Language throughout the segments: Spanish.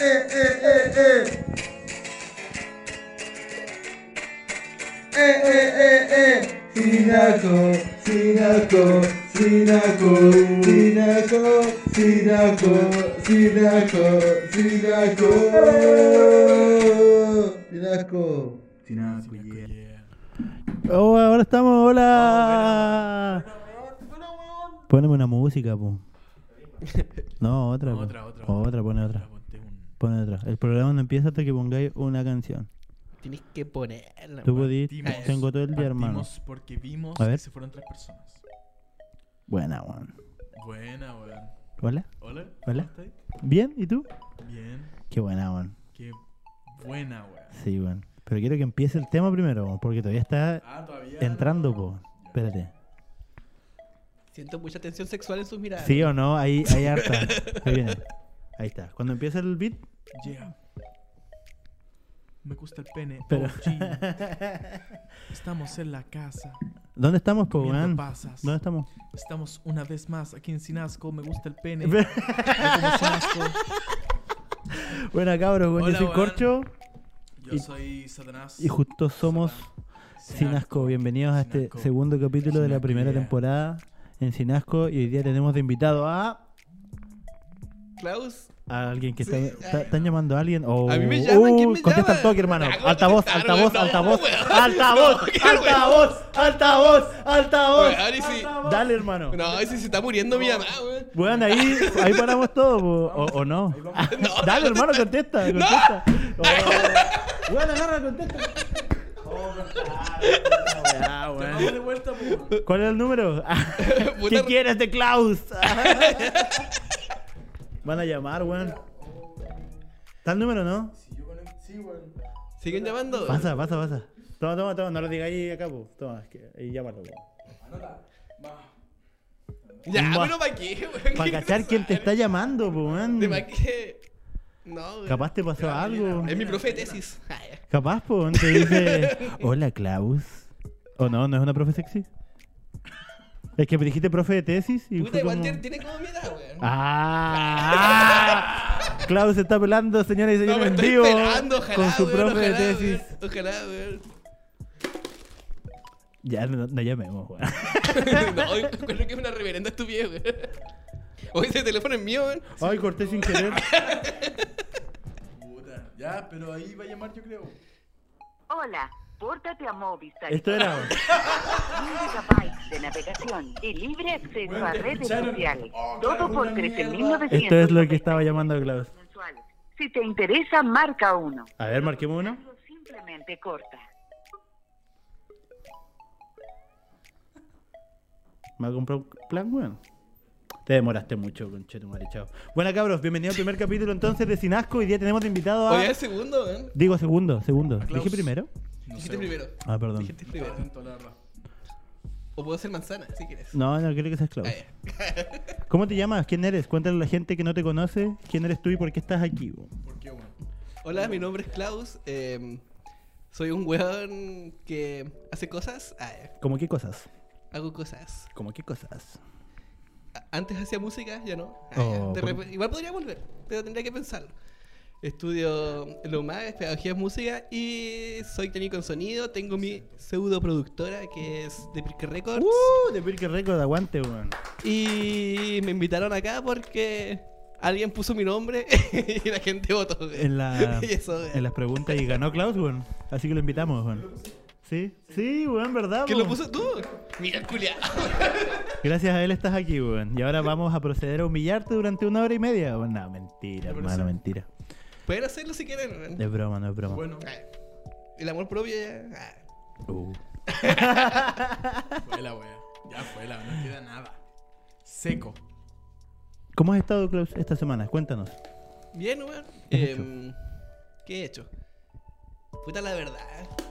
Eh, eh, eh, eh. Eh, eh, eh, eh. Sinaco, Sinaco, Sinaco, Sinaco, Sinaco, Sinaco, Sinaco, Sinaco. Sinaco, yeah. Oh, ahora estamos, Ah, hola. Poneme una música, po. No, otra. po. Otra, otra, O Otra, pone otra. Ponte un- Pone otra. El programa no empieza hasta que pongáis una canción. Tienes que ponerla. Tú man. podís, Partimos- tengo todo el día, hermano. partimos Ah, porque vimos A ver. que se fueron tres personas. Buena, weón. Buena, weón. Hola. Hola. Hola. ¿cómo estáis? ¿Bien? ¿Y tú? Bien. Qué buena, weón. Qué buena, weón. Sí, weón. Pero quiero que empiece el tema primero, weón, porque todavía está Ah, todavía. entrando, po. Espérate. Siento mucha tensión sexual en sus miradas. ¿Sí o no? Ahí, ahí harta. Ahí viene. Ahí está. Cuando empieza el beat, Yeah. Me gusta el pene. Pero- Oh, gee. Estamos en la casa. ¿dónde estamos, po, comiendo Pues, weón? pasas. ¿Dónde estamos? Estamos una vez más aquí en Sinasco. Me gusta el pene. Me como Sinasco. Buena, cabros, weón. Hola, Yo soy weón. Corcho Yo Y- soy Satanás. y justo somos Sinasco. Bienvenidos a este Sinasco. segundo capítulo de la Sinasco, primera yeah. temporada en Sinasco. Y hoy día tenemos de invitado a. Klaus. A alguien que Sí, está, ay, está- no. ¿Están llamando a alguien? o A mí me llaman, ¿quién me Contesta al llama? toque, hermano. Ah, ¿cómo Altavoz, contestar, altavoz, weón? altavoz, No, altavoz, weón. altavoz, altavoz, altavoz. Weón, y si- Dale, hermano. No, ese se está muriendo mi mamá, weón. Bueno, ahí, ahí paramos todo, po, o, o no. Ah, No, Dale, no, hermano, contesta, contesta. Oh. Bueno, agarra, contesta. Ah, bueno. Vamos de vuelta, pues. po. ¿Cuál es el número? ¿Qué Puta- quieres de Klaus? Van a llamar, weón. ¿Está el número, no? ¿Siguen llamando? Pasa, pasa, pasa. Toma, toma, toma, no lo digáis acá, po. Toma, es que- y llámalo, weón. Ya, Mua. pero pa' qué, weón. Para cachar quién te está llamando, po, weón. ¿De pa' qué? No, weón. Capaz te pasó algo. Es mi profe de tesis. Ay, ya. Capaz, po, te dice, hola, Klaus. O no, no es una profe sexy. Es que me dijiste profe de tesis y Puta, fue igual como- tiene- tiene como mi edad, weón. ¡Ah! ¡Ah! Klaus se está pelando, señores y No me señores, en estoy vivo pelando, ojalá, con su weón, profe de ojalá, tesis. weón, Ojalá, weón. Ya, no, no llamemos, weón. No, hoy creo que es una reverenda estupidez, weón. Hoy ese teléfono es mío, weón. Ay, corté sin querer. Puta. Ya, pero ahí va a llamar, yo creo. Hola, pórtate a Movistar. Esto era, weón. gigabytes de navegación y libre acceso Bueno, a ¿te redes escucharon? sociales. Oh, Todo claro, por una 13.900. Esto es lo que estaba llamando Klaus. mensuales. Si te interesa, marca uno. A ver, marquemos uno. Simplemente corta. Me ha comprado un plan, weón. Te demoraste mucho, conchetumare, chao. Bueno, cabros, bienvenido al primer capítulo entonces de Sinasco. Hoy día tenemos de invitado a... Hoy es el segundo, weón. Digo, segundo, segundo. Klaus. ¿Dije primero? No Dijiste primero. Ah, perdón. Dijiste primero. Atento, la verdad. O puedo ser manzana, si quieres. No, no, creo que seas Klaus. Ah, ya. ¿Cómo te llamas? ¿Quién eres? Cuéntale a la gente que no te conoce quién eres tú y por qué estás aquí, weón. ¿Por qué, weón? Eh, Hola, mi nombre es Klaus. eh, soy un weón que hace cosas. Ah, ya. ¿Cómo qué cosas? hago cosas. ¿Cómo qué cosas? A- Antes hacía música, ya no. Ah, ya. Oh, De por- repe- Igual podría volver, pero tendría que pensarlo. Estudio lo más, pedagogía en música y soy técnico en sonido. Tengo mi pseudo productora que es De Pirque Records. ¡Uh! De Pirque Record, aguante, weón. Y me invitaron acá porque alguien puso mi nombre y la gente votó. güey. En, la, Y eso, eh. güey. en las preguntas y ganó Klaus, weón. Así que lo invitamos, weón. ¿Sí? Sí, weón, ¿verdad? ¿Quién lo weón? puso tú? Mira, culiado. Gracias a él estás aquí, weón. Y ahora vamos a proceder a humillarte durante una hora y media. weón. No, mentira, Me hermano, parece. mentira. Pueden hacerlo si quieren. güey. Es broma, no es broma. Bueno, Ah, El amor propio ya. ah. Uh. fue la wea. Ya fue la, no queda nada. Seco. ¿Cómo has estado, Klaus, esta semana? Cuéntanos. Bien, weón. ¿Qué has Em, ¿Qué he hecho? Puta la verdad.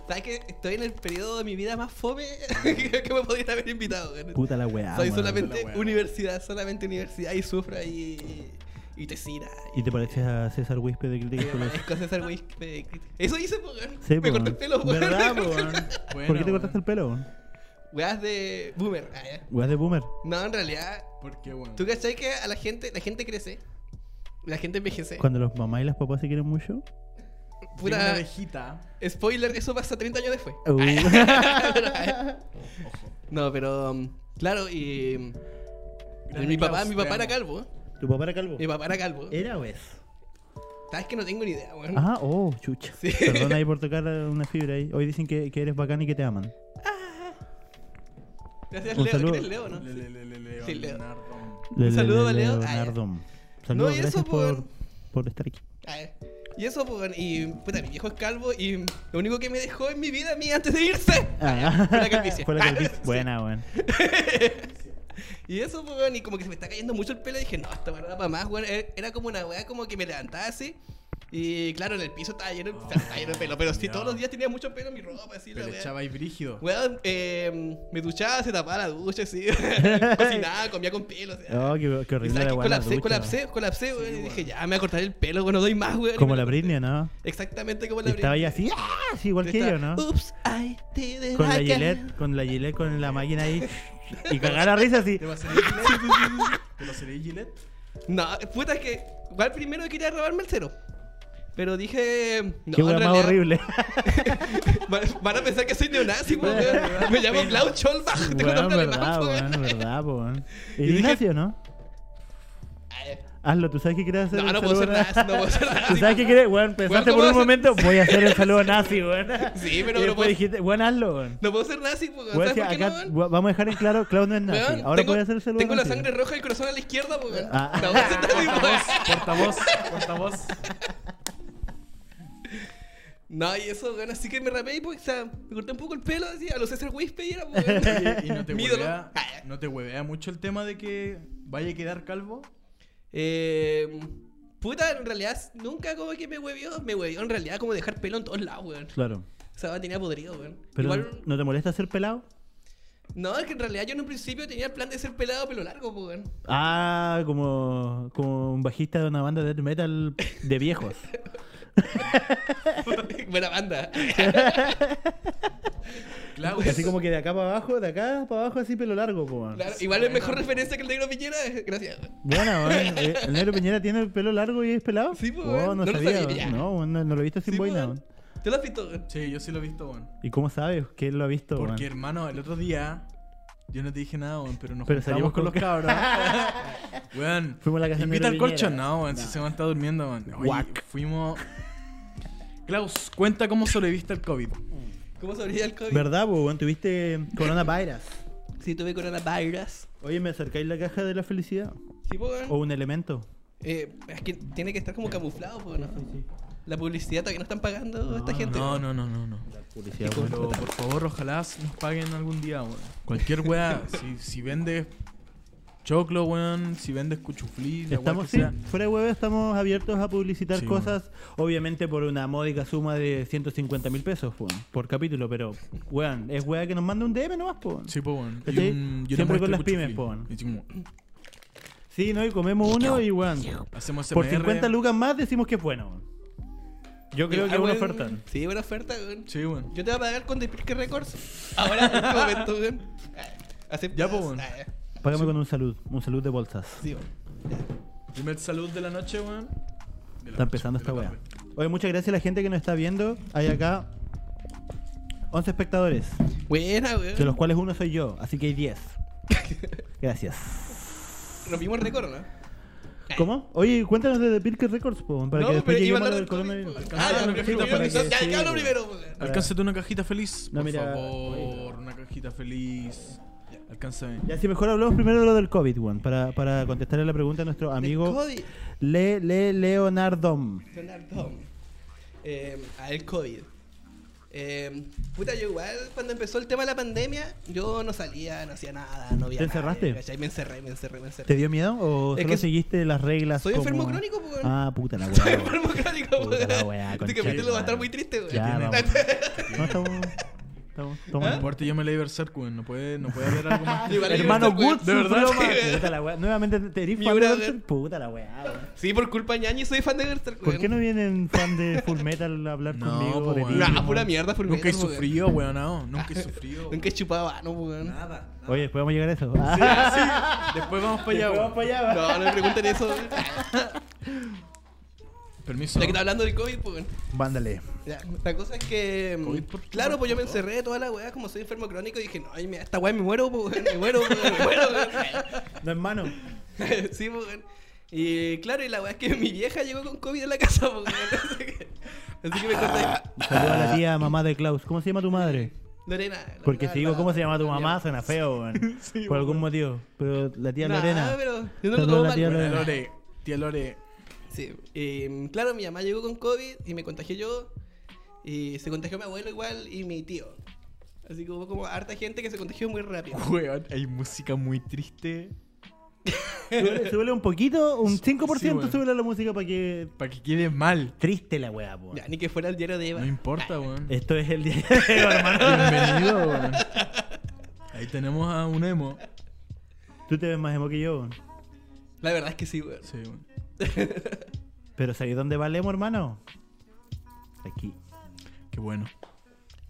¿Sabes que estoy en el periodo de mi vida más fome que me podrían haber invitado, weón? Puta la weá. Soy weón. solamente La wea. universidad, solamente universidad y sufro y. y tesina. ¿Y te pareces a César Wispe de Crítica Culés? Es cosa de ser güey, que- que- Eso hice, po, weón. Sí, Me po, corté weón. el pelo, weón. ¿Verdad, po, Me corté el- weón? Buena, ¿Por qué te weón. cortaste el pelo? weón? weas de boomer. Ah, ya. Weas de boomer. No, en realidad, ¿Por qué, weón? ¿tú cachai que a la gente, la gente crece? La gente envejece. Cuando los mamás y las papás se quieren mucho. Tiene una Pura abejita. spoiler, eso pasa 30 años después. Uh. No, pero um, claro, y um, Grande mi papá, Klaus, mi te papá era amo. calvo. ¿Tu papá era calvo? Mi papá era calvo. Era o es. Sabes que no tengo ni idea, weón. Ah, oh, chucha. Sí. Perdón ahí por tocar una fibra ahí. Hoy dicen que, que eres bacán y que te aman. Gracias, un Leo. saludo. ¿Quién es Leo, no? Le, le, le, le, le, Sí, Leo. Leonardo. Le- le- saludo le- a Leo. Ah, ya. Leonardo. Saludos, No, y eso gracias por... por- por estar aquí. Ah, eh. Y eso, pues, weón, y puta, mi viejo es calvo y lo único que me dejó en mi vida a mí antes de irse fue la calvicie. Ah, Fue la calvicie. Sí. Buena, weón. Y eso, pues, weón, y como que se me está cayendo mucho el pelo, dije, no, esta parada para más, weón. Era- Era como una weá como que me levantaba así. Y claro, en el piso estaba lleno, estaba lleno de pelo, pero si ya. todos los días tenía mucho pelo en mi ropa, así, la Pero weá. echaba ahí brígido. Weón, eh, me duchaba, se tapaba la ducha, así. Cocinaba, comía con pelo, o sea. Oh, qué, qué Y horrible sabes la que weá, la colapsé, ducha. colapsé, colapsé, weón. Y dije, ya, me voy a cortar el pelo, weón, no doy más, weón. Como Y me la lo Britney, corté. ¿no? Exactamente como la Estaba ahí Britney. Uh, así, ¡ah! así igual que yo, Estaba, ¿no? Oops, I did it Con la again". Gillette, con la Gillette, con la máquina ahí. Y cagar la risa así. ¿Te pasaré Gillette? ¿Te pasaré Gillette? No, puta, es que. Igual primero quería robarme el cero. Pero dije. No, Qué en weá más realidad- horrible. Van, van a pensar que soy neonazi, weón. Weón, Me llamo Klaus Scholbach. Tengo Weón, nombre verdad, alemán, weón, weón. verdad, po, weón. Y dije- Ignacio, ¿no? Ay, Hazlo, tú sabes que quieres hacer No, el no puedo ser saludo nazi. nazi, no puedo ser nazi. ¿Tú sabes qué quieres? Weón, pensaste por ¿cómo un vas a- momento, voy a hacer el saludo nazi, weón. Sí, pero Y no después puedo- dijiste, weón, hazlo, weón. No puedo ser nazi, weón. Weón, ¿Sabes que por qué no, acá weón? gua- vamos a dejar en claro, Claudio no es nazi. Weón, Ahora tengo, puede hacer el saludo Tengo la nazi. sangre roja y el corazón a la izquierda, weón. Ah. No, voy a ser nazi, weón. Portavoz, portavoz. No, y eso, weón, así que me rapé y pues, o sea, me corté un poco el pelo, así, a los César Wispe y era, weón. Y no te Mi ídolo. huevea, Ah. no te huevea mucho el tema de que vaya a quedar calvo. Eh, puta, en realidad nunca como que me huevió. Me huevió en realidad como dejar pelo en todos lados, weón. Claro. O sea, tenía podrido, weón. Pero, Igual, ¿no te molesta ser pelado? no, es que en realidad yo en un principio tenía el plan de ser pelado pelo largo, po, weón. Ah, como, como un bajista de una banda de death metal de viejos. Buena banda. Klaus. Pues así como que de acá para abajo, de acá para abajo, así pelo largo, po. weón. Claro, igual es mejor referencia que el negro Piñera. eh, Gracias. weón. Buena, weón. Eh, ¿El negro Piñera tiene el pelo largo y es pelado? Sí, po, Oh, weón. no, No lo sabía. sabía. weón. No, weón, no, no lo he visto sin Sí, po, boina, weón. weón. ¿Te lo has visto, weón? Sí, yo sí lo he visto, weón. ¿Y cómo sabes que él lo ha visto, weón? Porque, hermano, el otro día yo no te dije nada, weón, pero nos Pero juntamos salimos con los con cabros. weón, Fuimos a la casa de invita al Piñera. colchón. No, weón, si se me está durmiendo, weón. Oye, Guac. fuimos... Klaus, cuenta cómo sobreviviste al COVID. ¿Cómo sobrevivía el COVID? ¿Verdad, po, weón? Tuviste coronavirus. Sí, tuve coronavirus. Oye, ¿me acercáis la caja de la felicidad? Sí, po, weón. ¿O un elemento? Eh, es que tiene que estar como camuflado, po, ¿no? La publicidad todavía no están pagando a Ah, esta gente. No, no, no, no, no. Publicidad, weón. Pero, por favor, ojalá nos paguen algún día, weón. Cualquier weá, si, si vendes choclo, weón, si vendes cuchuflí, la weá Estamos, que sí, sea. fuera de huevo, estamos abiertos a publicitar Sí, cosas, obviamente por una módica suma de 150 mil pesos weón, por capítulo, pero, weón, es weá que nos manda un DM nomás, po. Sí, pues, weón. Y ¿Cachai? un- y una Siempre muestra con las de pymes, cuchuflí. po, weón. Y así como, Sí, ¿no? Y comemos uno y, weón, Hacemos por SMR. 50 lucas más decimos que es bueno. weón. Yo creo que es Igual, una weón, oferta. Sí, buena oferta, weón. Sí, weón. Yo te voy a pagar con Despirque Records. Ahora, en este momento, weón. Eh, Aceptas. Ya, po, weón. Ah, ya. Págame con un salud, un salud de bolsas. Sí, weón. Primer salud de la noche, weón. De la Está noche, empezando de la esta weá. tarde. Oye, muchas gracias a la gente que nos está viendo. Hay acá 11 espectadores, Buena, de los weón. cuales uno soy yo, así que hay 10. Gracias. Rompimos el récord, ¿no? ¿Cómo? Oye, cuéntanos de The Pirke Records, po, para que después lleguemos a lo del coronavirus. coronavirus. Ah, ya, Ah, pero primero ya, para que- que- ya, sí, ya hablo weón. primero. weón. Alcánzate una cajita feliz. No, por mira, favor, una cajita feliz. Alcánzame. Ya, si mejor hablamos primero de lo del COVID, weón, para, para contestarle la pregunta a nuestro amigo Del COVID. Le, Le, Leonardo. Leonardo. Eh, a el COVID. Eh, puta, yo igual cuando empezó el tema de la pandemia, yo no salía, no hacía nada, no había ¿Te encerraste? Me encerré, me encerré, me ¿Te encerré. dio miedo o Es solo que seguiste las reglas? Soy como- enfermo crónico, po, weón. Ah, puta la weá. Soy weón. enfermo crónico, Puta la weá, weón. Este concha de capítulo va a estar madre. muy triste, weón. Ya, vamos. No estamos. Estamos No ¿Ah? tomando. importa, yo me leí Berserk, weón. No puede, no puede haber algo más. Igual hay Hermano Berserk, weón. Wood, de verdad, sufrió sí, más. weón. Puta la weá. Nuevamente te eres fan Miura, de weón. Berserk. Puta la weá, weón. Sí, por culpa de ñañi soy fan de Berserk, ¿Por weón. pues, qué no vienen fan de Full Metal a hablar No, conmigo? po, de weón. Digimon? Nah, pura mierda, por Nunca he mierda, weón. sufrido, weón. No, nunca he sufrido. Nunca he chupado vano, weón. No, Nada. Oye, podemos llegar a eso. Después vamos para allá, weón. allá. no me pregunten eso. Permiso. Ya que está hablando del COVID, pues, weón. Vándale. Ya, La cosa es que. mm, COVID por- claro, pues yo me encerré toda la weá, como soy enfermo crónico, y dije, no, ay, mira, esta weá me muero, pues, weón, me muero, pues, weón, me muero, weón. No, hermano. Sí, pues, weón. Y claro, y la weá es que mi vieja llegó con COVID a la casa, pues, weón. Así que, así que me Ah. corté. Saluda a la tía mamá de Klaus. ¿Cómo se llama tu madre? Lorena. Porque Lorena, si digo la- cómo se llama tu la- mamá, suena feo, weón. Por algún motivo. Pero la tía Nah, Lorena. pero yo no lo Saluda tomo a la mal, tía weón. Tía Lorena. Lore, tía Lore. Sí. eh, claro, mi mamá llegó con COVID y me contagié yo. Y se contagió mi abuelo igual y mi tío. Así que hubo como harta gente que se contagió muy rápido. Weón, hay música muy triste. Súbele- Súbele un poquito, un 5% Sí, weón. súbele a la música para que. Para que quede mal. Triste la weá, po. Ya, ni que fuera el diario de Eva. No importa, weón. Esto es el día hermano. Bienvenido, weón. Ahí tenemos a un emo. Tú te ves más emo que yo, weón. La verdad es que sí, weón. Sí, weón. Pero ¿sabes dónde valemos, hermano? Aquí, Qué bueno.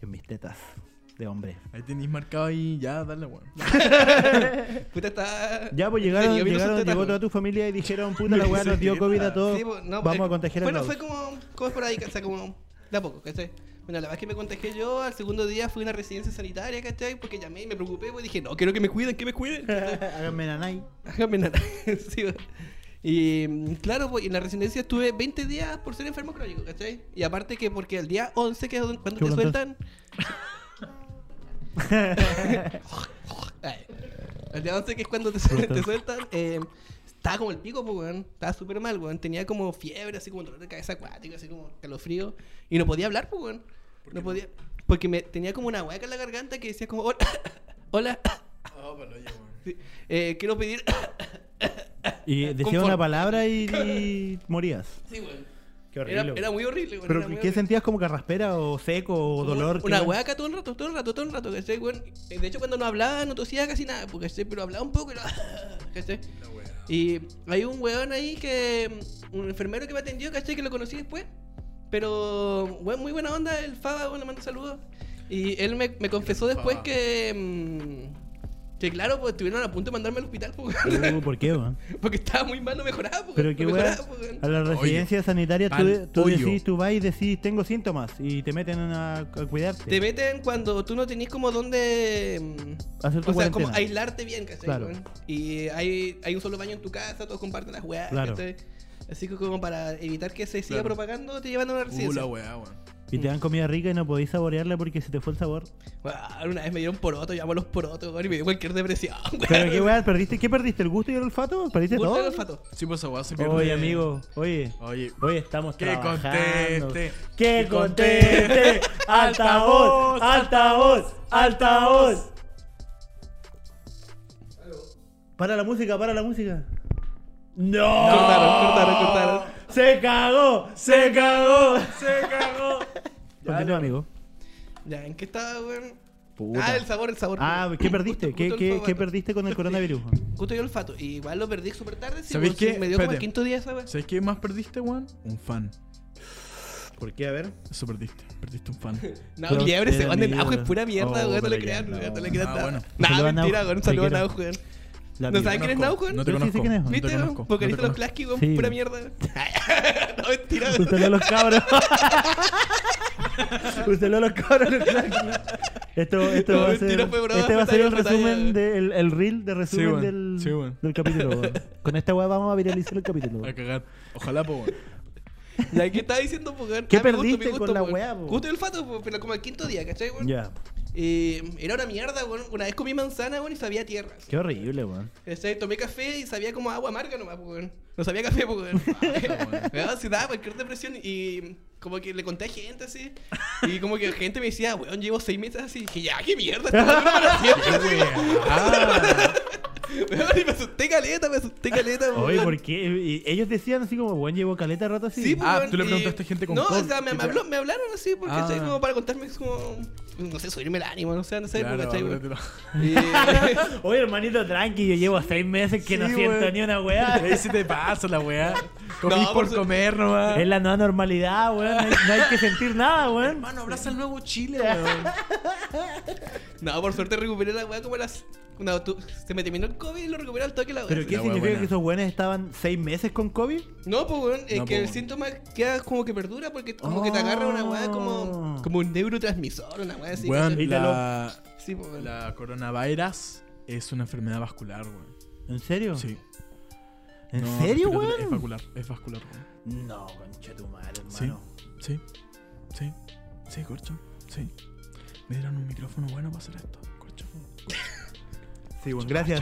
en mis tetas de hombre. Ahí tenéis marcado ahí. Ya, dale, weón. Puta está. este Ya, pues llegaron, llegaron llegó toda tu familia y dijeron, puta la weá, nos dio COVID a todos. Vamos a contagiar a pues, Bueno, todos. fue como, como esporádica, o sea, como de a poco, ¿cachai? Bueno, la vez que me contagié yo, al segundo día fui a una residencia sanitaria, ¿cachai? Porque llamé y me preocupé, pues dije, no, quiero que me cuiden, que me cuiden. Háganme nanay. Hágame nada. Sí, va. y mm, claro, pues, en la residencia estuve 20 días por ser enfermo crónico, ¿cachai? Y aparte que porque el día 11, que es don- cuando te Chulo, sueltan... Ay. el día 11, que es cuando te, suel- te sueltan, eh, estaba como el pico, pues, weón. Estaba súper mal, weón. Tenía como fiebre, así como dolor de cabeza acuático, así como calofrío. Y no podía hablar, pues, weón. No podía... Porque me tenía como una hueca en la garganta que decía como... Hola. Hola. Sí. Eh, quiero pedir... Y decía Confort. una palabra y, y morías. Sí, weón. Qué Era, horrible. era muy horrible, weón. ¿Pero era muy qué horrible. sentías como carraspera o seco o Como dolor? Una ¿Qué- hueaca todo el rato, todo el rato, todo el rato, ¿cachai, weón? Eh, De hecho, cuando no hablaba, no tosía casi nada, porque ¿cachai? Pero hablaba un poco y lo- ¿cachai? Y hay un weón ahí que. mm, Un enfermero que me atendió, ¿cachai? Que lo conocí después. Pero, weón, muy buena onda, el Faba, weón, le mando saludos. Y él me, me confesó después que. mm, que claro, pues estuvieron a punto de mandarme al hospital, pues, weón. Uh, ¿Por qué, weón? porque estaba muy mal, no mejoraba, pues, Pero weón, qué no weón. mejoraba, pues, weón. A la residencia sanitaria tú, pal de- tú hoyo. decís, tú vas y decís, tengo síntomas y te meten a, a cuidarte. Te meten cuando tú no tenés como dónde. mm, Hacer tu o sea, como cuarentena. aislarte bien, ¿cachai? Claro. weón? Y hay, hay un solo baño en tu casa, todos comparten las weas, Claro. ¿cachai? Así que como para evitar que se siga Claro. propagando, te llevan a una Uh, residencia. la weá, weón. Y te dan comida rica y no podéis saborearla porque se te fue el sabor. Weón, una vez me dieron poroto, yo amo los porotos, weón, y me dio cualquier depresión, weón. Pero qué weón, ¿perdiste, ¿qué perdiste? ¿El gusto y el olfato? ¿Perdiste Gusto todo? del olfato. Sí, pues esa weá se pierde. Oye, amigo, oye. Oye. Hoy estamos Que trabajando. conteste. Que Que conteste. conteste. Altavoz, altavoz, altavoz. Para la música, para la música. No. Cortaron, cortaron, cortaron. Se cagó, se cagó, se cagó. Continúa, amigo. Ya, ¿en qué estaba, weón? Puta. Ah, el sabor, el sabor. Ah, weón. ¿qué perdiste? Gusto ¿Qué, del qué, olfato. qué perdiste con el coronavirus? Gusto y olfato. Y igual lo perdí súper tarde, sí, ¿Sabéis weón, sí, qué? Me dio como el Espérate. quinto día esa wea. ¿Sabes qué más perdiste, weón? Un fan. ¿Por qué? A ver. Eso perdiste. Perdiste un fan. No, Pero liebre, se era van de mierda. Naujo, es pura mierda, Oh, weón, no pero le ya crean, no. weón, no le crean Ah, nada. bueno. Nada, Saluda a mentira, Naujo, weón, un te saludo quiero. a Naujo, weón. La ¿No mierda. saben quién es Naujo? No weón? te Yo sí sé conozco. quién es, no te ¿Viste, weón? conozco, Porque no te viste conozco. los Klasky, weón, Sí. pura mierda. weón. no, mentira, Un weón. saludo a los cabros. Un saludo a los cabros. los crack. Esto, esto No, va a ser, mentira, fue broma, este va a fue ser el talla, fue resumen, talla. del el, reel de resumen Sí, weón. del, Sí, weón. del capítulo. weón. Con esta weá vamos a viralizar el capítulo. A cagar. Ojalá, po, weón. Ya, ¿qué estaba diciendo, po, weón? ¿Qué Ah, mi gusto, perdiste mi gusto, con la weón. weá, po? Gusto y olfato, po, pero como el quinto día, ¿cachai, Ya, weón? Eh, era una mierda, weón. Una vez comí manzana, weón, y sabía a tierra. así. qué horrible, weón. ¿Cachai? Este, Tomé café y sabía como agua amarga nomás, po, weón. No sabía café, po, weón. Ah, Weón, sí, daba cualquier depresión y como que le conté a gente así. Y como que gente me decía, weón, llevo seis meses así. Y dije, ya, qué mierda, esta weá dura para siempre, así. Ah, Weón, y me asusté caleta, me asusté caleta, Oye, weón. ¿por qué? Y ellos decían así como, bueno, llevo caleta rato así. Sí, pues, Ah, weón, tú le y- preguntaste a gente con No, o COVID, sea, me, que me te- habló- me hablaron así, porque Ah. ¿cachai? como para contarme, es como. No sé, subirme el ánimo, no sé, no sé, Claro, ¿cachai, pero weón? te lo- Y- Oye, hermanito, tranqui, yo llevo seis meses que Sí, no siento weón. ni una weá. Ahí se te pasa la weá. Comís No, por por su- comer nomás. Es la nueva normalidad, weón. No hay, no hay que sentir nada, weón. Hermano, abraza el nuevo Chile, weón. No, por suerte recuperé la weá como a las. cuando tú- se me terminó el COVID y lo recuperé al toque la weá. ¿Pero qué la weá significa buena. que esos weones estaban seis meses con COVID? No, pues weón, es No, que po, el weón. síntoma queda como que perdura porque como que te Oh. agarra una weá como, como un neurotransmisor, una weá así. Oh. Weón, ¿cachai? la, Sí, pues weón. la coronavirus es una enfermedad vascular, weón. ¿En serio? Sí. ¿En No, serio, pero Es weón? vascular, es vascular, weón. No, concha tu madre, Sí. hermano. Sí, sí, sí, corcho, sí. Me dieron un micrófono bueno para hacer esto, corcho. Sí, weón. Gracias.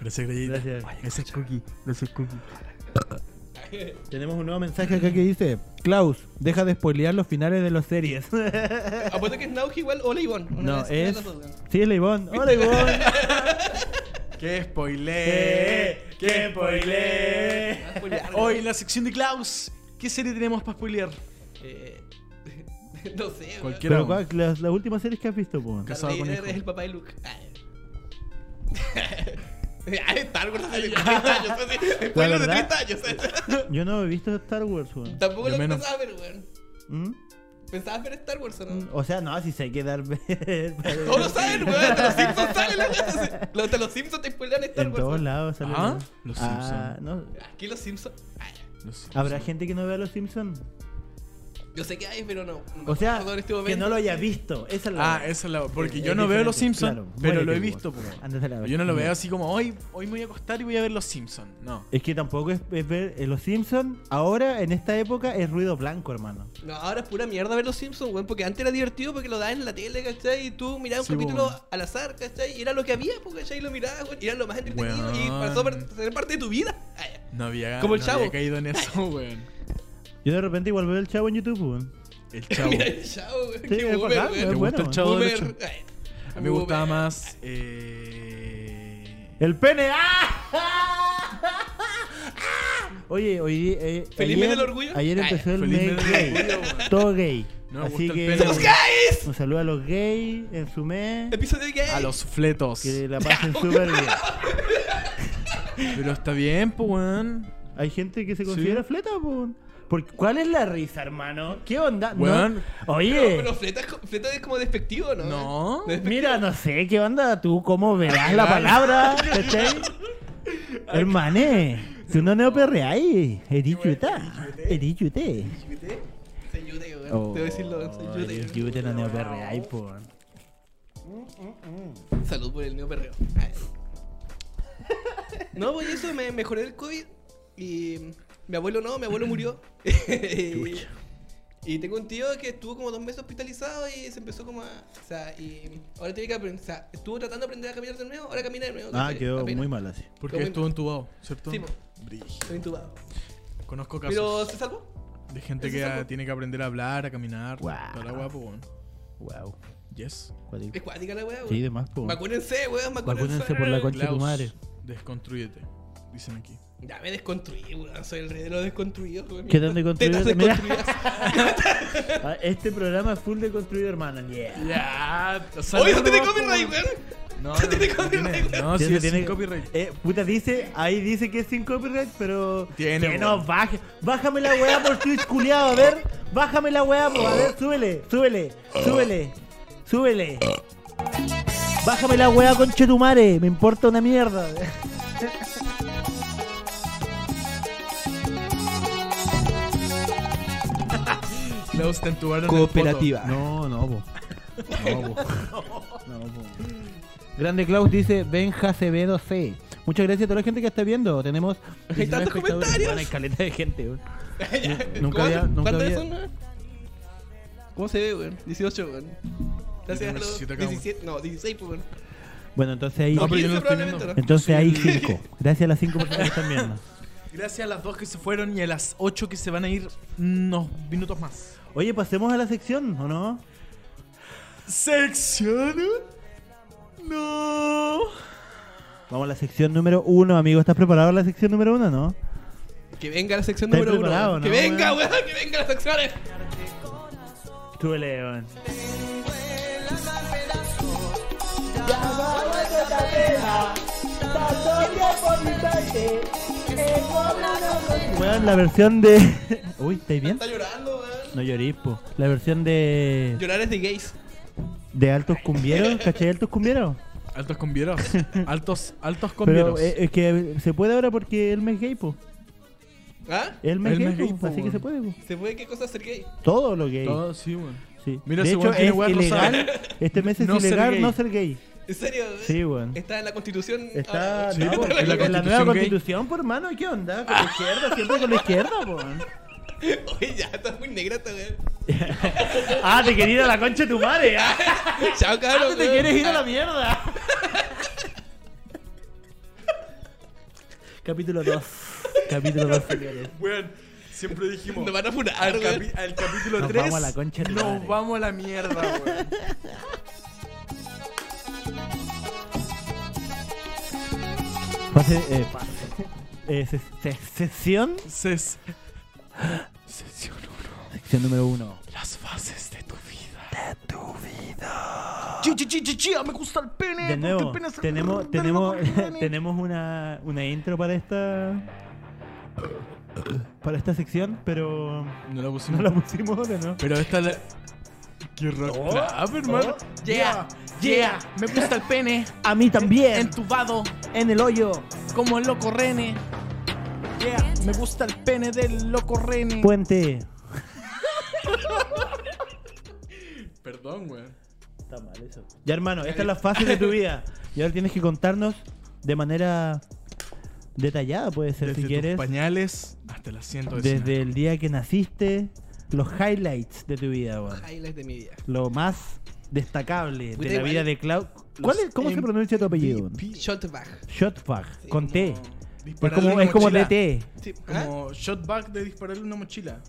Gracias, Greyita. Gracias. Ese es Cookie, ese es Cookie. Tenemos un nuevo mensaje acá que dice: Klaus, deja de spoilear los finales de las series. Apuesto que es Nauji igual o Leibon. no, es. Sí, es la Ivonne. Hola, Ivonne. ¡Qué spoiler! ¡Qué spoiler! Hoy en la sección de Klaus, ¿qué serie tenemos para spoilear? Eh, No sé, weón. Cualquier- Pero, ¿cuál- las, las últimas series que has visto, pues. weón. Darth casado con Vader hijo. es el papá de Luke. Ah. Ah, Star Wars hace 30 años. hace- La Spoiler de verdad- 30 años. Yo no he visto Star Wars, weón. Tampoco Yo lo menos. pensaba ver, weón. ¿Mm? Pensabas ver Star Wars o no? Mm. O sea, no, si sé que dar. Todos lo saben, weón. Hasta los Simpsons salen la weá. así. Los de los Simpsons te spoilean Star En Wars. todos weón. lados sale. Ah, weón. los Ah, Simpsons. no. Aquí los Simpsons. Ay, ¿Habrá gente que no vea Los Simpsons? Yo sé que hay, pero no. no me O sea, acuerdo en este que momento. no lo haya visto. Esa es la. Ah, esa es la. Porque Es- yo es no veo diferente, Los Simpsons, claro. pero Muérete, lo he weón. visto, po. Ándate a la Yo no lo verga. veo así como hoy, hoy me voy a acostar y voy a ver Los Simpsons. No. Es que tampoco es, es ver eh, Los Simpsons. Ahora, en esta época, es ruido blanco, hermano. No, ahora es pura mierda ver los Simpsons, weón. Porque antes era divertido porque lo daban en la tele, ¿cachai? Y tú mirabas Sí, un capítulo weón. al azar, ¿cachai? Y era lo que había, pues, ¿cachai? Y lo mirabas, weón. Y era lo más entretenido. Y Weón. pasó a ser parte de tu vida. Ay, No había, Como el no Chavo. había caído en eso, weón. Yo de repente igual veo el chavo en YouTube, weón. El Chavo. Mira, ¿Te el chavo, weón. Sí, es Qué bacán, boomer, es bueno. weón. gusta el Chavo del Ocho? Boomer. Ay, A mí me gustaba boomer. más. Eh... ¡El pene! ¡Ah! ¡Ah! Oye, oye, eh, ¿Feliz ayer, mes del orgullo? Ayer Ay, empezó el Ah, feliz mes mes del gay. orgullo, weón. Todo gay. No me Así gusta el que. pene, ¡Somos gays! Un saludo a los gays en su mes. Episodio gay. A los fletos. Que la pasen súper bien. Pero está bien, po, weón. Hay gente que se considera fleta, po. Porque, ¿Cuál es la risa, hermano? ¿Qué onda? No- Weón. Oye, Pero, pero fleta, es co- fleta es como despectivo, ¿no? No. Es despectivo. mira, no sé, ¿qué onda? ¿Tú cómo verás la palabra? ¿Cachai? Hermane, tú no neoperreáis. Eres yuta. Eres yute. Soy yute, weón. Oh, Debo decirlo, soy yute. eres yute, no neoperreáis, po. Salud por el neo perreo. Ay. No, pues eso, me mejoré el COVID y mi abuelo no, mi abuelo murió. y, y tengo un tío que estuvo como dos meses hospitalizado y se empezó como a... O sea, y ahora tiene que aprender... O sea, estuvo tratando de aprender a caminar de nuevo, ahora camina de nuevo. Ah, ¿cachai? quedó Apenas. muy mal así. Porque Lo estuvo entubado, ¿cierto? Sí, po. Brígido. Estoy intubado. Conozco casos Pero se salvó. de gente ¿Eso que es ah, algo? tiene que aprender a hablar, a caminar. Guau. Toda la weá, po, weón. Wow. Yes. Es cuática la weá, Sí, de weón. más, po. Vacúnense, weón, vacúnense. Vacúnense por la concha de tu Klaus, madre. Desconstrúyete. Dicen aquí. Ya me desconstruí, weón. Soy el rey de los desconstruidos, weón. ¿Qué tan desconstruido? Tetas Mira. desconstruidas. Ah, Este programa es full de construido, hermano. Yeah. Ya. Oye, no tiene copyright, weón. No, No tiene copyright, weón. No, sí, Tiene- es tiene- sin copyright. Eh, puta, dice, ahí dice que es sin copyright, pero. Tiene, Que weón. no, baje, bájame la weá por Twitch, culiado, a ver. Bájame la weá, po, a ver, súbele, súbele, súbele, súbele. Bájame la weá, conchetumare, me importa una mierda. Klaus te entubaron en el poto. Cooperativa. No, no, po. No, po. No, po. Grande Klaus dice Benja Acevedo C. Muchas gracias a toda la gente que está viendo. Tenemos. Hay 19 tantos espectadores. comentarios. Bueno, hay caleta de gente, weón. Nunca ¿Cómo- había- nunca ¿Cuántos había- son, weón? ¿Cómo se ve, weón? 18, weón. Gracias a los 17 acá, weón. 17, no, 16, pues, weón. Bueno, entonces ahí. No, pero yo no lo estoy Probablemente viendo. no. Entonces hay Sí. cinco. Gracias a las cinco personas que están viendo. Gracias a las dos que se fueron y a las ocho que se van a ir unos minutos más. Oye, pasemos a la sección, ¿o no? ¿Sección? No. Vamos a la sección número uno, amigo. ¿Estás preparado para la sección número uno, no? Que venga la sección Estáis número uno. preparado, weón. ¿no, que venga, weón? weón, que venga las secciones. Súbele, weón. Weón, la versión de. Uy, ¿estáis bien? Está llorando, weón. No llorís, po. La versión de. Llorar es de gays. De Altos Cumbieros, ¿cachai? Altos Cumbieros. Altos cumbieros. Altos, altos Pero cumbieros. eh, es que se puede ahora porque él me es gay, po. ¿Ah? Él me Él es me gay, es gay, po, po, Así que weón. se puede, po. ¿Se puede qué cosa ser gay? Todo lo gay. Todo, sí, weón. Sí. Mira, de ese hecho, weón tiene es weas ilegal. Este mes es No ser ilegal gay. no ser gay. ¿En serio? weón? Sí, weón. Está en la constitución. Está Ah, Sí, no, po, en, en la la nueva constitución gay. constitución, por hermano, ¿qué onda? Con la izquierda, siempre con la izquierda, po. Oye, ya, está muy negra esta weón. Ah, te quería ir a la concha de tu madre. Ah, Chao, cabrón. te weón. quieres ir a la mierda. Capítulo 2. Capítulo 2, señores. Weón, siempre dijimos. Nos van a funar, al, weón. capi- al capítulo Nos 3. vamos a la concha de tu Nos madre. vamos a la mierda, weón. Pase, eh, pase. Eh, se- se- sesión. Ses- Sesión uno. Sección número 1. Las fases de tu vida. De tu vida. Chi, chi, chi, chi, chi, ah, me gusta el pene. De porque nuevo, el pene es- tenemos, Pero tenemos, no porque el pene. tenemos una, una intro para esta. Para esta sección, pero. No la No pusimos. la pusimos de no. Pero esta la. Qué rock trap, hermano. Yeah, yeah. Me gusta el pene. A mí también, Entubado. en el hoyo. Como el loco Rene. Yeah. Me gusta el pene del loco Rene. Puente. Perdón, weón. Está mal eso. Ya, hermano, esta es la fase de tu vida. Y ahora tienes que contarnos de manera detallada, puede ser, Desde si tus quieres. pañales hasta el asiento de Desde el día que naciste, los highlights de tu vida, weón. Highlights de mi vida. Lo más destacable Puta, de la igual- vida de Clau. ¿Cuál es- ¿Cómo se pronuncia tu apellido? weón? Shotbag. Shotbag, Sí, con T. como- Es como, es como DT. Sí, ¿ah? Como shotback de dispararle una mochila.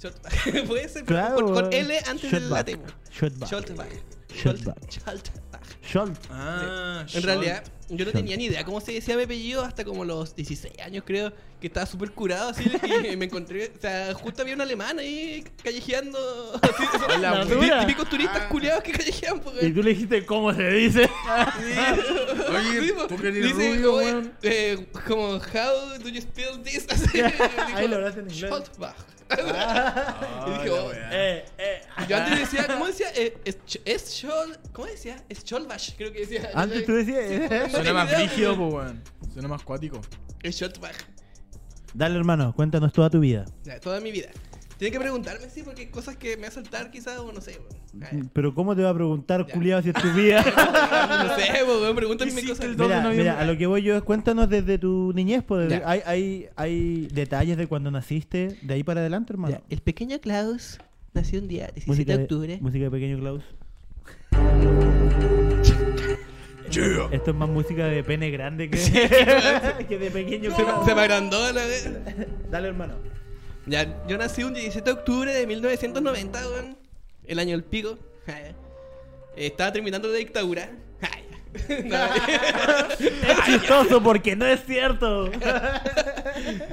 Shotbag. Puede ser pero Claro. con, con weón. L antes del Shotbag. latín. Shotbag. Shotbag. Shotbag. Shotbag. Shot. Ah, En realidad, yo no tenía ni idea cómo se decía mi apellido hasta como los 16 años, creo, que estaba súper curado así. y me encontré, o sea, justo había un alemán ahí callejeando. así, esos La tí- dura. típicos turistas Ah. curiados que callejean, pues, Y güey. tú le dijiste cómo se dice. Oye, Sí, pues, tú que eres dice rubio, como, weón. eh, como, how do you spell this? Así, Ahí dijo, lo hablaste en inglés. Schwarzbach. Y dije, oh. Eh, eh. Yo antes decía, ¿cómo decía? Eh, es, ch- es Schol- ¿Cómo decía? Es Scholbach, creo que decía. Antes tú decías. no Suena tenía más idea, brígido, weón. po, weón. Suena más cuático. Es Scholbach. Dale, hermano, cuéntanos toda tu vida. Ya, toda mi vida. Tiene que preguntarme, sí, porque hay cosas que me va a saltar quizás, o no sé, weón. Ay, Pero ¿cómo te va a preguntar, Ya. culiado, si es tu vida? No sé, weón, pregúntame Hiciste cosas. el do- mira, noviembre. mira, a lo que voy yo es cuéntanos desde tu niñez. pues, desde- Ya. hay, hay, hay detalles de cuando naciste, de ahí para adelante, hermano. Ya, el pequeño Klaus nació un día, 17 Música de octubre. música de Pequeño Klaus. Yeah. Esto es más música de pene grande que, que de Pequeño Se, Klaus. me- se me agrandó la vez. Dale, hermano. Ya, yo nací un 17 de octubre de 1990, weón. El año del pico. Ay, Estaba terminando la dictadura. Ay, no, Es chistoso porque no es cierto.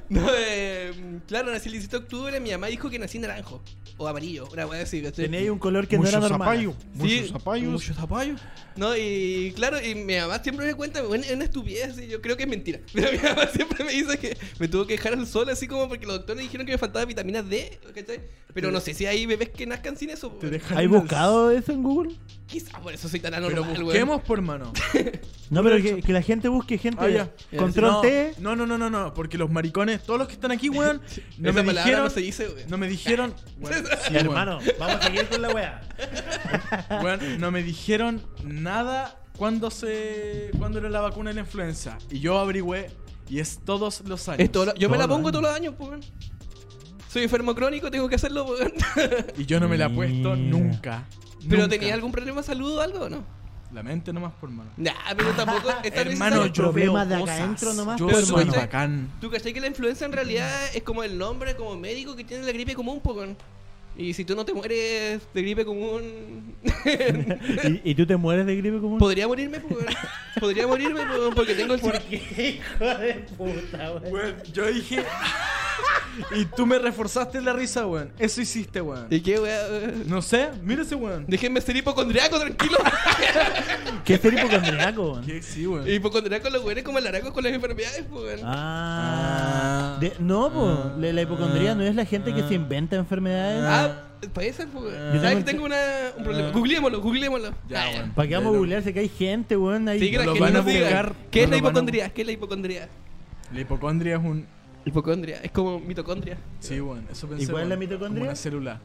No, eh, claro, nací el 17 de octubre. Mi mamá dijo que nací naranjo o amarillo, una weá así. ¿cachai? Tenía ahí un color que no era normal. Sí, Muchos zapallos. No, y claro, y mi mamá siempre me cuenta, bueno, es una estupidez, y yo creo que es mentira. Pero mi mamá siempre me dice que me tuvo que dejar al sol, así como porque los doctores dijeron que me faltaba vitamina D, ¿cachai? Pero no sé si hay bebés que nazcan sin eso. Te dejan ¿Hay al- buscado eso en Google? Quizás por eso soy tan Pero anormal, weón. busquemos, por hermano. No, pero que, que la gente busque gente. Ah, ya. Control no, T. No, no, no, no, no, porque los maricones, todos los que están aquí, weón, no Esa me palabra dijeron. no se dice, weón. no me dijeron. weón, sí, weón. Hermano, vamos a seguir con la wea. Weón, no me dijeron nada cuando se. cuando era la vacuna de la influenza. Y yo averigüé y es todos los años. Esto lo- yo me la Todo el pongo año. todos los años, pues, weón. Soy enfermo crónico, tengo que hacerlo, pues, weón. Y yo no me la he Mira. puesto nunca. ¿Pero nunca. tenía algún problema de salud o algo o no? La mente nomás por mano. Nah, pero tampoco. es tan Hermano, necesario. yo veo Problema de acá cosas. adentro nomás, yo pero soy hermano. bacán. ¿Tú cachai que la influenza en realidad es como el nombre como médico que tiene la gripe común, poco? Y si tú no te mueres de gripe común, ¿Y, y tú te mueres de gripe común? podría morirme, po, weón. Podría morirme po- porque tengo el. ¿Por qué, hijo de puta, weón? Weón, yo dije. y tú me reforzaste la risa, weón. Eso hiciste, weón. ¿Y qué, weón? No sé, mira ese weón. Déjenme ser hipocondriaco, tranquilo. ¿Qué es ser hipocondriaco, weón? ¿Qué? Sí, weón. hipocondriaco los weones como el araco con las enfermedades, po, weón. Ah. De- no, po. la, la hipocondría no es la gente que se inventa enfermedades. Ah, puede ser, po, weón. Yo tengo ¿Sabes que el- tengo una, un problema? Googleémoslo, googleémoslo. Ah. Ya, Ah, weón. ¿Para qué vamos a Pero- googlearse que hay gente, weón? Ahí Sí, que la Lo gente van a nos diga, buscar, ¿Qué es no la lo van a- hipocondría? ¿Qué es la hipocondría? La hipocondria es un. Hipocondria, es como mitocondria. Sí, weón. Eso pensé. ¿Y cuál es weón. la mitocondria? Como una célula.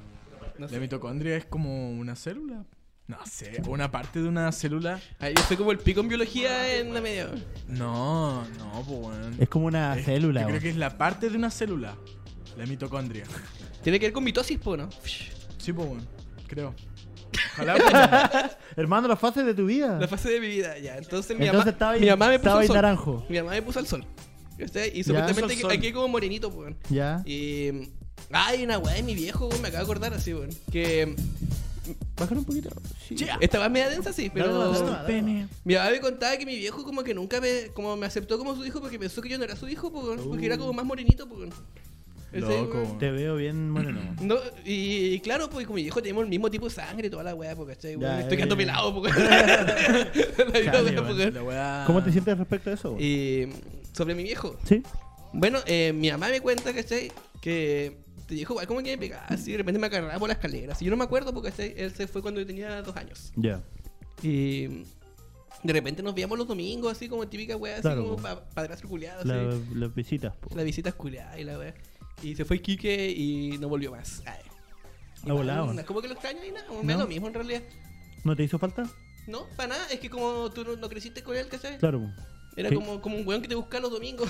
No La sé. mitocondria es como una célula. No sé, una parte de una célula. Ah, yo soy como el pico en biología en la media. weón. No, no, pues weón. Es como una Eh, Es- célula, Yo creo weón. que es la parte de una célula. La mitocondria. Tiene que ver con mitosis, po, ¿no? Sí, pues weón. Creo. Ojalá, weón. Hermano, las fases de tu vida. La fase de mi vida, ya. Entonces mi, Ah. Entonces mamá, estaba ahí- mi mamá me puso estaba al ahí sol. naranjo. Mi mamá me puso al sol. ¿Cachai? Y Ya. supuestamente Puso al aquí, sol. aquí como morenito, pues. weón. Ya. Y. mm, Ay, una weá de mi viejo, weón, me acabo de acordar así, weón. Que. Bájalo un poquito. Yeah. Esta weá es media densa, sí, ah, pero. Dale nomás, dale nomás, dale nomás. Mi mamá me contaba que mi viejo como que nunca me, como me aceptó como su hijo porque pensó que yo no era su hijo, po, weón, porque Uh. era como más morenito, po, weón. Ese, Loco, weón. weón. Te veo bien moreno. No, y, y claro, pues como mi viejo tenemos el mismo tipo de sangre y toda la weá, po, ¿cachai? weón? Ya, Estoy quedando eh. pelado, po, weón. La misma Chale, weá, po, weón, weón. La weá. ¿Cómo te sientes respecto a eso, weón? Ah. Y sobre mi viejo. Sí. Bueno, eh, mi mamá me cuenta, ¿cachai? Que te dijo, igual como que me pegaba así, de repente me agarraba por las escaleras. Y yo no me acuerdo porque ¿cachai? él se fue cuando yo tenía dos años. Ya. Y de repente nos veíamos los domingos, así como típica wea, así Claro, como po. pa padrastro culiado, La- así. Las visitas, po. La visita es culiada y la wea. Y se fue Quique y no volvió más. Ay. Ha volado. No es como que lo extraño y nada, me da No. lo mismo en realidad. ¿No te hizo falta? No, para nada, es que como tú no, no creciste con él, ¿cachai? Claro, po. Era Sí. como, como un weón que te buscaba los domingos.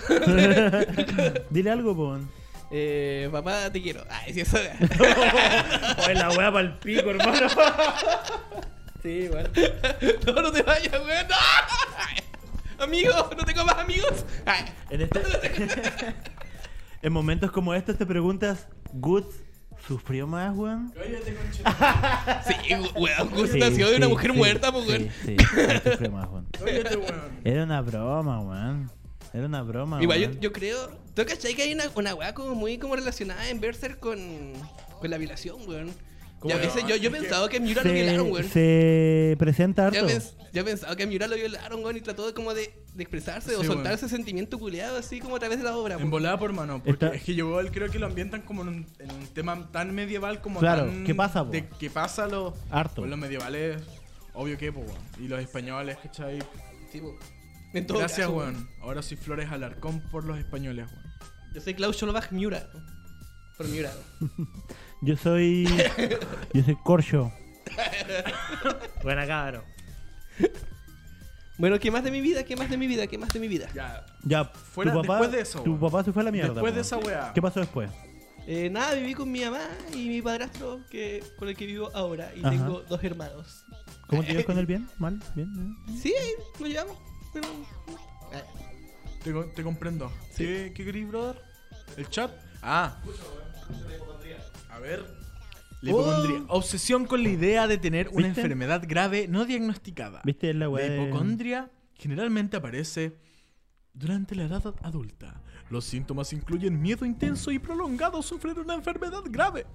Dile algo, po. weón. Eh, papá, te quiero. Ay, sí, eso. Oye, la weá para el pico, hermano. Sí, weón. no, no te vayas, weón. ¡No! Amigo, no tengo más amigos. Ay. En, este- en momentos como estos te preguntas, ¿Guts sufrió más, weón? Sí, weón, Gus nació de una sí, mujer sí, muerta, pues, sí, weón. Sí, sí, sufrió más, weón. Era una broma, weón. Era una broma. Igual yo, Ah, weón. yo creo. ¿Tú cachai que hay una, una weá como muy como relacionada en Berserk con, con la violación, weón? ¿Cómo Ya a no? veces yo, yo pensaba que a Miura lo violaron, se, weón. se presenta Ya, harto. pens- ya pensaba que a Miura lo violaron, weón, y trató de como de, de expresarse o Sí, soltar weón. ese sentimiento culeado así como a través de la obra. En weón. volada por mano, porque Está- es que yo creo que lo ambientan como en un, en un tema tan medieval como Claro, tan ¿qué pasa, po? de que pasa lo Harto. pues los medievales, obvio que po, weón. y los españoles, ¿cachai? Sí, po. En todo Gracias, caso, weón. Ahora sí Flores Alarcón por los españoles, weón. Yo soy Klaus Scholbach Miura. Por Miura. Yo soy. Yo soy Corcho. Buena cabrón. Bueno, ¿qué más de mi vida? ¿Qué más de mi vida? ¿Qué más de mi vida? Ya. Ya, Fuera- tu papá, después de eso, Tu weón. papá se fue a la mierda. Después de weón. esa weá. ¿Qué pasó después? Eh, nada, viví con mi mamá y mi padrastro que, con el que vivo ahora. Y Ajá. tengo dos hermanos. ¿Cómo te llevas con él? ¿Bien? ¿Mal? ¿Bien? ¿Bien? Sí, ahí nos llevamos. Pero... eh, Te, co- te comprendo. ¿Qué, ¿Qué querís, brother? ¿El chat? Ah. A ver. Oh. La hipocondría. Obsesión con la idea de tener una ¿Viste? enfermedad grave no diagnosticada. ¿Viste la weá? La de- hipocondria generalmente aparece durante la edad adulta. Los síntomas incluyen miedo intenso y prolongado a sufrir una enfermedad grave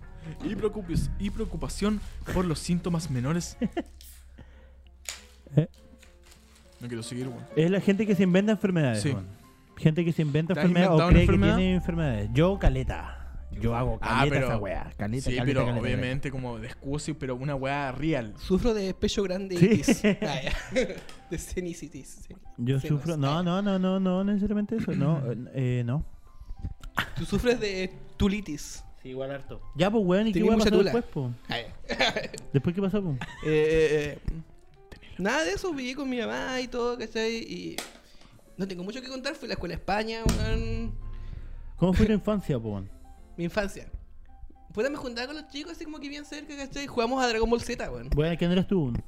y, preocupis- y preocupación por los síntomas menores. Eh. No quiero seguir, weón. Es la gente que se inventa enfermedades. Sí. weón. Gente que se inventa ¿Te has enfermedades o cree inventado una que enfermedad? tiene enfermedades. Yo, caleta. Yo hago caleta Ah, pero- esa weá. Caleta, Sí, caleta, pero caleta, caleta. obviamente como de excusa, pero una weá real. Sufro de pecho grande Ah, Sí. de cenicitis. sí. Yo Sí, sufro. pues, No, eh. no, no, no, no necesariamente eso. No, eh, no. Tú sufres de tulitis. Sí, igual harto. Ya, pues, weón, ¿y qué Tenía weón mucha pasó tula. después, po? Ay, ay. ¿Después qué pasó, po? Eh, nada de eso, viví con mi mamá y todo, ¿cachai? Y no tengo mucho que contar, fui a la escuela a España, weón. ¿Cómo fue tu infancia, po? weón? Mi infancia. Puta, me juntaba con los chicos así como que bien cerca, ¿cachai? Jugamos a Dragon Ball Z, weón. Bueno, ¿quién eras tú? weón?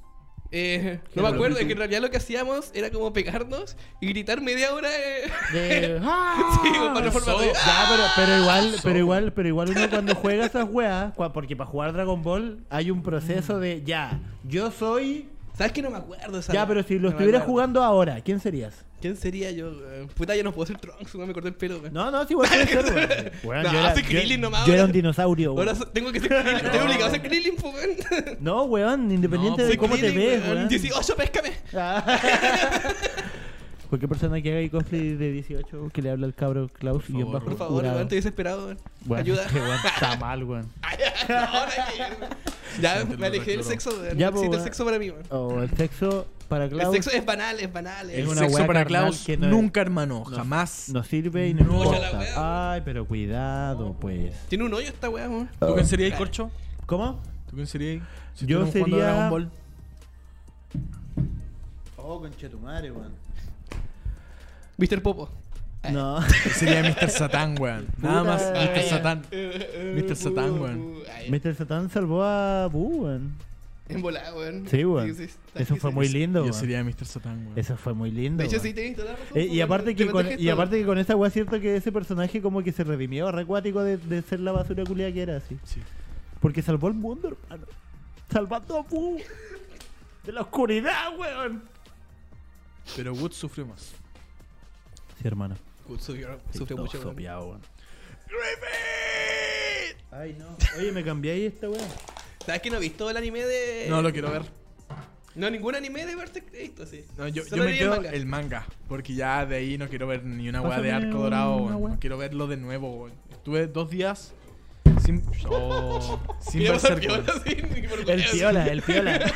Eh, no era me lo acuerdo, que es tú- que en realidad lo que hacíamos era como pegarnos y gritar media hora. eh. De... ¡Ah! Sí, como para reformar. so- Ya, pero, pero igual, pero igual, pero igual uno cuando juega esas weas, cua- porque para jugar Dragon Ball hay un proceso de ya, yo soy ¿Sabes que no me acuerdo? esa- Ya, pero si lo no me estuvieras acuerdo. jugando ahora, ¿quién serías? ¿Quién sería yo, weón? Puta, yo no puedo ser Trunks, weón, me corté el pelo, weón. No, no, si vos puedes ser, weón. Weón, No, yo soy Krillin yo, nomás, yo era ahora. un dinosaurio, weón. Ahora so- tengo que ser Krillin, estoy obligado a ser Krillin, po, weón. No, weón, independiente de No, Soy cómo te Krillin, ves, weón. weón. Ah. 18, péscame. Cualquier persona que haga el cosplay de 18 que le habla al cabro Klaus y favor, en bajo Por favor, curado. weón, estoy desesperado, weón. Weón, Ayuda. es que, weón, está mal, weón. No, no hay que ir, weón. Ya, me alejé del sexo, weón. Ya, No po, existe el weón. sexo para mí, weón. O Oh, el sexo para El Klaus sexo es banal, es banal. Es es- una Sexo weá para carnal Klaus, que no es- nunca, hermano, jamás. no sirve y no, No, ya la importa. Ay, pero cuidado, pues. Tiene un hoyo esta weá, weón. ¿Tú quién serías, Corcho? ¿Cómo? ¿Tú quién serías? Si Yo estuviéramos jugando sería- Dragon Ball. Oh, concha tu madre, weón. Viste el popo. Eh. No. Yo sería Mr. Satan, weón. Nada más, Mr. Eh, Satan. uh, Mr. Satan, weón. Mr. Satan salvó a Boo, weón. En volada, weón. Sí, weón. sí, sí, está Eso aquí, fue sí. muy lindo, Yo weón. sería Mr. Satan, weón. Mm. Eso fue muy lindo. De hecho, sí, weón. tenés toda la razón. Eh, y weón. aparte que Te con, mandaste y esto. aparte que con esa weá es cierto que ese personaje como que se redimió recuático de, de ser la basura culia que era así. Sí. Porque salvó el mundo, hermano. Salvando a Boo. De la oscuridad, weón. Pero Wood sufrió más. Sí, hermano. Uy, sufrió- Sufrió Todo mucho, weón. sopeado, weón. ¡Griffith! Ay, no. Oye, me cambié ahí esta weá. ¿Sabes que no he visto el anime de.? No lo quiero ver. No, ningún anime de Berserk he visto, sí. No, yo, yo Solo me leí quedo manga. el manga. Porque ya de ahí no quiero ver ni una weá de Pásame arco dorado, una weón. weá. No quiero verlo de nuevo, weón. Estuve dos días sin. Oh, sin Quiero pasar Berserk, weón. piola, sí, ni por El weón. piola, el piola.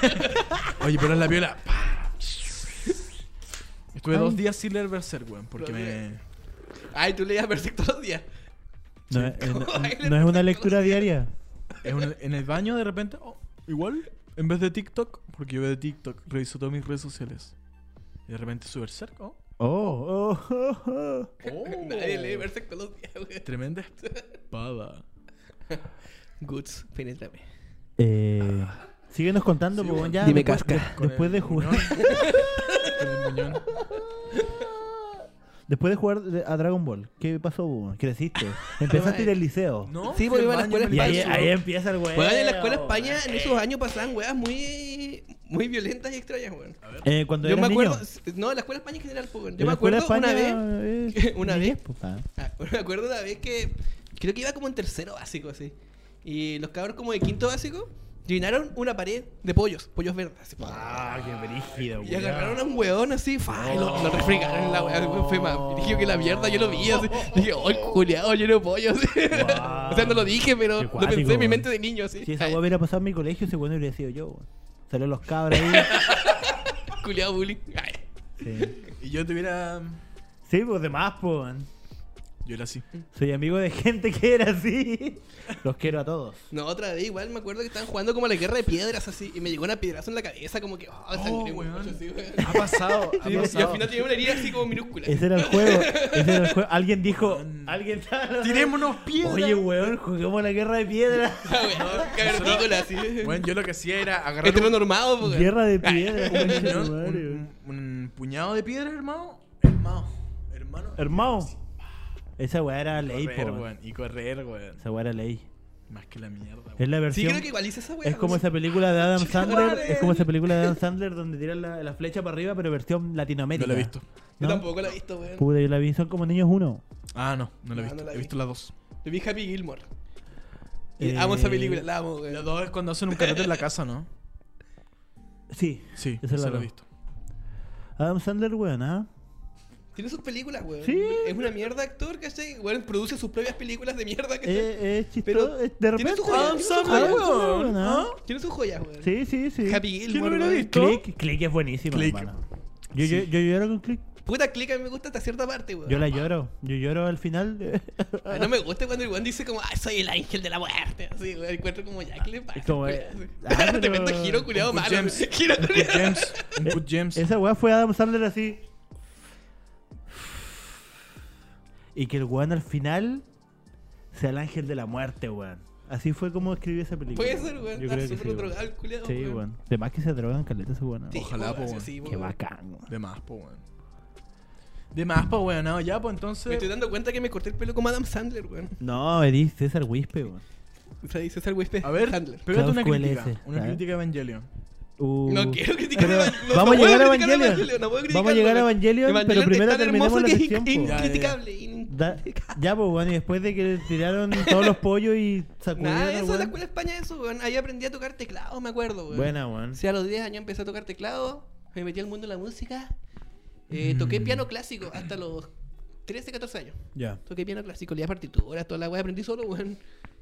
Oye, pero es la viola. Pa. Estuve Ay. dos días sin leer Berserk, weón. Porque me. Ay, tú leías Berserk todos los días. No, eh, no- no es una lectura diaria. es un- en el baño de repente. oh, igual, en vez de TikTok, porque yo veo de TikTok, reviso todas mis redes sociales. Y de repente su Berserk. Oh. Oh, oh, oh, oh. Oh. Nadie lee Berserk todos los días, weón. Tremenda espada. Goods, penétrame. Eh, síguenos contando, Sí, po, weón. ya. Ah. Dime después, casca. de- después de jugar. Con el muñón. Después de jugar de- a Dragon Ball, ¿qué pasó, Boo? ¿Creciste? Empezaste a ir al liceo. No, Sí, porque fui iba a la al baño, escuela me Y ahí, falso. ahí empieza el weón. Weón, en la escuela España en esos años pasaban weas muy, muy violentas y extrañas, weón. Eh, cuando Yo era me acuerdo. niño. No, en la escuela España en general, pues, weón. En Yo la me escuela acuerdo una vez. España, que- eh, una niñez, vez. po, pa. Ah, Me acuerdo una vez que. Creo que iba como en tercero básico, así. Y los cabros, como de quinto básico, llenaron una pared de pollos, pollos verdes. así, Ah, qué brígido, Y weón. agarraron a un weón así, fa, y lo, lo refregaron en la weá. el weón Fue más dije que la mierda, yo lo vi así. Dije, ¡ay, culiado, lleno de pollo! así. Guau. o sea, no lo dije, pero Qué lo cuático, pensé en mi weón. mente de niño así. Si esa weá hubiera pasado en mi colegio, ese weón hubiera sido yo, weón. Salieron los cabros ahí. Culiado bullying. Ay. Sí, Y yo tuviera. sí pues de más, po, weón. Yo era así. Soy amigo de gente que era así. Los quiero a todos. No, otra vez igual me acuerdo que estaban jugando como la guerra de piedras así. Y me llegó una piedraza en la cabeza, como que, ¡oh, sangré weón. mucho, así, weón. Ha pasado. Ha Y al pasado. final tenía una herida así como minúscula. Ese era el juego. Ese era el juego. Alguien dijo. Alguien Tirémonos piedras. Oye, weón, juguemos la guerra de piedras. Ah, weón, cavernícola, así. Bueno, yo lo que hacía era agarrar Este un, normado, po, weón. Guerra de piedras. un concha piñón, tu madre, weón. un- un- un puñado de piedras, hermano. Hermano. Hermano. Hermano. Esa weá era Y ley, po, correr, weón. weón. Y correr, weón. Esa weá era ley. Más que la mierda, Es weón. la Sí, versión. creo que igual hice esa weá. es como no sé. esa película de Adam Sandler. madre. Es como esa película de Adam Sandler donde tiran la, la flecha para arriba, pero versión No Latinoamérica. la he visto. ¿No? Yo tampoco la he visto, weón. Pude, yo la vi. Son como niños uno. Ah, no, no la he No, visto. no la he vi. visto las dos. Yo vi Happy Gilmore. Eh, Amo esa película, la amo, güey. Las dos es cuando hacen un carrete en la casa, ¿no? Sí. Sí, Esa es esa la la he dos. visto. Adam Sandler, weón, ¿ah? Tiene sus películas, güey. Sí. Es una mierda actor, ¿cachai? Güey, produce sus propias películas de mierda, ¿cachai? Eh, es Pero chistoso. eh, De tiene repente. su joya, tiene su Adam joya, Sandler, weón, ¿ah? Tiene sus joyas, güey. Sí, sí, sí. Happy Gilmore. lo hubiera güey. visto? Click, Click es buenísimo, Click. hermano. Yo, yo, yo lloro con Click. Puta clica, a mí me gusta hasta cierta parte, güey. Yo la lloro. Yo lloro al final. Ah, no me gusta cuando el güey dice como, ah, soy el ángel de la muerte. Así, güey. Encuentro como Jack le pasa. Es como, güey, eh, así. ah, pero- Tremendo giro culiado Uncut malo. Gems. Giro Un Good culiado. James. Un Good James. Esa weá fue Adam Sandler así. Y que el weón al final sea el ángel de la muerte, weón. Así fue como escribí esa película. Puede ser, güey. Yo Está creo que súper sí, drogado weón. el culiado, Sí, weón. De más que se drogan caleta ese weón. ¿no? Sí, Ojalá, güey, po, sí, Qué güey. bacán, weón. De más, po, weón. De más, po, weón. No, ya, pues Me estoy entonces. dando cuenta que me corté el pelo como Adam Sandler, güey. No, eres César Wispe, weón. O sea, dice ser güey, este A ver, Sandler. Klaus pégate una QLS, crítica. Una ¿sabes? crítica a Evangelion. Uh, No quiero criticar pero a Evangelion. No, vamos a no puedo llegar a Evangelion. criticar a Evangelion, no puedo vamos a llegar a criticarlo. Evangelion, pero Evangelion primero es tan terminemos hermoso la que es sección. po. Ya, in- ya, ya. incriticable. in- Da- ya, pues, bueno, y después de que le tiraron todos los pollos y sacudieron al Nada, eso en la weón. escuela de España, eso, weón. Ahí aprendí a tocar teclado, me acuerdo, weón. Buena, weón. O sea, a los 10 años empecé a tocar teclado, me metí al mundo de la música. eh, toqué piano clásico hasta los 13, 14 años. Ya. Toqué piano clásico, leía partituras, toda la weá, aprendí solo, weón.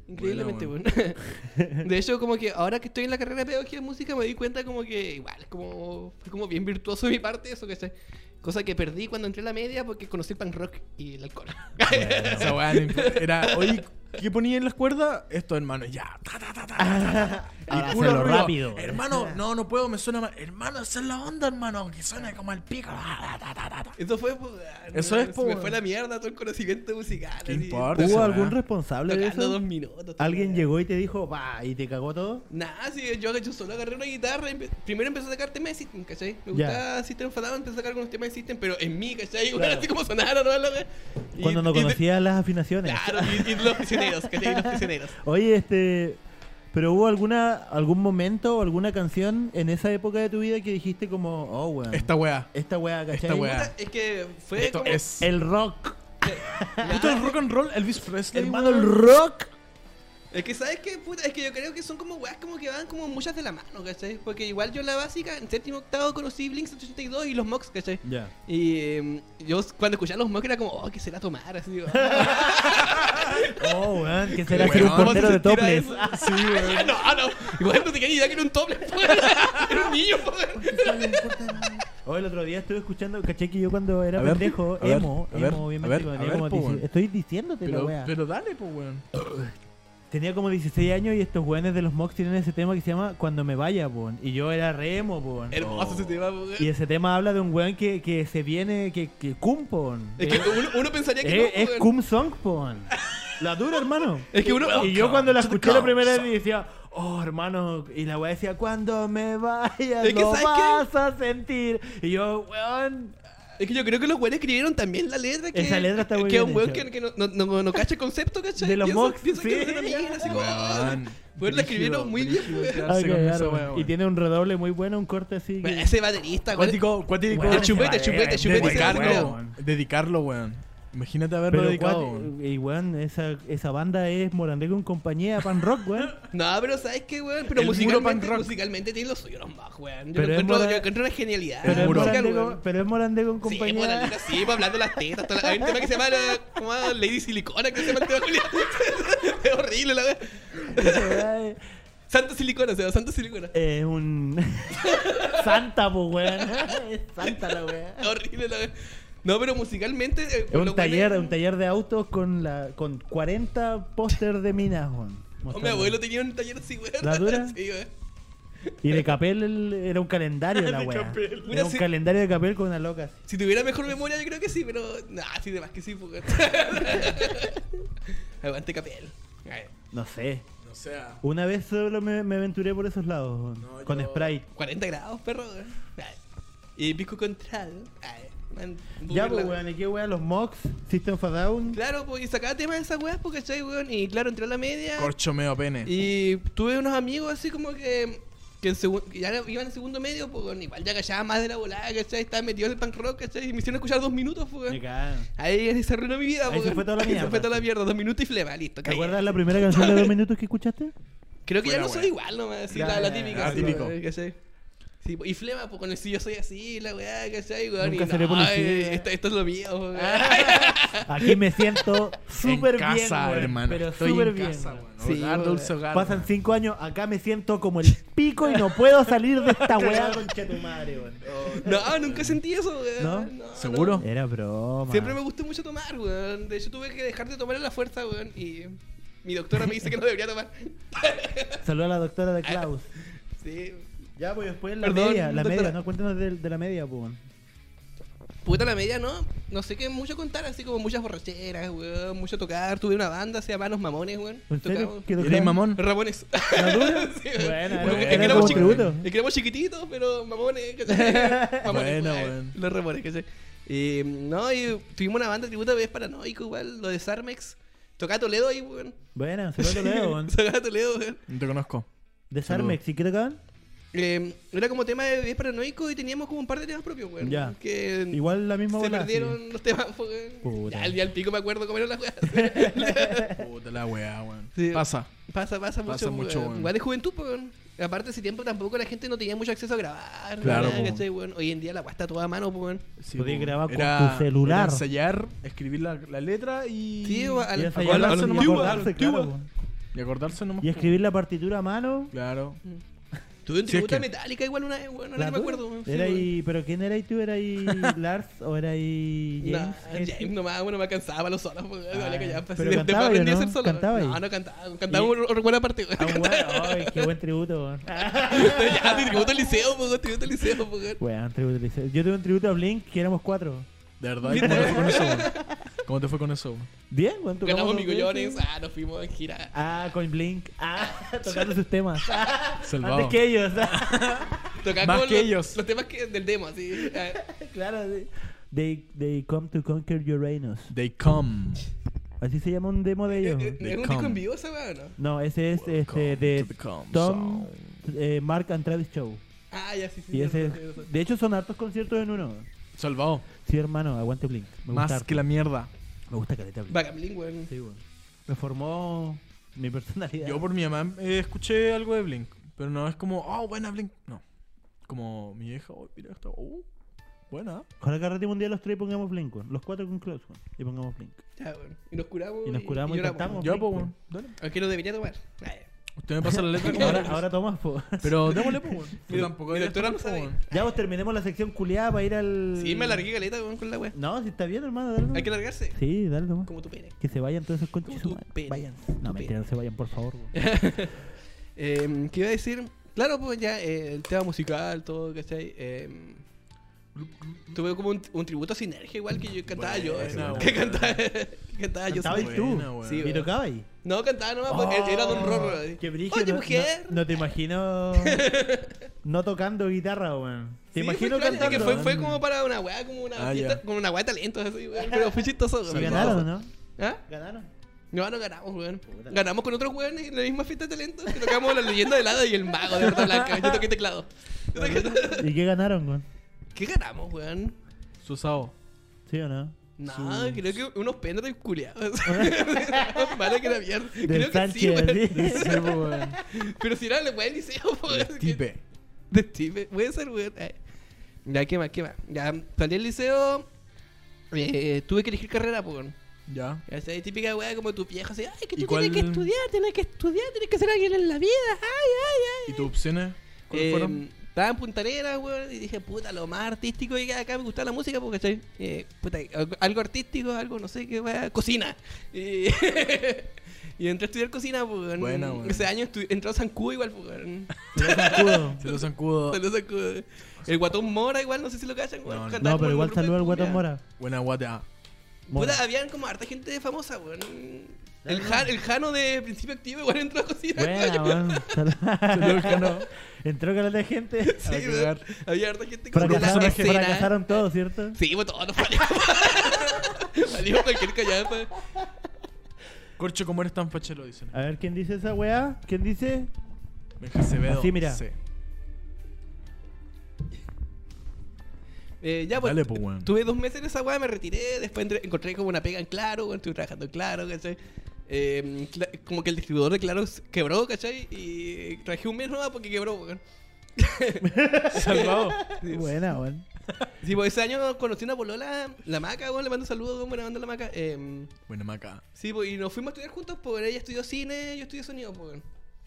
Increíblemente, Buena, weón. De hecho, como que ahora que estoy en la carrera de pedagogía de música, me di cuenta como que igual, es como, fue como bien virtuoso de mi parte, eso que sé. Cosa que perdí cuando entré a la media porque conocí el punk rock y el alcohol. Esa weá no importa. era, oye, ¿qué ponía en las cuerdas? Esto, hermano, ya. Ta, ta, ta, ta, ta, ta. Ahora puro hacerlo ruido. rápido. Hermano, no, no puedo, me suena mal. Hermano, esa es la onda, hermano, que suena como el pico. Ta, ta, ta, ta, ta. Eso fue, pues, Eso no, es, se po, me weón. fue la mierda todo el conocimiento musical. ¿Qué así. importa? ¿Hubo Esa algún weá. responsable de Tocando dos eso? minutos. ¿Alguien llegó y te dijo, va, y te cagó todo? Nada, sí, yo, yo solo agarré una guitarra. empe- Primero empecé a sacar temas de System, ¿cachai? Me Ya. gustaba System Fatal, empecé a sacar unos temas de System, pero en mí, ¿cachai? Igual así como sonara, ¿no? La wea. Y- Cuando no y de- conocía las afinaciones. Claro, y, y los prisioneros, ¿cachai? Y los prisioneros. Oye, este. Pero hubo alguna, algún momento o alguna canción en esa época de tu vida que dijiste como, oh, weón. Esta weá. Esta weá, ¿cachai? Esta weá. Es que fue Esto como... es. El rock. Ya. Esto es rock and roll, Elvis Presley. Hermano, el weón. rock. Es que, ¿sabes qué? Puta, es que yo creo que son como weas como que van como muchas de la mano, ¿cachai? Porque igual yo en la básica, en séptimo octavo, conocí Blink 182 y los Mox, ¿cachai? Ya. Y eh, yo cuando escuchaba los Mox era como, oh, que será tomar, así. "Ah, digo, Oh, weón, que será ser Weón, un portero de ¿cómo se toples. sentirá eso? Ah, no, no. Igual no tenía ni idea que era un tople. po. Era un niño, po. Ah, Hoy el otro día estuve escuchando, caché que yo cuando era A ver, pendejo, a ver, emo, a ver, emo, obviamente, a ver, cuando a tenía ver, como po, 16 weón. estoy diciéndote la Pero, weá. pero dale, pues, weón. Tenía como 16 años y estos weones de los mocks tienen ese tema que se llama Cuando me vaya, weón. Y yo era re emo, weón. Hermoso ese tema, po. Y ese tema habla de un weón que, que se viene, que, que cum, po, weón. Es que uno, uno pensaría que Eh, no, es po, cum song, po, weón. La dura, hermano. Es que uno. Y yo cuando la escuché la primera vez decía, oh hermano, y la weá decía, cuando me vaya, Es que lo ¿sabes qué? vas a sentir. Y yo, weón, Es que yo creo que los güeyes escribieron también la letra. Que, Esa letra está muy Que es un bien weón hecha. que, que no, no, no, no cacha el concepto, ¿cachai? De los Piensa- Mox, piensa que sí. es una mina, así como, Weón. Weón, la escribieron muy bien, brígido weón. quedarse Ay, con cagar, esa weón. weá, Y weón. tiene un redoble muy bueno, un corte así. Bueno, que- Ese baterista, güey. Cuático, cuático. Weón, El chupete, ese chupete, weón, chupete. ese dedicarlo. baterista. Dedicarlo, dedicarlo, weón. Imagínate haberlo Pero dedicado. weón. what- y weón, esa, esa banda es Morandé con compañía, pan rock, weón. No, pero ¿sabes qué, weón? Pero El puro punk musicalmente, rock. musicalmente tiene los suyos los más, weón. Yo Pero lo es encuentro, moda- yo encuentro una genialidad. Pero, es Puro. musical, Morandé weón. con, pero es Morandé con Sí, bueno, la compañía. neta, sí, pues, hablando de las tetas. hasta la- Hay un tema que se llama la- ¿cómo se llama? Lady Silicona, que se llama el tema, Julián. Es horrible, la verdad. Esa weá es- Santa Silicona, se llama Santa Silicona. es un. Santa, pues, weón. Es santa la weá. Es horrible, la verdad. No, pero musicalmente. eh, Es un lo bueno taller, es- un taller de autos con la con 40 póster de minas, weón. Oh, mi abuelo tenía un taller así, weón. ¿La dura? Sí, weón. Y de Capel el- era un calendario la De weá. Capel. Era un Sí. calendario de Capel con una loca así. Si tuviera mejor memoria, yo creo que sí, pero. Nah, sí, de más que sí, pues, weón. Aguante capel. Ay, No sé. O sea, Una vez solo me, me aventuré por esos lados, weón. No, con yo- Sprite. 40 grados, perro, weón. Ay. Y pico contral. Ay, man, Ya, pues, burla. weón, ¿y qué weón? Los Mox, System of a Down. Claro, pues, y sacaba temas de esas weas, porque, ¿cachai, weón? Y claro, entré a la media. corcho medio pene. Y tuve unos amigos así como que. Que, en segun- que ya iban en segundo medio, pues bueno, igual ya callaban más de la volada, ¿cachai? Estaba metido en el punk rock, ¿cachai? Y me hicieron escuchar dos minutos, pues. Me cago. Ahí se arruinó mi vida, Ahí se pues. fue toda la Se mierda. fue toda la mierda, dos minutos y flema, listo. ¿Te caí. acuerdas la primera canción de dos minutos que escuchaste? Creo que ya Buena no wea. soy igual nomás, así, Ya, la, la ya, típica. ya, así, típico. weón, ¿cachai? Sí, pues, y flema, pues con el si yo soy así, la weá, ¿cachai? Weón, Nunca y seré Ah. no, policía. ay, esto, esto es lo mío, weón. Aquí me siento súper en bien, casa, weón, hermano. Pero Estoy súper en bien. casa, weón. weón. Sí, Hogar, weón. dulce hogar. Pasan weón. cinco años, acá me siento como el pico y no puedo salir de esta weá concha tu madre, weón. No, nunca sentí eso, weón. ¿No? ¿Seguro? Era broma. Siempre me gustó mucho tomar, weón. De hecho, tuve que dejar de tomar a la fuerza, weón. Y mi doctora me dice que no debería tomar. Saluda a la doctora de Klaus. Sí. Ya, pues después la Perdón, media, la doctora. media, no cuéntanos de, de la media, pues. Puta la media, ¿no? No sé qué mucho contar, así como muchas borracheras, weón. Mucho tocar. Tuve una banda, se llamaban Los Mamones, weón. ¿En serio? Tocamos- ¿Qué ¿Eres tocaban? mamón? Ramones. ¿La dura? Sí, weón. Buena, eh, Como era que- es que como éramos chiquitos. tributo. Es que éramos chiquititos, pero mamones. que se- mamones, Buena, weón. weón. Los Ramones, que sé. Y, no, y tuvimos una banda tributa, es paranoico, igual. Lo de Sarmex. Tocaba Toledo ahí, weón. Buena, se lo leo, weón. Tocaba Toledo, weón. No te conozco. De Sarmex, ¿y qué tocaban? eh, era como tema de 10 paranoicos y teníamos como un par de temas propios, weón. Ya. Que Igual la misma se bola, sí. perdieron los temas, po, weón. Puta. Ya, al día al pico me acuerdo cómo eran las weas. Puta la weá, weón. Sí. Pasa. Pasa, pasa mucho. Pasa mucho, weón. weón. Igual de juventud, po, weón. Aparte, ese tiempo tampoco la gente no tenía mucho acceso a grabar. Claro, nada, po. ¿cachai, weón? Hoy en día la weá está toda a mano, po, weón. Sí, Podéis po. grabar con Era- tu celular. era ensayar, escribir la, la letra y. Sí, weón, a Y la- ensayar acordarse las- y nomás, acordarse, antigua. claro, weón. Y acordarse nomás. Y po. escribir la partitura a mano. Claro. Mm. Tuve Si un es tributo que- a Metallica igual una vez, weón. La Ahora no me dura. acuerdo, weón. Sí, Era weón. ahí- ¿Pero quién eras tú? ¿Era ahí Lars o era ahí Nah, James? Ah, James, nomás, bueno, me cansaba para los solos. po, weón. Vale, que ya, pues, pero de- cantaba después yo, aprendí a ¿no? hacer solos. Cantaba No, ahí. no cantaba. Cantaba Y- un recuerdo aparte, weón. Ah, bueno, ay, qué buen tributo, weón. ya, tributo al liceo, po, weón. Tributo al liceo, po, weón. Weón, tributo. dice. Yo tuve un tributo a Blink que éramos cuatro. De verdad. ¿y ¿Cómo te fue con eso, weón? ¿Cómo te fue con eso, weón? Bien, weón. tocamos Ganamos dos migollones. veces. Ah, nos fuimos en gira. Ah, con Blink. Ah, tocando sus temas. Ah, Salvado. antes que ellos. Tocaba Más como que los, ellos. los temas que, del demo, así. Ah, claro, sí. They, they come to conquer Uranus. They come. Así se llama un demo de ellos. eh, They ¿Es un come. disco en vivo esa weá o no? No, ese es este, Welcome de to the Calm Tom, Zone. eh, Mark and Travis Show. Ah, ya, sí, sí. Y ese sí, sí, sí. es- de hecho son hartos conciertos en uno. Salvado. Sí, hermano, aguante Blink. Me gusta, Más harto. que la mierda. Me gusta Caleta Blink. Vagablin, weón. Sí, weón. Me formó mi personalidad. Yo por mi mamá eh, escuché algo de Blink, pero no es como, oh, buena Blink. No. Como mi hija, oh, mira esto, oh, buena. Ojalá que arretemos un día los tres y pongamos Blink, weón. Los cuatro con Close, weón. Y pongamos Blink. Ya, weón. Y nos curamos. Y nos curamos y lloramos. cantamos. Ya, Blink, pues, weón. weón. Dale. Aunque no debería tomar. Ah, Ay, Usted me pasa la letra como Ahora, ahora tomas, po. Pero démosle, pues, weón. Tú Mi- tampoco mi deberías doctora tomar, no po, sabe. weón. Ya vos terminemos la sección culiada para ir al. Sí, me alargué caleta, weón, con la weá. No, si está bien, hermano, dale. nomás. Hay que largarse. Sí, dale nomás. Como tu pene. Que se vayan todos esos conchos. Como tu madre. pene. Vayan. Tu No, mentira, pene. no se vayan, por favor. weón. Eh, ¿Qué iba a decir? Claro, pues ya, eh, el tema musical, todo, ¿cachai? Eh, tuve como un, un tributo a Sinergia, igual que yo cantaba yo. eh, Buena, que weón. cantaba, que cantaba yo. Cantaba Sinergia. tú. Buena, weón. Sí, Ah, Y weón. tocaba ahí. No, cantaba nomás, porque Oh, era Don Rorro. así. Qué brillo. Oye, pues, no, mujer. No, no te imagino. no tocando guitarra, weón. Te Sí, imagino fue extraño, cantando. que fue, fue como para una weá, como una Ah, fiesta, ya. como una weá de talentos así, weón. Pero fue chistoso, Y weón. ganaron, ¿no? ¿Ah? Ganaron. No, no ganamos, weón. Ganamos con otros weones en la misma fiesta de talentos que tocamos la leyenda del hada y el mago de Horta Blanca. Yo toqué teclado. Yo toqué- ¿Y qué ganaron, weón? ¿Qué ganamos, weón? Susao. ¿Sí o no? No, creo que unos pendrives culiados. Más Mala que la mierda. Del Creo que sí, pues, Sánchez, weón. sí. Sí, po, weón. Pero si era el weón liceo, weón. Tipe. De Steve. Puede ser, weón. Ay. Ya, ¿qué más? ¿Qué más? Ya, salí del liceo. eh, tuve que elegir carrera, po, weón. Ya. Ya sabes, típica weá como tu viejo, así, ay, que ¿Y tú cuál- tienes que estudiar, tienes que estudiar, tienes que ser alguien en la vida, ay, ay, ay. ¿Y tus opciones? ¿Cuáles Eh, fueron? Estaba en Punta Arenas, weón, y dije, puta, lo más artístico que acá me gustaba la música, porque estoy, eh, puta, algo- algo artístico, algo, no sé qué, weá, cocina. Y, y entré a estudiar cocina, pues, weón. Buena, weón. Ese año estu- entró a San Cuba igual, pues, weón. Escudo. Se los zancudo. Saludos a San Cuba. El guatón mora igual, no sé si lo cachan, weón. No, no. Cantaba No, como pero en igual un grupo de saludo al cumbia. Guatón Mora. Buena guata. Mora. Puta, habían como harta gente famosa, weón. El, Ja- el Jano de Principio Activo igual entró a cocina. Buena, weón. Saludos, Jano. Entró caleta de gente. Sí, A weón. cagar. Había harta gente con Fracasaron, una escena. fracasaron todos, ¿cierto? Sí, pues todos nos valimos. valimos cualquier callada. Corcho, ¿cómo eres tan fachelo? Dicen. A ver, ¿quién dice esa weá? ¿Quién dice? Benja Acevedo. Así, mira. Sí. Eh, ya, pues, Dale, pues, weón. tuve dos meses en esa weá, me retiré, después entré- encontré como una pega en Claro, weón, estuve trabajando en Claro, ¿cachai? Eh, cla- como que el distribuidor de Claro s- quebró, ¿cachai? Y trabajé un mes nomás porque quebró, weón. Salvado. Buena, weón. Sí, pues ese año conocí una polola, la Maca, weón, le mando saludos, weón, buena banda la Maca. Eh, Buena maca. sí, pues, y nos fuimos a estudiar juntos, pues, ella estudió cine, yo estudié sonido, pues, weón.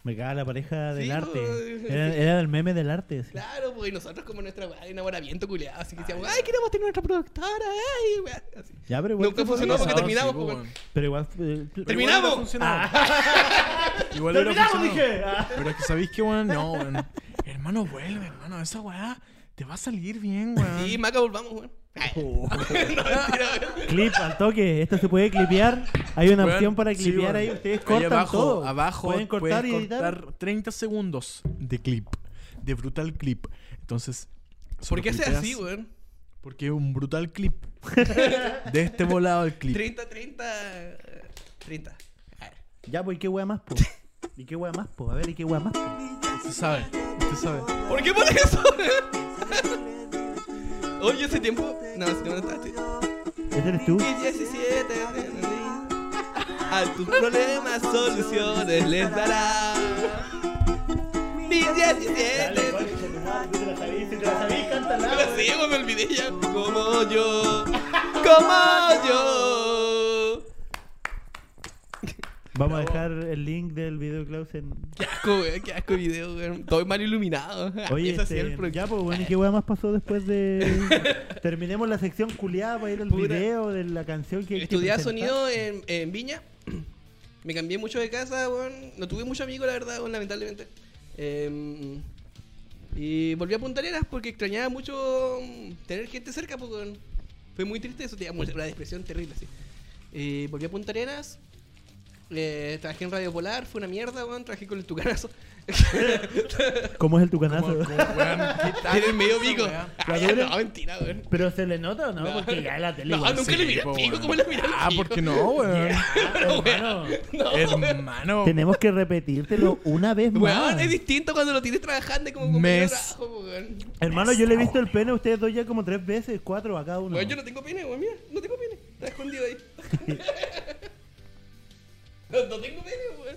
Me caga la pareja del Sí, arte. pues. Era, era el meme del arte. sí. Claro, pues, y nosotros como nuestra weá de enamoramiento culiado, así que decíamos, ay, queremos tener nuestra productora, ay, weá, así. Ya, pero igual. Nunca fue funcionó bonito. porque terminamos, po, po, pues, weón. weón. Pero igual. eh, fue- Pero ¡Terminamos! Igual Ah. era funcionado. Igual era ¡Terminamos, funcionado. dije! Ah. Pero es que sabéis que, weón, no, weón. Hermano, vuelve, hermano. Esa weá te va a salir bien, weón. Sí, Maca, volvamos, weón. Ay. no, mentira, weón. Clip al toque. Esto se puede clipear. Hay una Weón, opción para sí, clipear weón. ahí. Ustedes Ahí cortan abajo, todo. Abajo Pueden cortar y puedes editar. cortar 30 segundos de clip. De brutal clip. Entonces. ¿Por solo qué haces clipeas- así, weón? Porque es un brutal clip. de este volado el clip. 30, 30. eh, 30. Ay. Ya, pues, ¿y qué wea más, po? ¿Y qué wea más, po? A ver, ¿y qué wea más, po? Se sabe. Usted sabe. ¿Por qué pones eso? Oye, ese tiempo. No, si te mataste. ¿Ese Este eres tú? 17. A tus problemas soluciones les dará. Mi 17. Pero sí, güey, me olvidé ya. Como yo. Como yo. Vamos a dejar el link del video, Klaus, en... Qué asco, güey. Qué asco de video, güey. Estoy mal iluminado. Oye, Esa sí este, era el pro- ya, pues, bueno, ¿y qué weá más pasó después de...? Terminemos la sección culiada para ir al Puta. video de la canción que... hay que Estudiaba presentar. sonido en, en Viña. Me cambié mucho de casa, weón. No tuve mucho amigo, la verdad, weón, lamentablemente. Em, y volví a Punta Arenas porque extrañaba mucho mm, tener gente cerca, pues, weón. Fue muy triste eso, tenía mucha- una depresión terrible, así. Y volví a Punta Arenas. eh, trabajé en Radio Polar, fue una mierda, weón. Trabajé con el tucanazo. ¿Cómo es el tucanazo? Como- como, weón, ¿qué tal Tiene el medio esa pico. weá? Ay, no, mentira, weón. ¿Pero se le nota o no? Porque ya la tele No, igual nunca se- le miré el po, pico, weón. ¿cómo le miré el Ah, pico? porque no, weón. Pero, weón, hermano. no, weón. Hermano. Tenemos que repetírtelo una vez más. Weón, es distinto cuando lo tienes trabajando como compañero de Mes. trabajo, po, weón. Hermano, yo le he visto el pene a ustedes dos ya como tres veces, cuatro a cada uno. Weón, yo no tengo pene, weón, mira, no tengo pene. Está escondido ahí. no, no tengo pene, weón.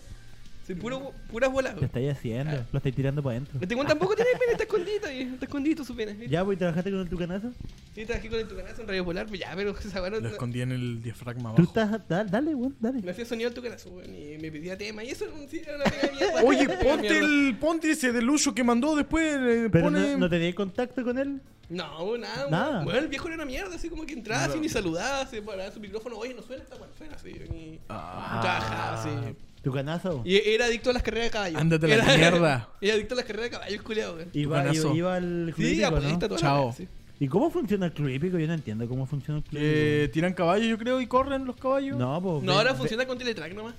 Soy puro, puras bolas, Lo weón. estáis haciendo, lo estáis tirando para adentro. Ah. Este weón tampoco tiene pene, está escondido ahí. Está escondido su pene. ¿Ya, pues, trabajaste con el tucanazo? Sí, trabajé con el tucanazo en Radio Polar, pues ya, pero esa weón Lo no, escondí en el diafragma Tú abajo. estás... da- dale, weón, dale. me hacía sonido el tucanazo, weón. Y me pedía tema y eso no sí, era una pega de mierda. Oye, Pega de ponte mierda. el ponte ese delucho que mandó después. eh, Pero pone... no, no tenías contacto con él. No, nada, Nada. weón. Weón, el viejo era una mierda, así como que entraba así ni saludaba, se paraba su micrófono, oye, no suena esta weón, suena así, ni. Ah. Trabajaba así. Tucanazo. Y era adicto a las carreras de caballo. Ándate a la Era- mierda. Era adicto a las carreras de caballo, el culiao, güey. Iba, Tucanazo. iba, iba al club Sí, hípico, ¿no? apuesta toda la Chao. wea, sí. ¿Y cómo funciona el club hípico? Yo no entiendo cómo funciona Eh, el club Que Eh, tiran caballos, yo creo, y corren los caballos. hípico. No, pues... No, ve- ahora ve- funciona con Teletrack nomás.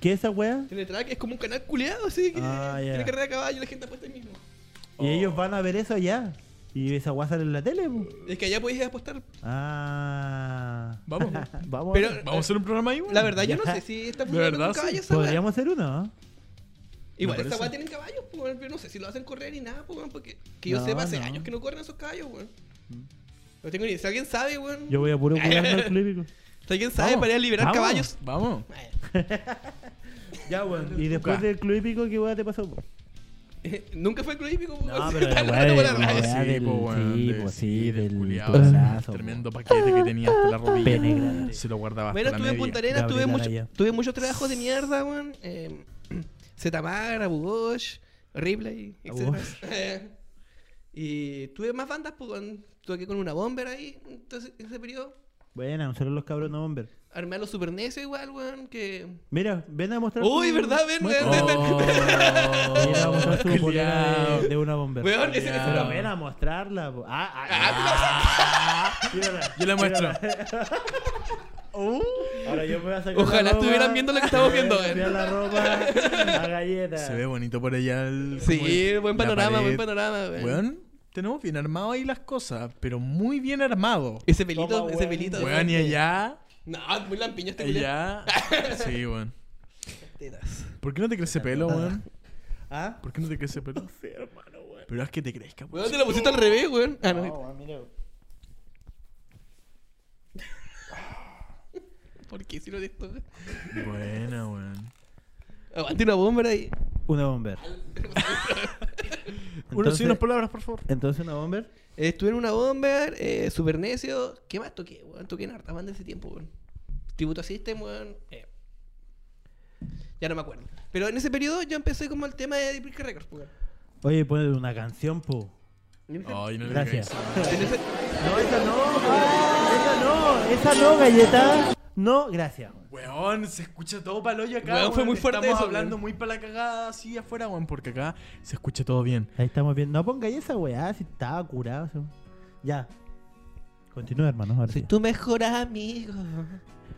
¿Qué es esa weá? Teletrack es como un canal culiado, así que Ah, ya. tiene carrera de caballo y la gente apuesta ahí mismo. Oh. Y ellos van a ver eso allá. Y esa weá sale en la tele, po. Es que allá podéis apostar. Ah. Vamos. Vamos. Pero- Vamos a hacer un programa ahí, weón. La verdad, yo no Ya. sé si está De funcionando verdad, con sí. caballos esa wea. Podríamos hacer uno, ¿ah? ¿no? Igual Me esta parece. weá tienen caballos, pues, weón, pero no sé si lo hacen correr ni nada, pues, weón, porque que yo No, sepa hace no. Mm. años que no corren esos caballos, weón. No tengo ni idea. Si alguien sabe, weón. Yo voy a puro curarme el club hípico. Si alguien sabe Vamos, para ir a liberar vamos. caballos. Vamos. Ya, weón. Y después Nunca. del club hípico, ¿qué weá te pasó? po? Nunca fue el club hípico, No, weón. pero la Tanto weá de- por la la radio. weá Ah, del- Ah, po, weón, sí, de- po, sí, del culiao, tucanazo, sí, po. Tremendo paquete que tenía hasta la rodilla. Pene grande. Se lo guardaba Bueno, hasta estuve la en media. Punta Arenas, Gabriel tuve, mucho, Araya. tuve muchos trabajos de mierda, weón. Eh, Zetamar, Abu Ghosh, Ripley, Abu etc. y tuve más bandas, pues, weón. Toqué con una bomber ahí, entonces, en ese periodo. Buena, nosotros los cabros no, hombre. Armé a los Super NES igual, weón, que... Mira, ven a mostrar. Uy, tu- ¿verdad? Ven, muestra- ven, ven, ven. Oh, Mira, vamos a mostrar su culiao. polera de, de una bomber. Weón, ese- ese- Pero ven a mostrarla. po. Ah, ah, ah. Mírala, Yo la muestro. mírala. Uh, Ahora yo me voy a sacar. Ojalá la ropa. estuvieran viendo lo que estamos viendo, eh. Voy a cambiar weón. la ropa, la galleta. Se ve bonito por allá el. como Sí, el- buen la panorama, pared. buen panorama, weón. Weón, tenemos bien armado ahí las cosas, pero muy bien armado. Ese pelito, Toma, ese weón. pelito. Weón, y allá. No, muy lampiño este culiao. Allá. Sí, weón. Tetas. ¿Por qué no te crece pelo, weón? Ah, ¿Por qué no te crece pelo? No sé, hermano, weón. Pero es que te crezca, weón. Weón, te lo pusiste al revés, weón. Ah, no. no, weón, mira. ¿Por qué hicieron esto? weón? Buena, weón. Aguante una bomber ahí. Una bomber. Uno, sí, Entonces- unas palabras, por favor. Entonces, una bomber. Estuve en Eh, una bomber, eh, super necio. ¿Qué más toqué, weón? Toqué en harta banda en ese tiempo, weón. Tributo a System, weón. eh. Ya no me acuerdo. Pero en ese periodo yo empecé como el tema de Deep Rick Records, pues, weón. Oye, ponle una canción, po. Ay, no le Gracias. digáis. En ese- No, esa no. Esa no, esa no, galleta. No, gracias. weón. Weón, se escucha todo para hoyo acá. Weón, fue muy fuerte Estamos eso, hablando weón. muy para la cagada así afuera, weón, porque acá se escucha todo bien. Ahí estamos bien. No pongáis esa weá, si estaba curado. eso. Ya. Continúa, hermano. Ahora sí. tu mejor amigo.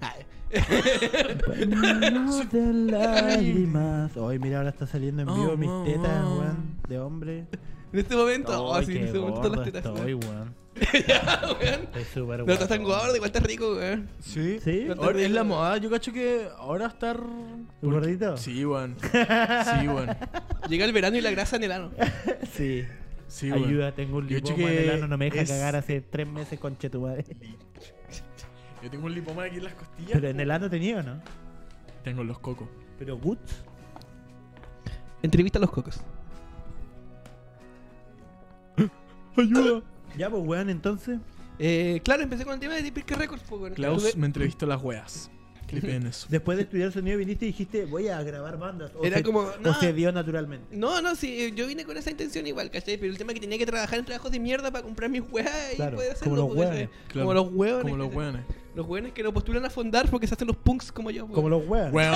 Ah, Lleno de lágrimas. Hoy mira, ahora está saliendo en Oh, vivo mis wow, tetas, wow. weón, de hombre. En este momento, oh, Ay, sí, qué en este momento gordo las tetas. estoy, weón. ya, weón. Estoy súper No estás tan guapo. gordo, igual estás rico, weón. Sí. ¿Sí? Ahora es la moda, yo cacho que ahora estar. ¿Un gordito? Sí, weón. Sí, weón. Llega el verano y la grasa en el ano. Sí. Sí, weón. Ayuda, tengo un Yo lipoma chequeé- en el ano, no me deja es- cagar hace tres meses con chetumare. Yo tengo un lipoma aquí en las costillas. Pero en el ano tenía, ¿o ¿no? Tengo los cocos. Pero Guts. Entrevista a los cocos. Ayuda. Ya, pues, weón, entonces. Eh, claro, empecé con el tema de Deep Records, Records, po, weón. Klaus Estuve- me entrevistó las weas. Clipen eso. Después de estudiar sonido, viniste y dijiste, voy a grabar bandas. O Era se- como, O no. se dio naturalmente. No, no, sí, yo vine con esa intención igual, ¿cachai? Pero el tema es que tenía que trabajar en trabajos de mierda para comprar mis weas y Claro, poder como hacerlo. los po, ¿cachai? hueones. Claro, Como los hueones. Como los ¿cachai? weones. Los hueones que no postulan a fondar porque se hacen los punks como yo, po. Como los weón. Weón,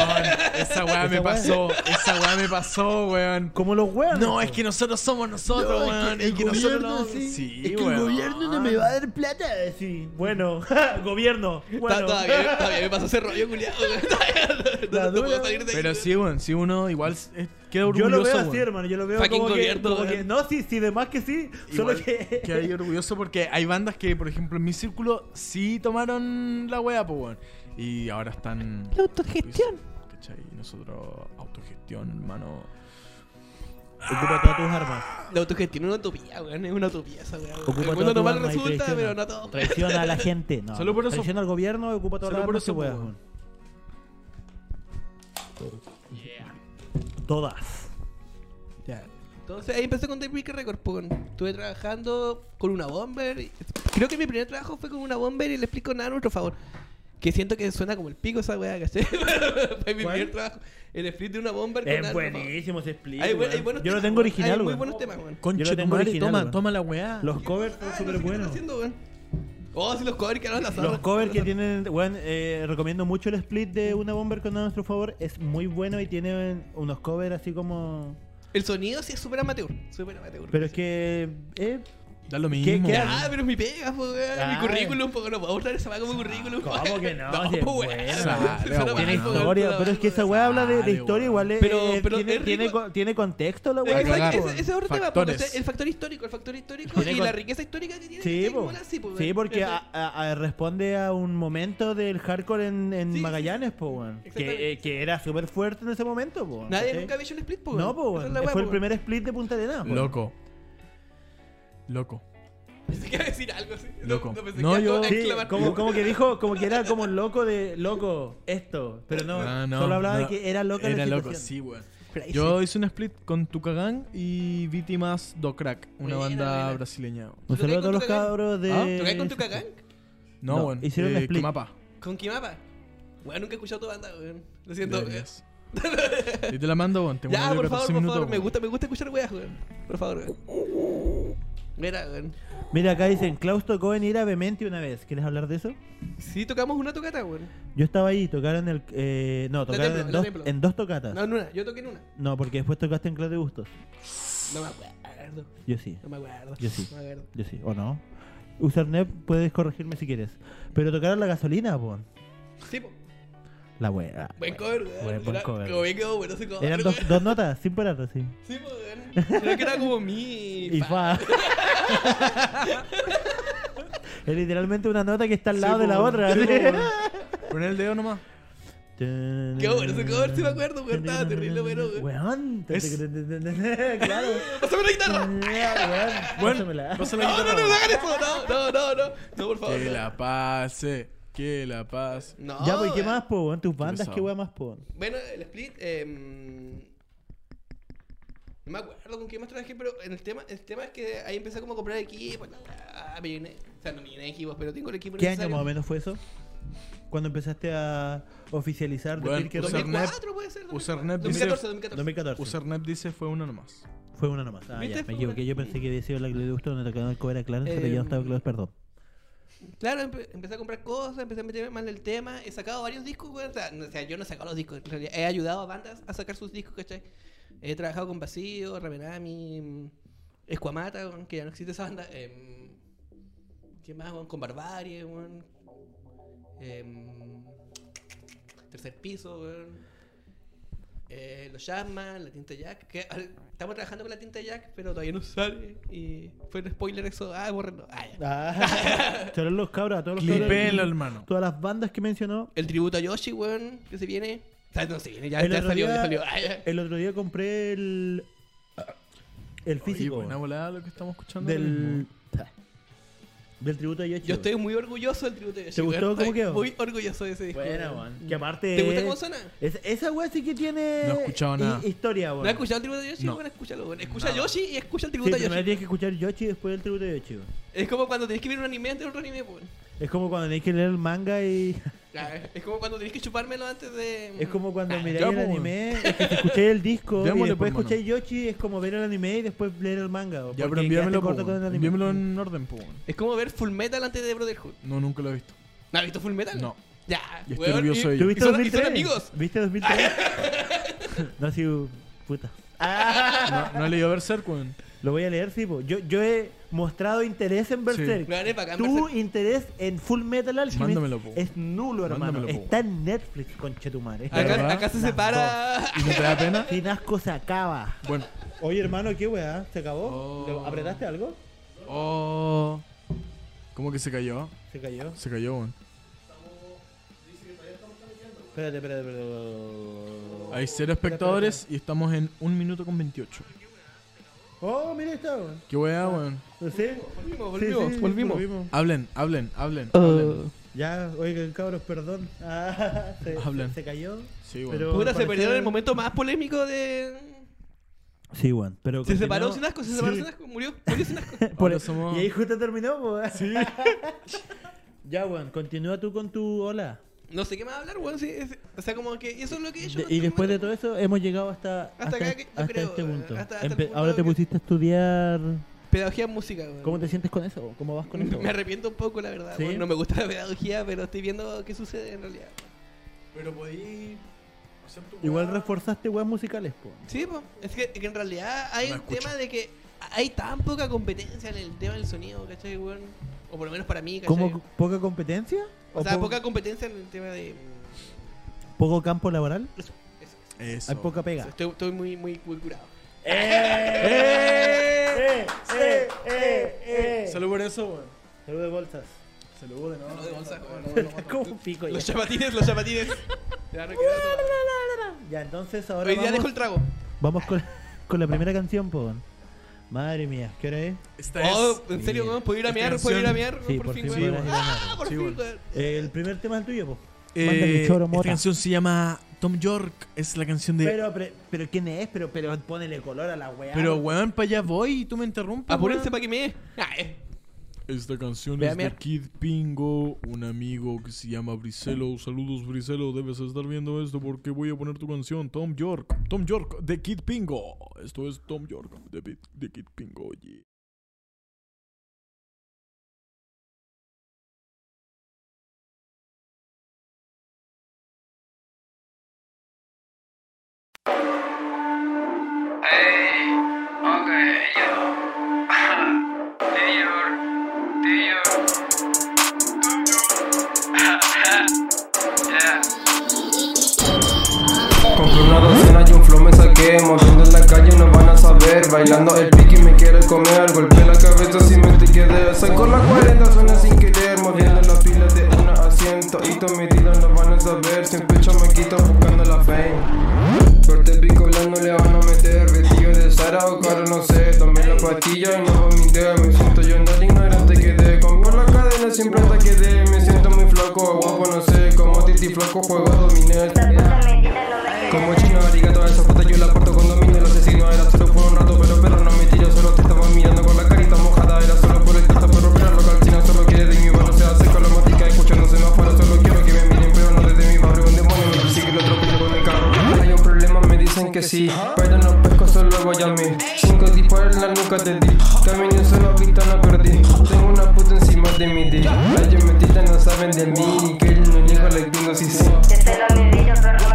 esa wea me Esa wea- pasó. Esa wea me pasó, weón. Como los weón. No, es que nosotros somos nosotros, weón. Es que nosotros no. Sí, weón. a dar plata. Sí, bueno, gobierno. Ta- Bueno, Todavía, todavía me pasó ese rollo, culiado. No, no puedo salir de ahí. Pero sí, weón, sí uno igual s- eh, queda yo orgulloso. lo veo así, weón. hermano. Yo lo veo Fucking como que, gobierno, como que- weón. No, sí, sí, de más que sí. Igual solo que. queda ahí orgulloso porque hay bandas que, por ejemplo, en mi círculo sí tomaron la wea, pues, weón. Y ahora están. La autogestión. ¿Cachai? Nosotros, autogestión, hermano. Ocupa todas tus armas. La autogestión es una utopía, weón. Es una utopía esa weón. Ocupa El todas mundo tus normal armas y resulta, traiciona. pero no todo. Traiciona a la gente. No. Solo por eso. Traiciona al gobierno y ocupa todas las Solo por armas que eso, puedas, weón. weón. Todas. Entonces ahí empecé con The Breaker Records, po, weón. Estuve trabajando con una bomber. y- Creo que mi primer trabajo fue con una bomber y le explico nada a nuestro favor. Que siento que suena como el pico esa weá, ¿cachai? fue mi ¿Cuál? primer trabajo. El split de una bomber con Es Nano, buenísimo ese po. split. Hay buen- hay weón. buenos Yo lo temas, tengo weón. original, Hay muy weón. buenos temas, weón. Yo lo Conche tu tengo madre, original, toma, weón. toma la weá. Los covers son Ah, no súper sé qué están buenos. haciendo, weón. Oh, sí, los covers que ahora Los covers que tienen, weón, eh, recomiendo mucho el split de una bomber con a nuestro favor. Es muy bueno y tiene unos covers así como. El sonido sí es súper amateur. Súper amateur. Pero es que. eh, Da lo ¿Qué- mismo. qué weón. Ah, pero es mi pega, po, weón. Ah. Mi currículum, po, no puedo usar esa weá como currículum. po. ¿Cómo que no? No, Si es po, weón. buena, weón. Esa weá, Tiene weón, po, historia, weón, pero es que esa weón. weá habla de, de Ah, Sale, historia, weón. igual es- Pero- es- pero tiene, es tiene rico. co- tiene contexto la Es weá. que cagar, ese, po. ese es otro tema, po, Factores. entonces, el factor histórico, el factor histórico Tiene y con- la riqueza histórica que tiene Sí, este po. mola, sí, po, weón. sí, porque a- Entonces, a- a- responde a un momento del hardcore en, en Sí, sí, Magallanes, po, weón. Que, eh, Exactamente. que era súper fuerte en ese momento, po. weón, nadie ¿cachai? nunca había hecho un split, po, No, weón. po, Esa es weón. la weá, Fue el po, primer split de Punta Ah, Arenas, po. Loco. Loco. weón. Pensé que iba a decir algo así. No, Loco. No, pensé No, que iba a yo- Sí, exclamar. como, como que dijo, como que era como loco de loco, esto. Pero no, Ah, solo hablaba de no. que era loco. Era la loco, situación. sí, weón. Crazy. Yo hice un split con Tucagán y Víctimas do Crack, una Buena, banda buena. brasileña. weón. Un saludo a todos los ¿Tocáis con cabros de. ¿Ah? ¿Tocáis con tu cagán? No, No, weón. hicieron un eh, split. Quemapa. ¿Con Kimapa? Weón, nunca he escuchado tu banda, weón. Lo siento. weón. Deberías. Y te la mando, weón. Te Ya, mando por 14 favor, por minutos, favor. Me weón. gusta, me gusta escuchar weas, weón. Por favor, weón. Mira, weón. Mira, acá dicen, Klaus tocó en ir a Vemente una vez. ¿Quieres hablar de eso? Sí, tocamos una tocata, weón. Yo estaba ahí, tocaron el. Eh, no, tocaron templo, en, la dos, templo. en dos tocatas. No, No, en una. Yo toqué en una. porque después tocaste en Claudio de Bustos. No me acuerdo. Yo sí, No me acuerdo. Yo sí. No me acuerdo. yo sí, o no. Usernep, puedes corregirme si quieres. Pero tocaron la gasolina, po. Sí, po. La wea. Buen cover, weón. Buen- buen Era- cover. Como bien quedó bueno ese cover. Eran weón. dos, dos notas, sin parar, así. Sí, po, weón. Creo que era como mi. Y fa. fa. es literalmente una nota que está al Sí, lado de la weón. otra. Sí, así. weón. Pon el dedo nomás. Qué bueno ese cover, sí me acuerdo, weón, estaba terrible bueno, weón. Weón. Es- claro. ¡Pásame la guitarra! Mm, Weón, pásamela. Pasa la No, no, guitarra, no, no weón. hagan eso. No, no, no, no. No, por favor. Que no. la pase. Que la pase. No. Ya, pues, ¿qué weón. más, po? weón? Tus bandas, pesado. qué weón más, po. Bueno, el split. Eh, no me acuerdo con quién más trabajé, pero en el tema, el tema es que ahí empecé como a comprar equipo. la weá, me llené. O sea, no me llené equipos, pero tengo el equipo ¿Qué año necesario. más o menos fue eso? Cuando empezaste a oficializar Weón, decir que usar era- 2004 puede ser. Usernep 2014, 2014. 2014. Usernep dice fue uno nomás. Fue una nomás. Ah, ¿Viste? ya, me Fue equivoqué. una. Yo pensé que había sido la que le gustó donde tocaba el cover a Clarence, pero Eh, ya no estaba Clarence, perdón. Claro, empe- empecé a comprar cosas, empecé a meterme más en el tema. He sacado varios discos, güey. O sea, no- o sea, yo no he sacado los discos. En realidad, he ayudado a bandas a sacar sus discos, ¿cachai? He trabajado con Vacío, Ramenami, mm, Escuamata, güey, que ya no existe esa banda. em, ¿Qué más, güey? Con Barbarie, güey. Em, tercer piso, weón. Eh, los llaman, la tinta Jack. Que, al- estamos trabajando con la tinta Jack, pero todavía no sale. Y fue un spoiler eso. Ah, borrenlo. Ah, ya. Ah, Saludos los cabros, a todos los cabros. Clipelo, hermano. Todas las bandas que mencionó. El tributo a Yoshi, weón, que se viene. O sea, no se viene, ya, El ya otro salió, ya día- salió. Ah, ya. El otro día compré el. El físico. Oye, buena volada lo que estamos escuchando. ahora del. mismo. Del tributo a Yoshi. Yo estoy muy orgulloso del tributo de Yoshi. ¿Te gustó weón. cómo Estoy quedó? Muy orgulloso de ese disco. Buena, weón. weón. Que aparte. ¿Te gusta cómo es- suena? es- esa weá sí que tiene. No he escuchado hi- nada. Historia, ¿No weón. has escuchado el tributo de Yoshi? No. Bueno, escúchalo, weón. Escucha a Yoshi y escucha el Sí, tributo a primero Yoshi. tienes que escuchar Yoshi y después el tributo de Yoshi, weón. Es como cuando tenés que ver un anime antes de otro anime, weón. Es como cuando tenés que leer el manga y. Ah, Es como cuando tenés que chupármelo antes de. mm, Es como cuando Ah, miráis ya, el po, weón. anime, es que te escuché el disco Démosle, y después pues, escuché Yoshi, es como ver el anime y después leer el manga. weón, Ya, pero porque envíamelo, quedaste corto po, con el anime. envíamelo en orden, po. weón. Es como ver Full Metal antes de Brotherhood. No, nunca lo he visto. ¿No has visto Full Metal? No. Ya, Y estoy weón, orgulloso de y- ello. ¿Tú y viste son- y 2003? son amigos. ¿Viste 2003? no, sí, puta. No, no he leído Berserk, weón. Lo voy a leer, sí, po. Yo, yo he mostrado interés en Berserk. No, eres bacán, Tu Berserk. interés en Full Metal Alchemist Mándamelo, po. es nulo, hermano. Mándamelo, po. Está en Netflix, conchetumare. Ah, Acá, ¿verdad? acá se Las separa. Ah, ¿Y no te da pena? Finasco se acaba. Bueno. Oye, hermano, ¿qué weá? ¿Se acabó? Oh. ¿Apretaste algo? Oh. ¿Cómo que se cayó? Se cayó. Se cayó, weón. Espérate, espérate, espérate. Hay cero espectadores y estamos en 1 minuto con 28. Oh, mira esta, weón. Qué weá, weón. ¿Sí? Sí, Volvimos, sí, volvimos, sí, volvimos. Hablen, hablen, hablen. hablen. Uh, Ya, oigan, cabros, perdón. Ah, se, Hablen. se- se cayó. Sí, weón. Pero- puta, se pareció- perdieron el momento más polémico de. Sí, weón. Pero Se separó sin asco, se separó sin asco, murió, murió sin asco. Por e- Ahora somos- Y ahí justo terminó, weón. Sí. ya, weón, continúa tú con tu hola. No sé qué más hablar, weón. sí, es- o sea, como que eso es lo que ellos. De- y después de todo eso, hemos llegado hasta, hasta, acá que- yo hasta creo, este weón, punto. hasta- hasta el Empe- punto Ahora te que- pusiste a estudiar. Pedagogía en música, weón. ¿Cómo te sientes con eso? weón? ¿Cómo vas con eso? Me arrepiento un poco, la verdad. ¿Sí? weón, No me gusta la pedagogía, pero estoy viendo qué sucede en realidad. Pero podí hacer tu Igual weá. reforzaste weas musicales, po. Sí, po. es que, que en realidad hay No un escucho. tema de que hay tan poca competencia en el tema del sonido, ¿cachai, weón? O por lo menos para mí, ¿cachai? ¿Cómo poca competencia? o sea, po- poca competencia en el tema de... poco campo laboral? Eso. Hay poca pega. Estoy, estoy muy, muy, muy curado. ¡Eh! ¡Eh! ¡Eh! ¡Eh! Salud por eso, weón. Salud de bolsas. Salud de No, nuevo. de bolsa, weón. Como un pico ya. Los chapatines, los chapatines. Te van a quedar todo. Ya, entonces ahora Hoy día dejo vamos, el trago. vamos con, con la primera canción, po. Madre mía, ¿qué hora es? Esta Oh, en Sí. serio, weón, ¿puedo ir a Esta mear? ¿Puedo canción- ir a mear? Sí, por fin podrás ir a Ah, por Sí, fin, weón. weón. El primer tema es el tuyo, po. es. Manda mi Eh, choro, esta mota. canción se llama Tom York. Es la canción de. Pero, Pero, pero, pero ¿quién es? Pero, pero ponele color a la weá. weón, para allá voy y tú me interrumpes. Apúrense weón. para que me... Ah, eh. Esta canción Ve a es de mear. Kid Pingo, un amigo que se llama Briselo. Saludos, Briselo. Debes estar viendo esto porque voy a poner tu canción, Tom York. Tom York de Kid Pingo. Esto es Tom York de, Bi- de Kid Pingo. yeah. Hey, okay, yo. Taylor, Taylor. yeah. Compré una docena y un flow me saqué Moviendo en la calle no van a saber Bailando el pique me quiere comer Golpeé la cabeza si me te quedas Saco la 40 suena sin querer Moviendo la pila de un asiento Y tu medida no van a saber Sin pecho me quito buscando la fame Corte pico blando le van a meter Vestido de Sara o caro no sé Tomé la pastilla y no vomité Me siento yo en el ignorante quedé Compro la cadena siempre hasta quedé Me siento muy flaco, guapo no sé Como titi flaco juego dominé como chino, arigato, esa foto yo la porto con dominio El asesino era solo por un rato, pero pero no me tiro Solo te estaba mirando con la carita mojada Era solo por el tacto, pero pero loco al chino Solo quiere de mi barrio, se hace con la motica Escuchando semáforos, solo quiero que me miren Pero no desde mi barrio, un demonio me persigue El otro pide con el carro Hay un problema, me dicen que sí Pero no pesco, solo voy a mí Cinco disparos en la nuca te di Camino solo, vista no perdí Tengo una puta encima de mi di Ellos metitas no saben de mí Que yo no niego la hipnosis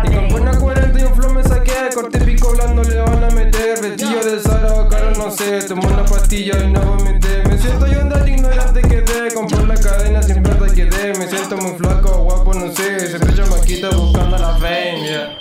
y con buena 40 y un flow me saqué Corté pico blando le van a meter Vestido de Sara o caro no sé Tomó una pastilla y no vomité Me siento yo andar ignorante quedé Compré la cadena siempre te quedé Me siento muy flaco, guapo no sé, siempre chamaquita buscando la fame, yeah.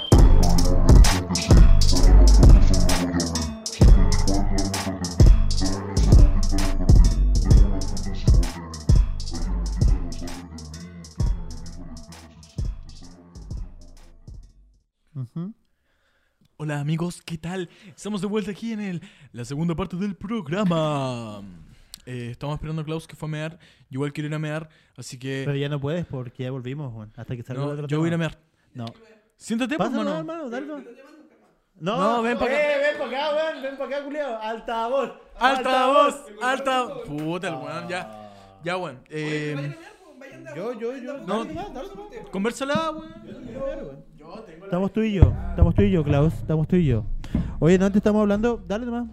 Hola amigos, ¿qué tal? Estamos de vuelta aquí en el, la segunda parte del programa. Eh, estamos esperando a Klaus que fue a mear. Yo igual quiero ir a mear, así Pero que... ya no puedes porque ya volvimos, Juan. Hasta que salga No, el otro yo voy a ir a tema. mear. No. Siéntate, pues, Pásalo, mano. hermano, dale. No, No, ven pa' acá. Eh, ven para acá, weón. Ven para acá, culiao. Altavoz. Alta voz, alta... Puta, el weón, ya. Ya, weón. Eh, Yo, yo, yo. no, conversala, weón. Estamos tú y yo. Estamos tú y yo, Klaus. Estamos tú y yo. Oye, no, antes estamos hablando. Dale nomás.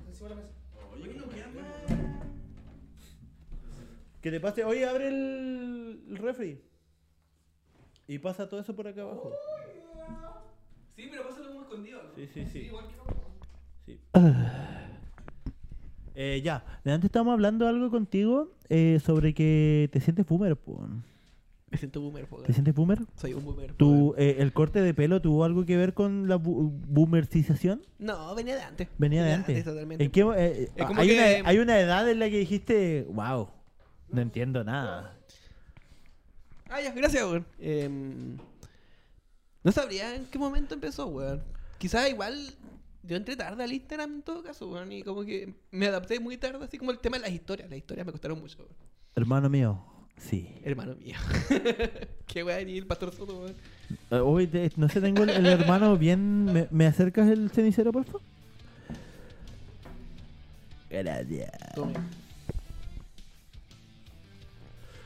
Que te pase. Oye, abre el, el refri. Y pasa todo eso por acá abajo. Sí, pero pásalo como escondido. ¿no? Sí, sí, sí. que no. Eh, ya. De antes estábamos hablando algo contigo eh, sobre que te sientes boomer, po. Me siento boomer, po, ¿Te sientes boomer? Soy un boomer. po, ¿Tu, eh, ¿El corte de pelo tuvo algo que ver con la bu- boomercización? No, venía de antes. Venía de antes. totalmente. ¿En qué mo- eh, eh, Es como hay, que- una, hay una edad en la que dijiste, wow, no entiendo nada. Ah, ya, gracias, weón. Em, no sabría en qué momento empezó, weón. Quizás igual yo entré tarde al Instagram en todo caso, weón. Y como que me adapté muy tarde, así como el tema de las historias. Las historias me costaron mucho, weón. Hermano mío, sí. Hermano mío. qué weón, y el pastor Soto, weón. Eh, Uy, te- no sé, tengo el, el hermano bien... ¿Me, me acercas el cenicero, por favor? Gracias. Tome.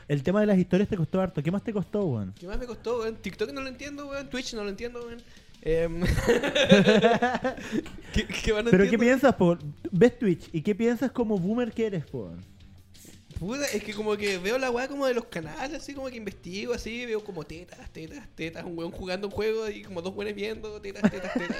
El tema de las historias te costó harto. ¿Qué más te costó, weón? ¿Qué más me costó, weón? TikTok no lo entiendo, weón. Twitch no lo entiendo, weón. Em, ¿Qué, qué más no ¿Pero qué entiendo? piensas, por ¿Ves Twitch? ¿Y qué piensas como boomer que eres, po? Puta, es que como que veo la weá como de los canales, así como que investigo, así, veo como tetas, tetas, tetas, un weón jugando un juego y como dos weones viendo, tetas, tetas, tetas.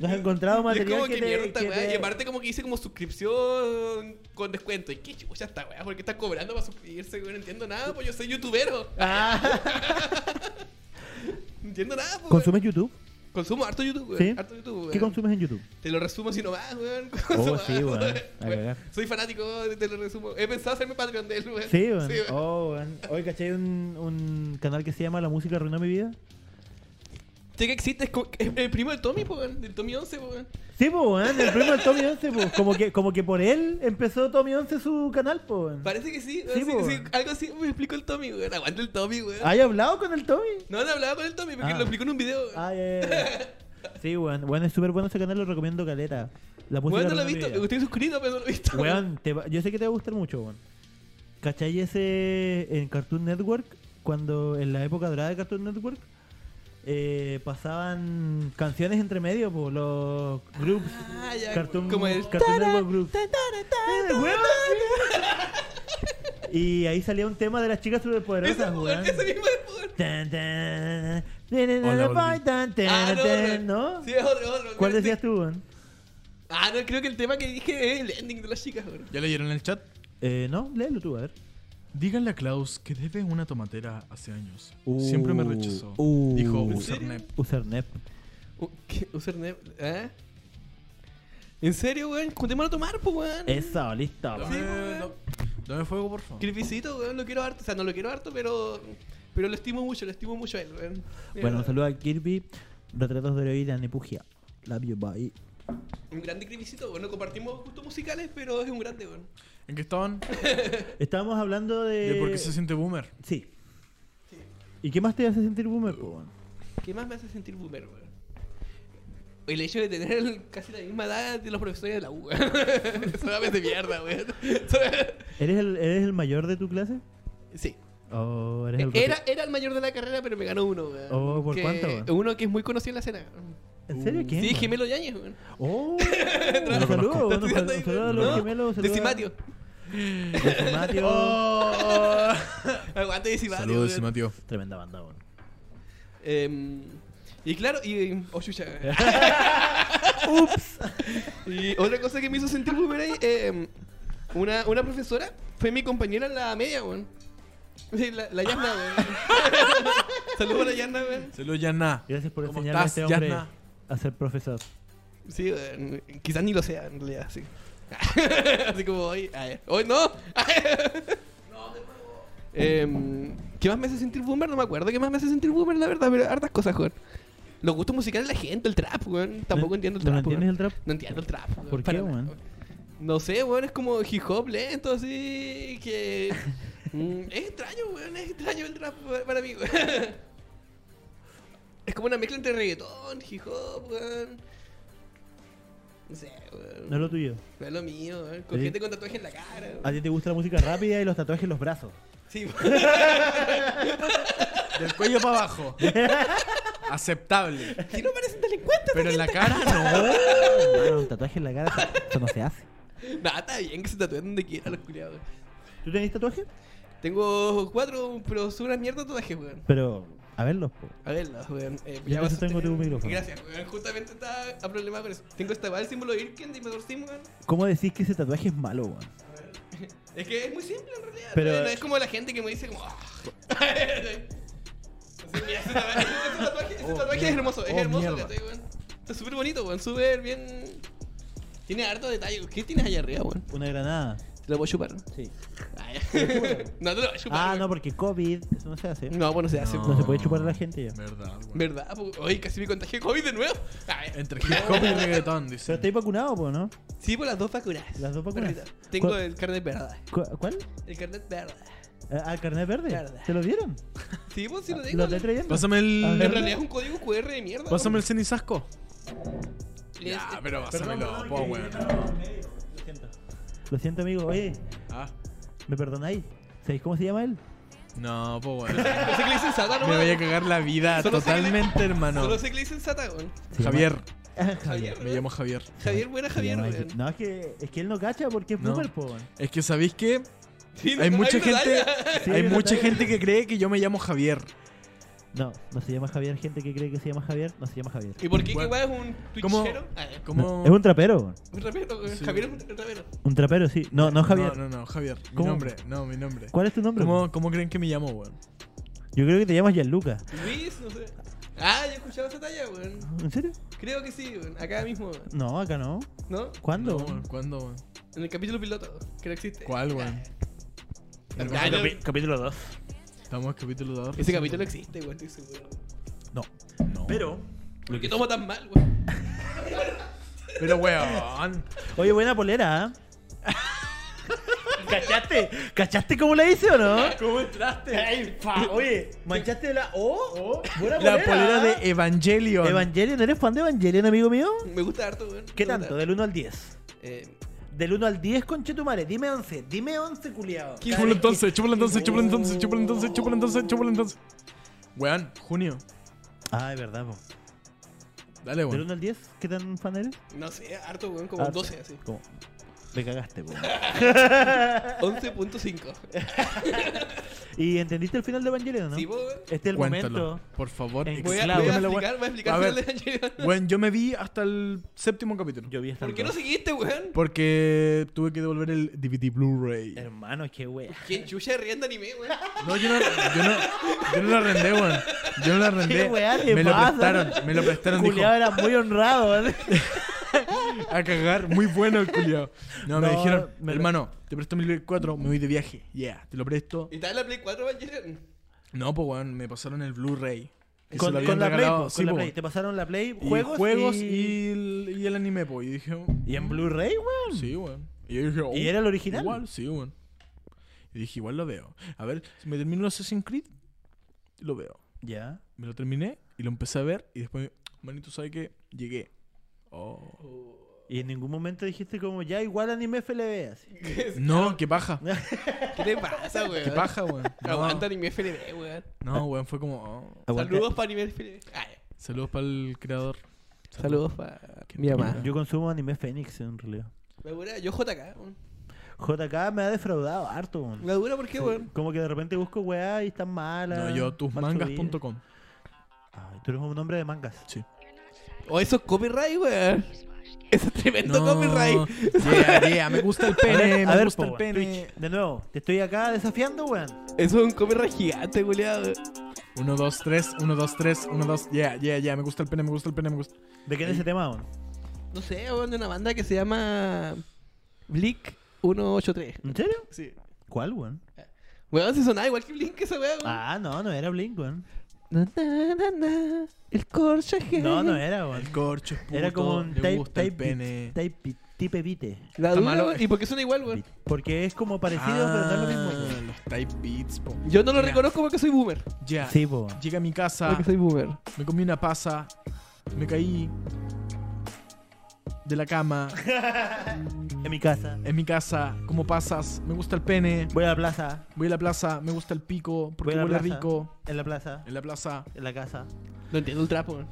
¿No has encontrado Eh, Y material es como que, que, te- mierda esta que weá. te- Y aparte como que hice como suscripción con descuento. Y qué chucha esta weá, porque están cobrando para suscribirse, weón, no entiendo nada, pues yo soy youtubero. Ah. no entiendo nada, pues. ¿Consumes YouTube? weón. Consumo harto YouTube, weón. ¿Sí? Harto YouTube, ¿Qué weón. consumes en YouTube? Te lo resumo así nomás, weón. Oh, sí, weón. Weón, A cagar. Soy fanático, te lo resumo. He pensado hacerme Patreon de él, weón. Sí, weón. Oh, weón. Hoy caché un, un canal que se llama La Música Arruinó Mi Vida. Che, que existe, es, co- es el primo del Tommy, po, weón, del Tommy 11, po, weón. Sí, po, weón. El primo del Tommy 11, po. Como que, como que por él empezó Tommy 11 su canal, po, weón. Parece que sí, Sí, sí, po, sí, weón. algo así me explicó el Tommy, weón. Aguanta el Tommy, weón. ¿Hay hablado con el Tommy? No, no hablaba con el Tommy porque Ah. lo explicó en un video. weón. Ah, ya, ya, ya. Sí, weón. Weón, es súper bueno ese canal, lo recomiendo caleta. La música Weón, no lo he Arruinó Mi visto. Vida. Estoy suscrito, pero no lo he visto. Weón, te va- yo sé que te va a gustar mucho, weón. ¿Cachai ese en Cartoon Network? Cuando en la época dorada de Cartoon Network eh, pasaban canciones entre medio, po, los groups. Ah, ya. Cartoon, como el- Cartoon Network groups. Eh, weón, sí. y ahí salía un tema de las chicas Ese, superpoderosas, po, weón. weón, ese mismo es, po, weón. Tan, tan, Hola, volví. tan, tan, Ah, no, tan, weón. ¿No? Sí, es otro, ¿Cuál otro. Creo que- decías tú, weón? Ah, no, creo que el tema que dije es el ending de las chicas, weón. ¿Ya leyeron el chat? Eh, no, léelo tú, a ver. Díganle a Klaus que debe una tomatera hace años. Siempre me rechazó. Uh, dijo ¿en Usernep. Usernep. U- ¿Qué? Username. ¿Eh? ¿En serio, weón? Juntémonos a tomar, po, weón. Eso, listo. Sí, pues, Dame, weón. da- dame fuego, por favor. Crispicito, weón, lo quiero harto. O sea, no lo quiero harto, pero. Pero lo estimo mucho, lo estimo mucho a él, weón. De Bueno, un verdad. saludo a Kirby, retratos de heroína Nepugia. Love you, bye. Un grande Crispicito, weón. No compartimos gustos musicales, pero es un grande, weón. ¿En qué estaban? Estábamos hablando de. ¿De por qué se siente boomer? Sí. ¿Y qué más te hace sentir boomer, po, weón? ¿Qué más me hace sentir boomer, weón? El hecho de tener el- casi la misma edad de los profesores de la U, weón. Solamente mierda, weón. Solamente- ¿Eres el, ¿Eres el mayor de tu clase? Sí. ¿O eres el Era, era el mayor de la carrera, pero me ganó uno, weón. Oh, ¿por Que- cuánto, weón? Uno que es muy conocido en la escena. ¿En serio quién? Sí, weón? Gemelo Yañez, weón. ¡Oh! No un lo saludo, conozco. weón, un Estudiando saludo, ahí, un saludo a weón. los ¿No? gemelos. saludo a- Decimatio. Decimatio. Oh. Aguante Decimatio. Saludos, weón. Simatio. Tremenda banda, weón. Em, y claro, y. Oh, chucha. Ups. Y otra cosa que me hizo sentir boomer ahí, em, una, una profesora fue mi compañera en la media, weón. Sí, la, la Yana, weón. Saludos a la Yana, weón. Saludos, Yana. Gracias por ¿Cómo enseñarme estás, a este hombre Yana? a ser profesor. Sí, weón. Quizás ni lo sea, en realidad, sí. Así como hoy. ay, Hoy no. Em, ¿Qué más me hace sentir boomer? No me acuerdo qué más me hace sentir boomer, la verdad, pero hartas cosas, weón. Los gustos musicales de la gente, el trap, weón. Tampoco ¿No- entiendo el no trap. entiendes weón. el trap? No entiendo el trap. weón, ¿Por para qué, nada, weón? No sé, weón, es como hip hop lento, así que. Mm, es extraño, weón, es extraño el trap pa- para mí, weón. Es como una mezcla entre reggaetón, hip hop, weón. No sé, weón. No es lo tuyo. No es lo mío, weón. Con Sí. Ah. gente con tatuaje en la cara, weón. A ti te gusta la música rápida y los tatuajes en los brazos. Sí, weón. Del cuello para abajo. Aceptable. Si no parecen delincuentes, Pero en la cara no. Hermano, un tatuaje en la cara, eso- eso no se hace. Nada, está bien que se tatúen donde quieran los culiados, weón. ¿Tú tenés tatuaje? Tengo cuatro, pero son una mierda tatuajes, weón. Pero, a verlo. po. A verlos, weón. Eh, Yo vas te sostengo a tener- tu micrófono. Gracias, weón. Justamente estaba a problema con eso. Tengo esta weá, el símbolo de Irken de Mesorcim, weón. ¿Cómo decís que ese tatuaje es malo, weón? Es que es muy simple en realidad. Pero- Pero... No es como la gente que me dice como. "Ah". Así, mira, ese tatuaje, ese tatuaje- ese tatuaje es hermoso, es Oh, hermoso, mierda. ¿cachai, weón? Está súper bonito, weón. Súper bien. Tiene harto detalle. ¿Qué tienes allá arriba, weón? Una granada. Te lo puedo chupar. Sí. Ay, no te lo voy a chupar. Ah, no, weón. porque COVID, eso no se hace. No, bueno, se hace. pues. No. No se puede chupar a la gente ya. Verdad, weón. ¿Verdad? po? Oye, casi me contagié COVID de nuevo. Ah, Ay. Entre hip hop y reggaetón, Pero dice. estáis vacunado, po, ¿no? Sí, por las dos vacunas. Las dos vacunas. Perrito, Tengo ¿Cuál? el carnet verde. ¿Cu- ¿Cuál? El carnet verde. Eh, ¿Al carnet verde? Verde. ¿Te lo dieron? Sí, pues sí lo tengo. ¿Lo estoy trayendo? Pásame A En ver. el. realidad es un código QR de mierda. Pásame el cenizasco. el... Ya, pero pásamelo, po, weón. Lo siento, amigo. Oye, Ah. ¿me perdonáis? ¿Sabéis cómo se llama él? No, po, weón. Sé que le dicen Sata, Me no voy a cagar la vida Solo sé que le- totalmente, hermano. Solo sé que le dicen Sata, weón. Se llama- Javier. Javier, Me weón. llamo Javier. Javier, buena se Javier, llama- weón. No, es que, es que él no cacha porque es No. boomer, po. weón. Es que sabéis que Sí, no, hay no, mucha una gente. talla. Sí, hay una mucha talla. gente que cree que yo me llamo Javier. No, no se llama Javier. Gente que cree que se llama Javier, no se llama Javier. ¿Y por qué que Bueno. weón es un ¿Cómo? twitchero? Ah, ya. ¿Cómo? Es un trapero, weón. Un rapero, weón. Sí. Javier es un rapero. Un trapero, sí. No, no Javier. No, no, no, Javier. Mi ¿Cómo? nombre. No, mi nombre. ¿Cuál es tu nombre? ¿Cómo, weón? ¿Cómo creen que me llamo, weón? Yo creo que te llamas Gianluca. Luis, no sé. Ah, yo he escuchado esa talla, weón. ¿En serio? Creo que sí, weón. Acá mismo, weón. No, acá no. ¿No? ¿Cuándo? No, weón? weón, ¿Cuándo, weón? En el capítulo piloto, que no existe. ¿Cuál, weón? El capítulo- capítulo 2. Estamos en capítulo 2. Ese capítulo existe, weón, estoy seguro. No. No. Pero. ¿Por qué tomo tan mal, weón? Pero, weón. Oye, buena polera, ¿eh? ¿Cachaste? ¿Cachaste cómo la hice o no? ¿Cómo entraste? Oye, manchaste la O. Buena La polera de Evangelion. Evangelion, ¿eres fan de Evangelion, amigo mío? Me gusta harto, weón. ¿Qué Me gusta tanto? harto. Del 1 al 10. Eh, Del 1 al 10, conchetumare. Dime 11. Dime 11, culiao. Chúpalo entonces, chúpalo entonces, chúpalo Oh. entonces, chúpalo entonces, chúpalo entonces, chúpalo entonces. Weón, junio. Ah, es verdad, po. Dale, Del weón. 1 al 10, ¿qué tan fan eres? no sé, harto, weón, como Ah, 12 así. Como, me cagaste, po. 11.5. ¿Y entendiste el final de Evangelion, no? Sí, po, weón. este es el Cuéntalo, momento. por favor. En- Voy a, Esclavo. voy a Dímelo, weón. explicar, voy a explicar A el ver. final de Evangelion. Weón, yo me vi hasta el séptimo capítulo. Yo vi hasta ¿Por el qué no dos. seguiste, weón? Porque tuve que devolver el DVD Blu-ray. Hermano, qué wea. ¿Quién chucha riendo anime, weón? No, yo no, yo no, yo no la arrendé, weón. Yo no la arrendé. ¿Qué weá te Me lo pasa? prestaron, me lo prestaron. Dijo, Culiao era muy honrado, ¿eh? a cagar, muy bueno el culiao. No, me No, dijeron, me- hermano, te presto mi Play 4, me voy de viaje. Yeah, te lo presto. ¿Y estaba en la Play 4 Evangelion? No, pues weón, me pasaron el Blu-ray. Que se Con, lo habían con la Play, regalado, po, sí, con la po, Play. weón. Te pasaron la Play, Y juegos, juegos y... y... el- y el anime, pues. Y dije, "Mm, Y en Blu-ray, weón. sí, weón. Y yo dije, oh, ¿Y era el original? Igual, sí, weón. Y dije, igual lo veo. A ver, si me termino el Assassin's Creed, lo veo. Ya. Me lo terminé y lo empecé a ver. Y después, manito, ¿sabes qué? Llegué. Oh. Y en ningún momento dijiste como, ya, igual anime FLB, así. No, qué paja. ¿Qué te pasa, weón? Qué paja, weón. Aguanta No, anime FLB, weón. no, weón, fue como. oh. Ah, Saludos para anime FLB. Ah, ya. Saludos para el creador. Saludos para mi mamá. Yo consumo anime Fénix, en realidad. La dura, yo JK, weón. JK me ha defraudado harto, weón. La dura, ¿por qué, weón? Como que de repente busco weá y están malas. No, yo, tusmangas.com. Ay, tú eres un hombre de mangas. O eso es copyright, weón. Eso es tremendo No, copyright. yeah, yeah, me gusta el A pene, ver, a me ver, gusta el po, pene. Twitch, de nuevo, te estoy acá desafiando, weón. Eso es un copyright gigante, culiado. 1, 2, 3, 1, 2, 3, 1, 2, yeah, yeah, yeah, me gusta el pene, me gusta el pene, me gusta. ¿De qué es ese tema, weón? No sé, weón, de una banda que se llama Blink 183. ¿En serio? Sí. ¿Cuál, weón? Weón, se sonaba igual que Blink esa weá, weón. Ah, no, no era Blink, weón. Na, na, na, na, el corsaje. No, no era, weón. corcho es puto, Era como un le type, gusta el type pene. beat- type beat- type beat. La Está duda, malo. weón. ¿Y por qué suena igual, weón? Porque es como parecido, pero no es lo mismo. Ah, Los type beats, po. Yo no lo Ya, reconozco porque soy boomer. Ya, Sí, pues, po. llegué a mi casa, Porque soy boomer. me comí una pasa, me caí de la cama, En mi casa. en mi casa, como pasas, me gusta el pene, Voy a la plaza. voy a la plaza, me gusta el pico, porque Voy a la huele plaza. rico, En la plaza. en la plaza. En la casa. No entiendo el trapo, weón.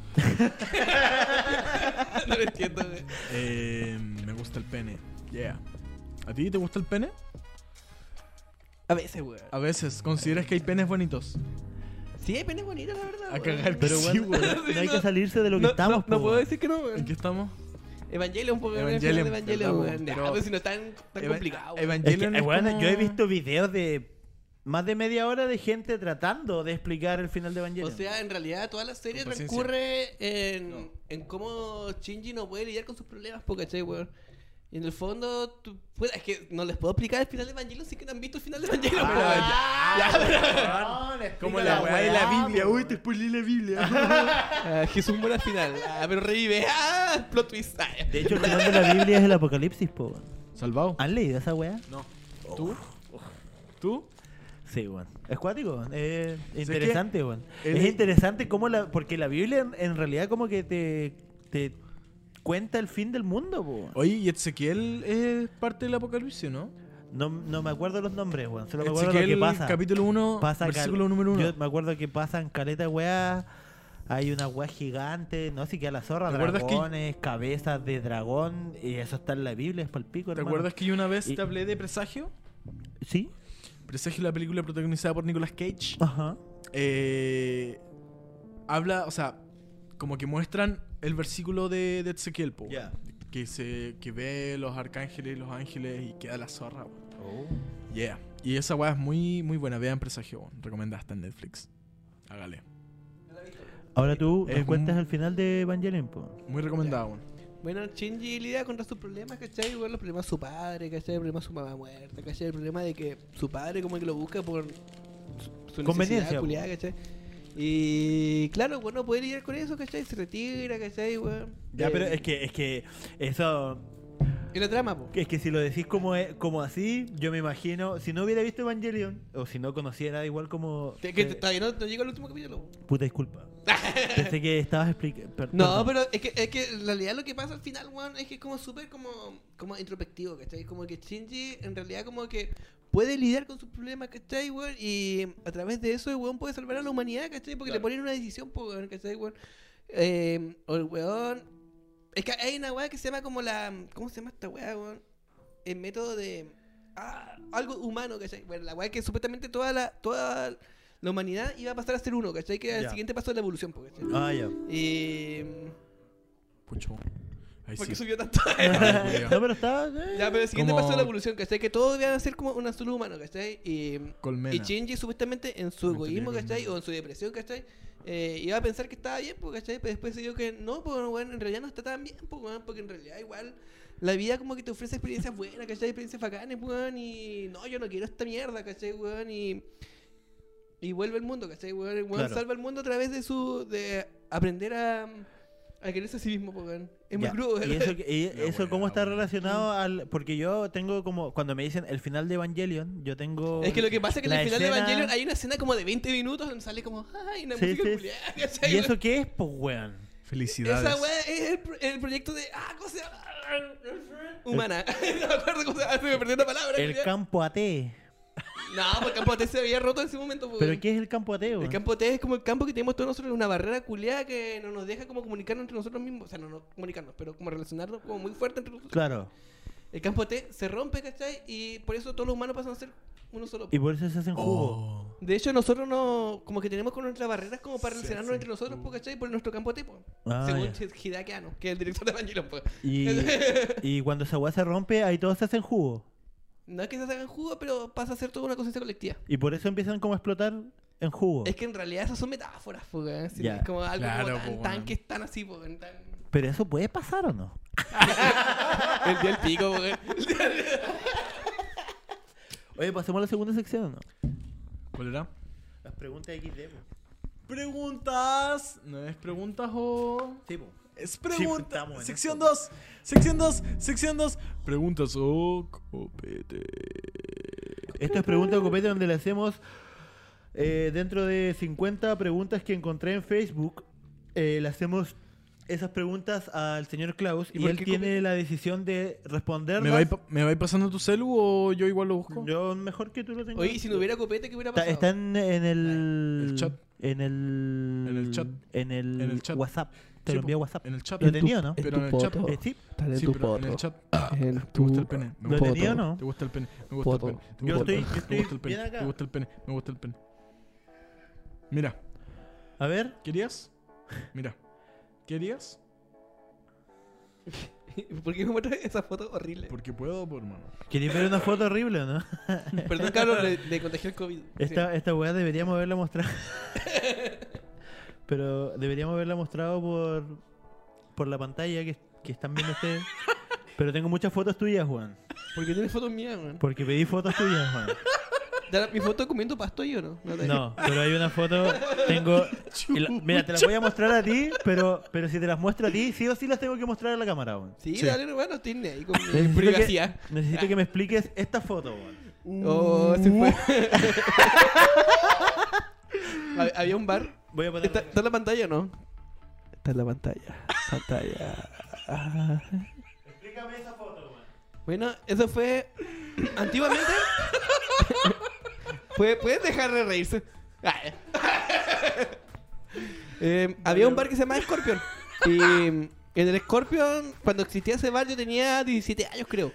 no lo entiendo, weón. Eh, me gusta el pene. Yeah. ¿A ti te gusta el pene? A veces, weón. A veces, ¿consideras que hay penes bonitos? Sí, hay penes bonitas, la verdad. A weón. cagar que Pero sí, bueno, weón. no hay que salirse de lo No, que no, estamos, no po, puedo weón. decir que no, weón. ¿En qué estamos? Evangelion, pues, weón. Evangelion, Evangelion, Evangelion, perdón, weón. pero- Ya, pues, si no es tan, tan Eva- complicado. weón. Es que, Evangelion eh, es bueno, como- yo he visto videos de más de media hora de gente tratando de explicar el final de O Evangelion. sea, en realidad toda la serie Con paciencia. transcurre en, en cómo Shinji no puede lidiar con sus problemas, po, ¿cachai, weón? Y en el fondo, tú- puta, es que no les puedo explicar el final de Evangelion si que no han visto el final de Ah, Evangelion, po, weón. Como la weá de la Biblia. Uy, te spoilé la Biblia. Ah, que es un buen final. Ah, pero revive. ¡Ah! Plot twist. Ah, De hecho, el final de la Biblia es el apocalipsis, po. weón. ¿Salvado? ¿Han leído esa weá? No. ¿Tú? ¿Tú? Sí, weón. Es cuático, weón. Es que interesante, weón. el- Es interesante cómo la. Porque la Biblia en, en realidad como que te, te cuenta el fin del mundo, po, weón. Oye, y Ezequiel es parte del apocalipsis, ¿no? No, no me acuerdo los nombres, weón. Solo me acuerdo lo Ezequiel, que pasa. capítulo 1, Pasa cal- versículo número 1. Yo me acuerdo que pasan caleta weá. Hay una weá gigante, no sé qué a la zorra, ¿Te acuerdas que- dragones, cabezas de dragón, y eso está en la Biblia, es para el pico, ¿Te acuerdas que yo una vez Y- te hablé de Presagio? Sí. Presagio, la película protagonizada por Nicolas Cage. Ajá. Eh, habla, o sea, como que muestran el versículo de, de Ezequiel, po, Ya. que se que ve los arcángeles, los ángeles y queda la zorra. weón. Oh. Yeah. Y esa weá es muy muy buena, vean Presagio, weón. recomendada está en Netflix. Hágale. Ahora tú Es nos cuentas mu- el final de Evangelion, po. Muy recomendada, weón. Bueno, Shinji lidia contra sus problemas, ¿cachai? Bueno, los problemas de su padre, ¿cachai? El problema de su mamá muerta, ¿cachai? El problema de que su padre como que lo busca por su- su Conveniencia, necesidad, culiada, ¿cachai? Y claro, bueno, puede lidiar con eso, ¿cachai? Se retira, ¿cachai? Bueno, Ya, Eh, pero es que, es que eso. Es la trama, po. Es que si lo decís como, e- como así, yo me imagino. Si no hubiera visto Evangelion, o si no conociera igual como. Que, que eh, todavía no, no llega el último capítulo. po. Puta disculpa. Pensé que estabas explicando. No, pero es que, es que en realidad lo que pasa al final, weón, es que es como súper como, como introspectivo, ¿cachai? Como que Shinji en realidad como que puede lidiar con sus problemas, ¿cachai, weón? Y a través de eso el weón puede salvar a la humanidad, ¿cachai? Porque le ponen una decisión, po, weón, ¿cachai, weón? Eh, o el weón... Es que hay una weá que se llama como la... ¿Cómo se llama esta weá, weón? El método de... ah, algo humano, ¿cachai? Bueno, la weá que supuestamente toda la... Toda la humanidad iba a pasar a ser uno, ¿cachai? Que era el Ya. siguiente paso de la evolución, po, ¿cachai? Ah, ya. Y... Pucho. Ahí ¿Por sí. qué subió tanto? Culiao. No, pero estaba. eh, ya, pero el siguiente Como- paso de la evolución, ¿cachai? Que todos iban a ser como un azul humano, ¿cachai? Y, Colmena. y Shinji, supuestamente, en su Me entendí, egoísmo, colmena. ¿cachai? O en su depresión, ¿cachai? Eh, iba a pensar que estaba bien, pues, ¿cachai? Pero después se dio que no, pues, bueno, en realidad no está tan bien, pues, bueno, porque en realidad igual la vida como que te ofrece experiencias buenas, ¿cachai? Experiencias bacanas, pues, bueno, y no, yo no quiero esta mierda, ¿cachai, weón? Y, y vuelve al mundo, ¿cachai, weón? El weón Claro. salva al mundo a través de su... de aprender a... a quererse a sí mismo, pues, weón. Es muy Ya, crudo, eh. ¿Y eso, que- y La eso weá, cómo está weón. relacionado al.? Porque yo tengo como. Cuando me dicen el final de Evangelion, yo tengo. Es que lo que pasa es que en la el final de escena- Evangelion hay una escena como de 20 minutos donde sale como, ay, una Sí, música sí. culiada, ¿cachai? ¿Y eso qué es, pues, weón? Felicidades. Esa weá es el, pro- el proyecto de, ah, ¿cómo se llama? Humana. no me acuerdo cómo se llama, se me perdió la palabra. El culiao. campo AT. No, porque el campo AT se había roto en ese momento. pues, ¿Pero weón. qué es el campo AT, weón? El campo AT es como el campo que tenemos todos nosotros, una barrera culiada que no nos deja como comunicarnos entre nosotros mismos. O sea, no, no comunicarnos, pero como relacionarnos como muy fuerte entre nosotros. Claro. El campo T se rompe, ¿cachai? Y por eso todos los humanos pasan a ser uno solo. Y por eso se hacen jugo. Oh. De hecho, nosotros no. Como que tenemos con nuestras barreras como para relacionarnos entre nosotros, po, ¿cachai? Por nuestro campo tipo. Ah, según ya. Hidakeano, que es el director de Evangelion, po. Y, y cuando esa weá se rompe, ahí todos se hacen jugo. No es que se hagan jugo, pero pasa a ser toda una conciencia colectiva. Y por eso empiezan como a explotar en jugo. Es que en realidad esas son metáforas, po, weón. Si Oh. Ya. Es como algo Claro, como po, tan, weón. tan que están así, po, weón, tan... Pero eso puede pasar o no? El día del pico, po, weón. Oye, pasemos a la segunda sección o no? ¿Cuál era? Las preguntas XD, po. Preguntas. No es preguntas o. Sí, po. Es Sí, pregunta. estamos en sección 2. Sección 2. Sección 2. Preguntas o copete. Esto es Pregunta de Copete donde le hacemos eh, dentro de 50 preguntas que encontré en Facebook. eh, le hacemos esas preguntas al señor Klaus ¿Y y, por él qué tiene la decisión de ¿Me vais, responderlas. pa- ¿Me vais pasando tu celu o yo igual lo busco? Yo mejor que tú lo tengas. Oye, ¿y si no hubiera copete, ¿qué hubiera Está, pasado? está en, en el, El chat. En el. En el chat. En el, En el chat. WhatsApp. Te Sí, lo po. envié a WhatsApp. En el chat. ¿Lo En tu- tenía o no? Pero en el chat. Eh, sí. Está en Sí, tu pero en poto. el chat. En ¿Te gusta el tu- pene? Me ¿Lo gusta el tenía o pene. no? ¿Te gusta el pene? Me gusta el Poto. pene. Me Yo gusta el estoy- yo pene. Me estoy gusta el pene. bien acá. Me gusta el pene. Me gusta el pene. Mira, A ver. ¿querías? Mira, ¿querías? ¿Por qué me muestras esa foto horrible? Porque puedo, por mano. ¿Querías ver una foto horrible o no? Perdón, Carlos, le, le contagió el COVID. Esta, esta weá deberíamos haberla mostrado. Pero deberíamos haberla mostrado por, por la pantalla que, que están viendo ustedes. Pero tengo muchas fotos tuyas, Juan. ¿Por qué tienes fotos mías, weón? Porque pedí fotos tuyas, Juan. ¿Da ¿Mi foto comiendo pasto yo o no? No, te- No, pero hay una foto. Tengo. y la- mira, te las voy a mostrar a ti, pero, pero si te las muestro a ti, sí o sí las tengo que mostrar a la cámara, Juan. Sí, ¿eh? dale, hermano, tiene ahí con mi Necesito privacidad. que, necesito que me expliques esta foto, Juan. Oh, se fue. Hab- Había un bar. Voy a poner. ¿Está, está en la pantalla o no? Está en la pantalla. Pantalla. Explícame esa foto, Juan. Bueno, eso fue. Antiguamente. Puede- Puedes dejar de reírse. Ah, ya. Eh, había un bar que se llamaba Scorpion. Y mm, en el Scorpion, cuando existía ese bar, yo tenía 17 años, creo.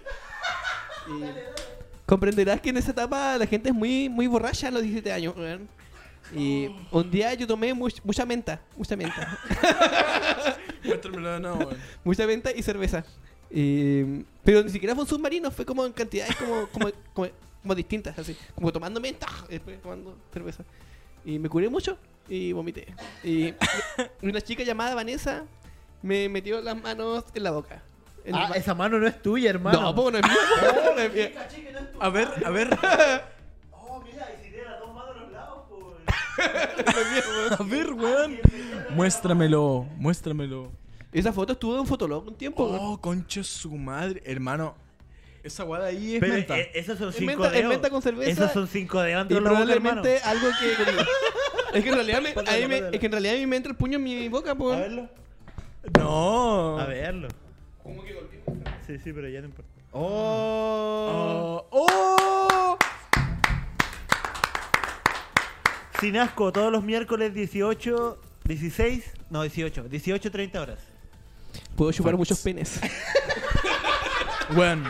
Y comprenderás que en esa etapa la gente es muy, muy borracha a los 17 años. weón. Y un día yo tomé much- mucha menta. Mucha menta. Muéstramelo de nuevo, weón. mucha venta y cerveza. Y- pero ni siquiera fue un submarino, fue como en cantidades como, como, como, como distintas, así. Como tomando menta, después tomando cerveza. Y me curé mucho y vomité. Y una chica llamada Vanessa me metió las manos en la boca. En Ah, la- esa mano no es tuya, hermano. no, po, no es mía, po, no es mía. A ver, a ver. Oh, mira, y si tiene las dos manos a los lados, pues. A ver, weón. Muéstramelo, muéstramelo. Esa foto estuvo en Fotolog un tiempo. weón. Oh, concha su madre. Hermano, esa guada ahí es Pero menta. eh, esos son Es cinco menta- es dedos. menta con cerveza Esos son cinco dedos Y dentro de la boca, probablemente hermano. algo que... es que en realidad me, a mí me- pásalo. es que en realidad a mí me entra el puño en mi boca, po. A verlo. No. A verlo. Como que golpeé. Sí, sí, pero ya no importa. Oh. oh. Sin asco, todos los miércoles 18, 16, no 18, 18, 30 horas. Puedo chupar muchos penes. Weón.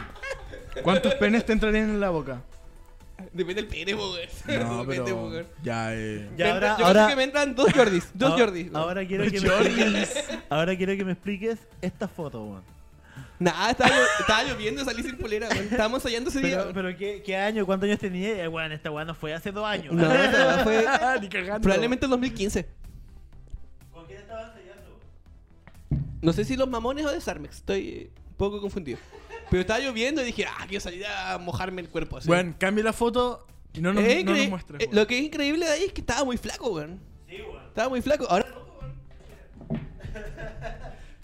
¿Cuántos penes te entrarían en la boca? Depende del pene, po, weón. No, Depende, pero. po, weón. Ya, eh. Ya, Me ahora, entra- yo ahora, creo que me entran dos Jordis. Dos ahora- Jordis. weón. ahora quiero que me expliques, ahora quiero que me expliques esta foto, weón. Nah, estaba, llo- estaba lloviendo, salí sin polera, weón. Estábamos ensayando ese día. Pero, weón. pero ¿qué, ¿qué año? ¿Cuántos años tenía? Eh, weón, esta weón no fue hace dos años. No, esa weá fue Ni cagando. probablemente el 2015. ¿Con quién estaba ensayando? No sé si los mamones o de Sarmex. Estoy un poco confundido. Pero estaba lloviendo y dije, ah, quiero salir a mojarme el cuerpo. Así. Weón, cambia la foto y no nos, Es no nos increí- muestres. eh, weón. lo que es increíble de ahí es que estaba muy flaco, weón. Sí, weón. Estaba muy flaco. Ahora.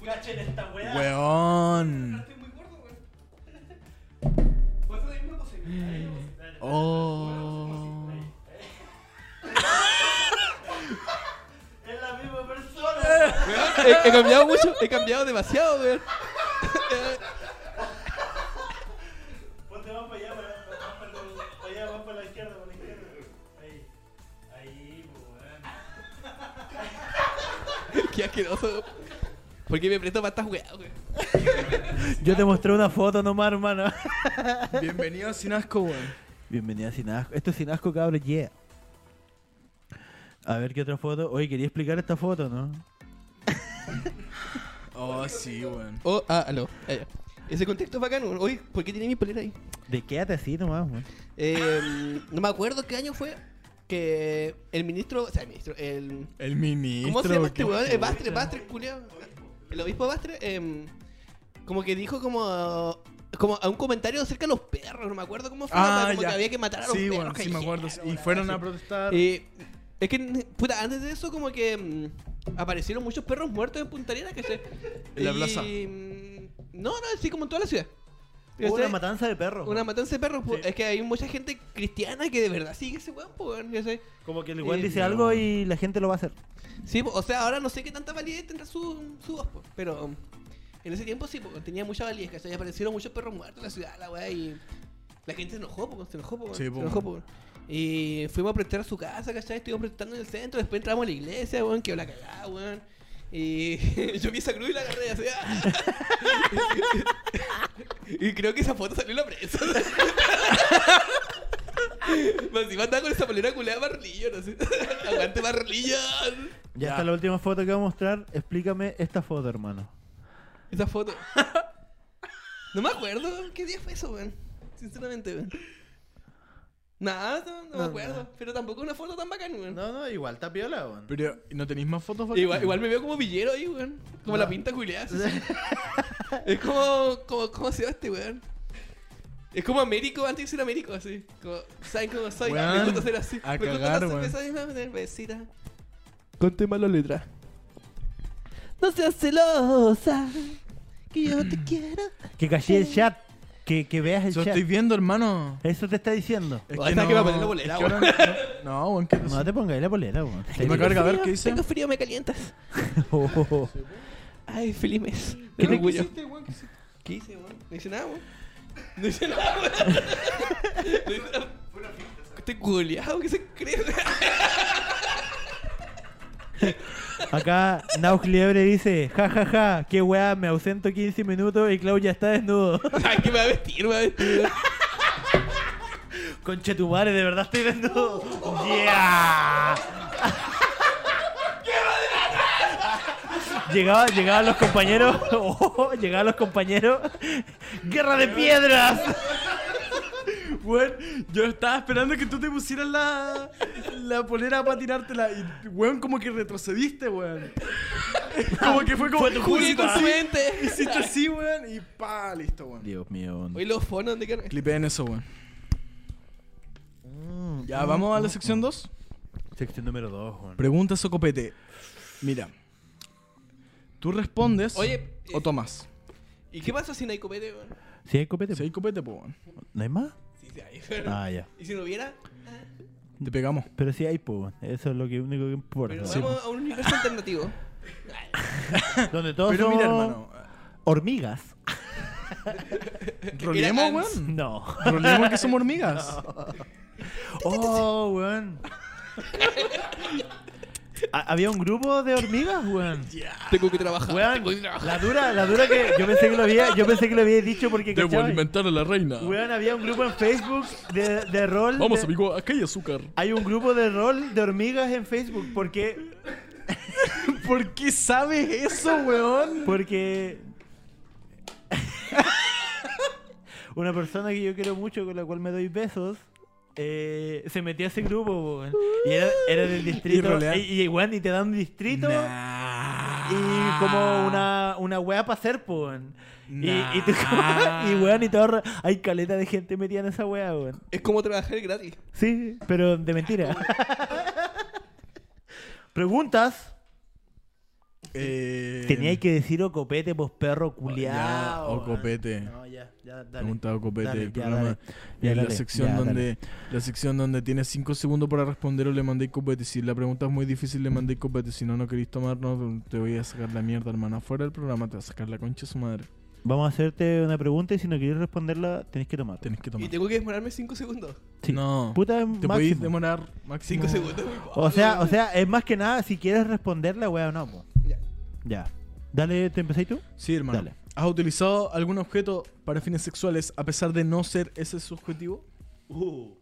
Cachen esta weá. Weón. Estoy muy gordo, weón. ¿Puedo hacer la misma pose? Oh. Es la misma persona. he, he cambiado mucho, he cambiado demasiado, weón. Ponte más para allá, para, allá, más para la izquierda, para la izquierda. Ahí. Ahí, weón. Qué asqueroso. ¿Por qué me presto para estas weas, weón? Yo te mostré una foto nomás, hermano. Bienvenido a Sin Asco, weón. Bienvenida a Sin Asco. Esto es Sin Asco, cabros, yeah. A ver qué otra foto. Oye, quería explicar esta foto, ¿no? Oh, sí, weón. Oh, ah, aló. Ah, ya. Ese contexto es bacano. Oye, ¿por qué tiene mi polera ahí? De quédate así nomás, weón. Eh, no me acuerdo qué año fue que el ministro. O sea, el ministro. El, El ministro. ¿Cómo se llama este qué weón? El chucha. Bastre, Bastre, culiao. El obispo Bastre, em, como que dijo como. Como a un comentario acerca de los perros, no me acuerdo cómo fue, Ah, pero como ya. que había que "Ah, matar a los Sí, perros. weón, sí me callejeros, acuerdo. Y weón, fueron así. a protestar. Eh, es que, puta, antes de eso, como que mm, aparecieron muchos perros muertos en Punta Arenas, que se. En la plaza. mm, No, no, sí, como en toda la ciudad. Que Una se- matanza de perros. Una weón. matanza de perros, po. es que hay mucha gente cristiana que de verdad sigue ese weón, po, weón, que se- Como que el weón Eh, dice no. algo y la gente lo va a hacer. Sí, po, o sea, ahora no sé qué tanta validez tendrá su, su voz, po, pero um, en ese tiempo sí, po, tenía mucha validez, ¿cachai? Aparecieron muchos perros muertos en la ciudad, la weá, y la gente se enojó, po, se enojó, po, Sí, po. se enojó, po. Y fuimos a prestar a su casa, ¿cachai? Estuvimos prestando en el centro, después entramos a la iglesia, weón, quedó la cagada, weón. Y yo vi esa cruz y la agarré así. ¡ah! y creo que esa foto salió en la prensa. Más encima andaba con esa polera culeada barrillo, no sé. Aguante barrillo. Ya, Ya. está la última foto que voy a mostrar. Explícame esta foto, hermano. Esa foto. No me acuerdo. ¿Qué día fue eso, weón? Sinceramente, weón. Nada, no, no me acuerdo. Pero tampoco una foto tan bacana, weón. No, no, igual está piola, weón. Pero, ¿no tenéis más fotos? bacán? Igual, igual me veo como villero ahí, weón. Como la pinta culiada. así. es como, como. ¿Cómo se llama este, weón? Es como Américo antes de ser Américo, así. Como, ¿Saben cómo soy? Ah, Weón, me gusta ser así. a me cagar, gusta weón. la cerveza de cervecita. Conte malas letras. No seas celosa. Que yo te quiero. Que callé el chat. Que, que veas el Yo chat. estoy viendo, hermano. Eso te está diciendo. Es Ahí está que me va a poner la bolera, es que ahora- No, no, weón, que No te pongas la polera, weón. Me carga a ver qué dice. Tengo frío, me calientas. Oh, oh, oh. Ay, feliz mes. ¿Qué te- ¿Qué te hiciste, weón? ¿Qué hice, weón? No hice nada, weón. No hice nada, weón. No hice nada. Este culiao que se cree, weón. Acá Naus Liebre dice, ja ja ja, qué weá, me ausento 15 minutos y Clau ya está desnudo. Ay, que me va a vestir, me va a vestir. weón. Conche tu madre, de verdad estoy desnudo. Yeah. Llegaba, llegaban los compañeros, oh, llegaban los compañeros. ¡Guerra de piedras! Weón, yo estaba esperando que tú te pusieras la, la polera para tirártela. Y, weón, como que retrocediste, weón. Como que fue como. Fue Jugué con su mente. Hiciste así, weón, y pa, listo, weón. Dios mío. Hoy los fonos, ¿dónde quedan? Clipeen eso, weón. Mm, Ya, vamos a la sección 2. Sección número 2, weón. Preguntas o copete. Mira. Tú respondes Oye, eh, o tomas. ¿Y qué pasa si no hay copete, weón? ¿Sí hay copete? Si hay copete, pues, weón. ¿No hay más? Sí, sí hay, weón. Ah, ya. ¿Y si no hubiera? Te pegamos. Pero sí hay, po. weón. Eso es lo que único que importa. Pero vamos a un universo alternativo. Donde todos Pero somos mira, hermano. hormigas. ¿Rolemos, Era Hans. weón? No. ¿Rolemos que somos hormigas? Oh, weón. Ha- Ah, Había un grupo de hormigas, weón. Tengo que trabajar. Weón, Tengo este que trabajar. la dura, la dura que yo pensé que lo había, yo pensé que lo había dicho porque ¿cachai? a la reina. Weón, había un grupo en Facebook de, de rol. de- amigo, acá hay azúcar. Hay un grupo de rol de hormigas en Facebook porque ¿Por qué sabes eso, weón? porque una persona que yo quiero mucho con la cual me doy besos eh, se metió a ese grupo, weón. Y era, era del distrito. rolea. Y, y, weón, y te dan un distrito. Nah. Y como una, una weá para hacer, po, weón. Y, y, tú- Nah. y weón, y todo. re- Hay caleta de gente metida en esa weá, weón. Es como trabajar gratis. Sí, pero de mentira. Preguntas. Eh, Oh, Tenía que decir o copete, vos perro ya, culiao. o copete. No, ya, ya, dale. Pregunta o copete. Dale, ya, el programa. dale. Y Ya, la dale, sección ya, donde dale. la sección donde tienes 5 segundos para responder o le mandé copete. Si la pregunta es muy difícil, le mandé copete. Si no, no queréis tomarnos, te voy a sacar la mierda, hermano. Fuera del programa, te va a sacar la concha de su madre. Vamos a hacerte una pregunta y si no quieres responderla, tenés que tomar. Tenés que Y tomar. tengo que demorarme 5 segundos. Sí. No. Puta, es Te máximo. podéis demorar máximo 5 segundos, muy poco. O sea, o sea, es más que nada si quieres responderla, weón, no, po. Ya. Ya. Dale, ¿te empezáis tú? Sí, hermano. Dale. ¿Has utilizado algún objeto para fines sexuales a pesar de no ser ese su objetivo? Uh,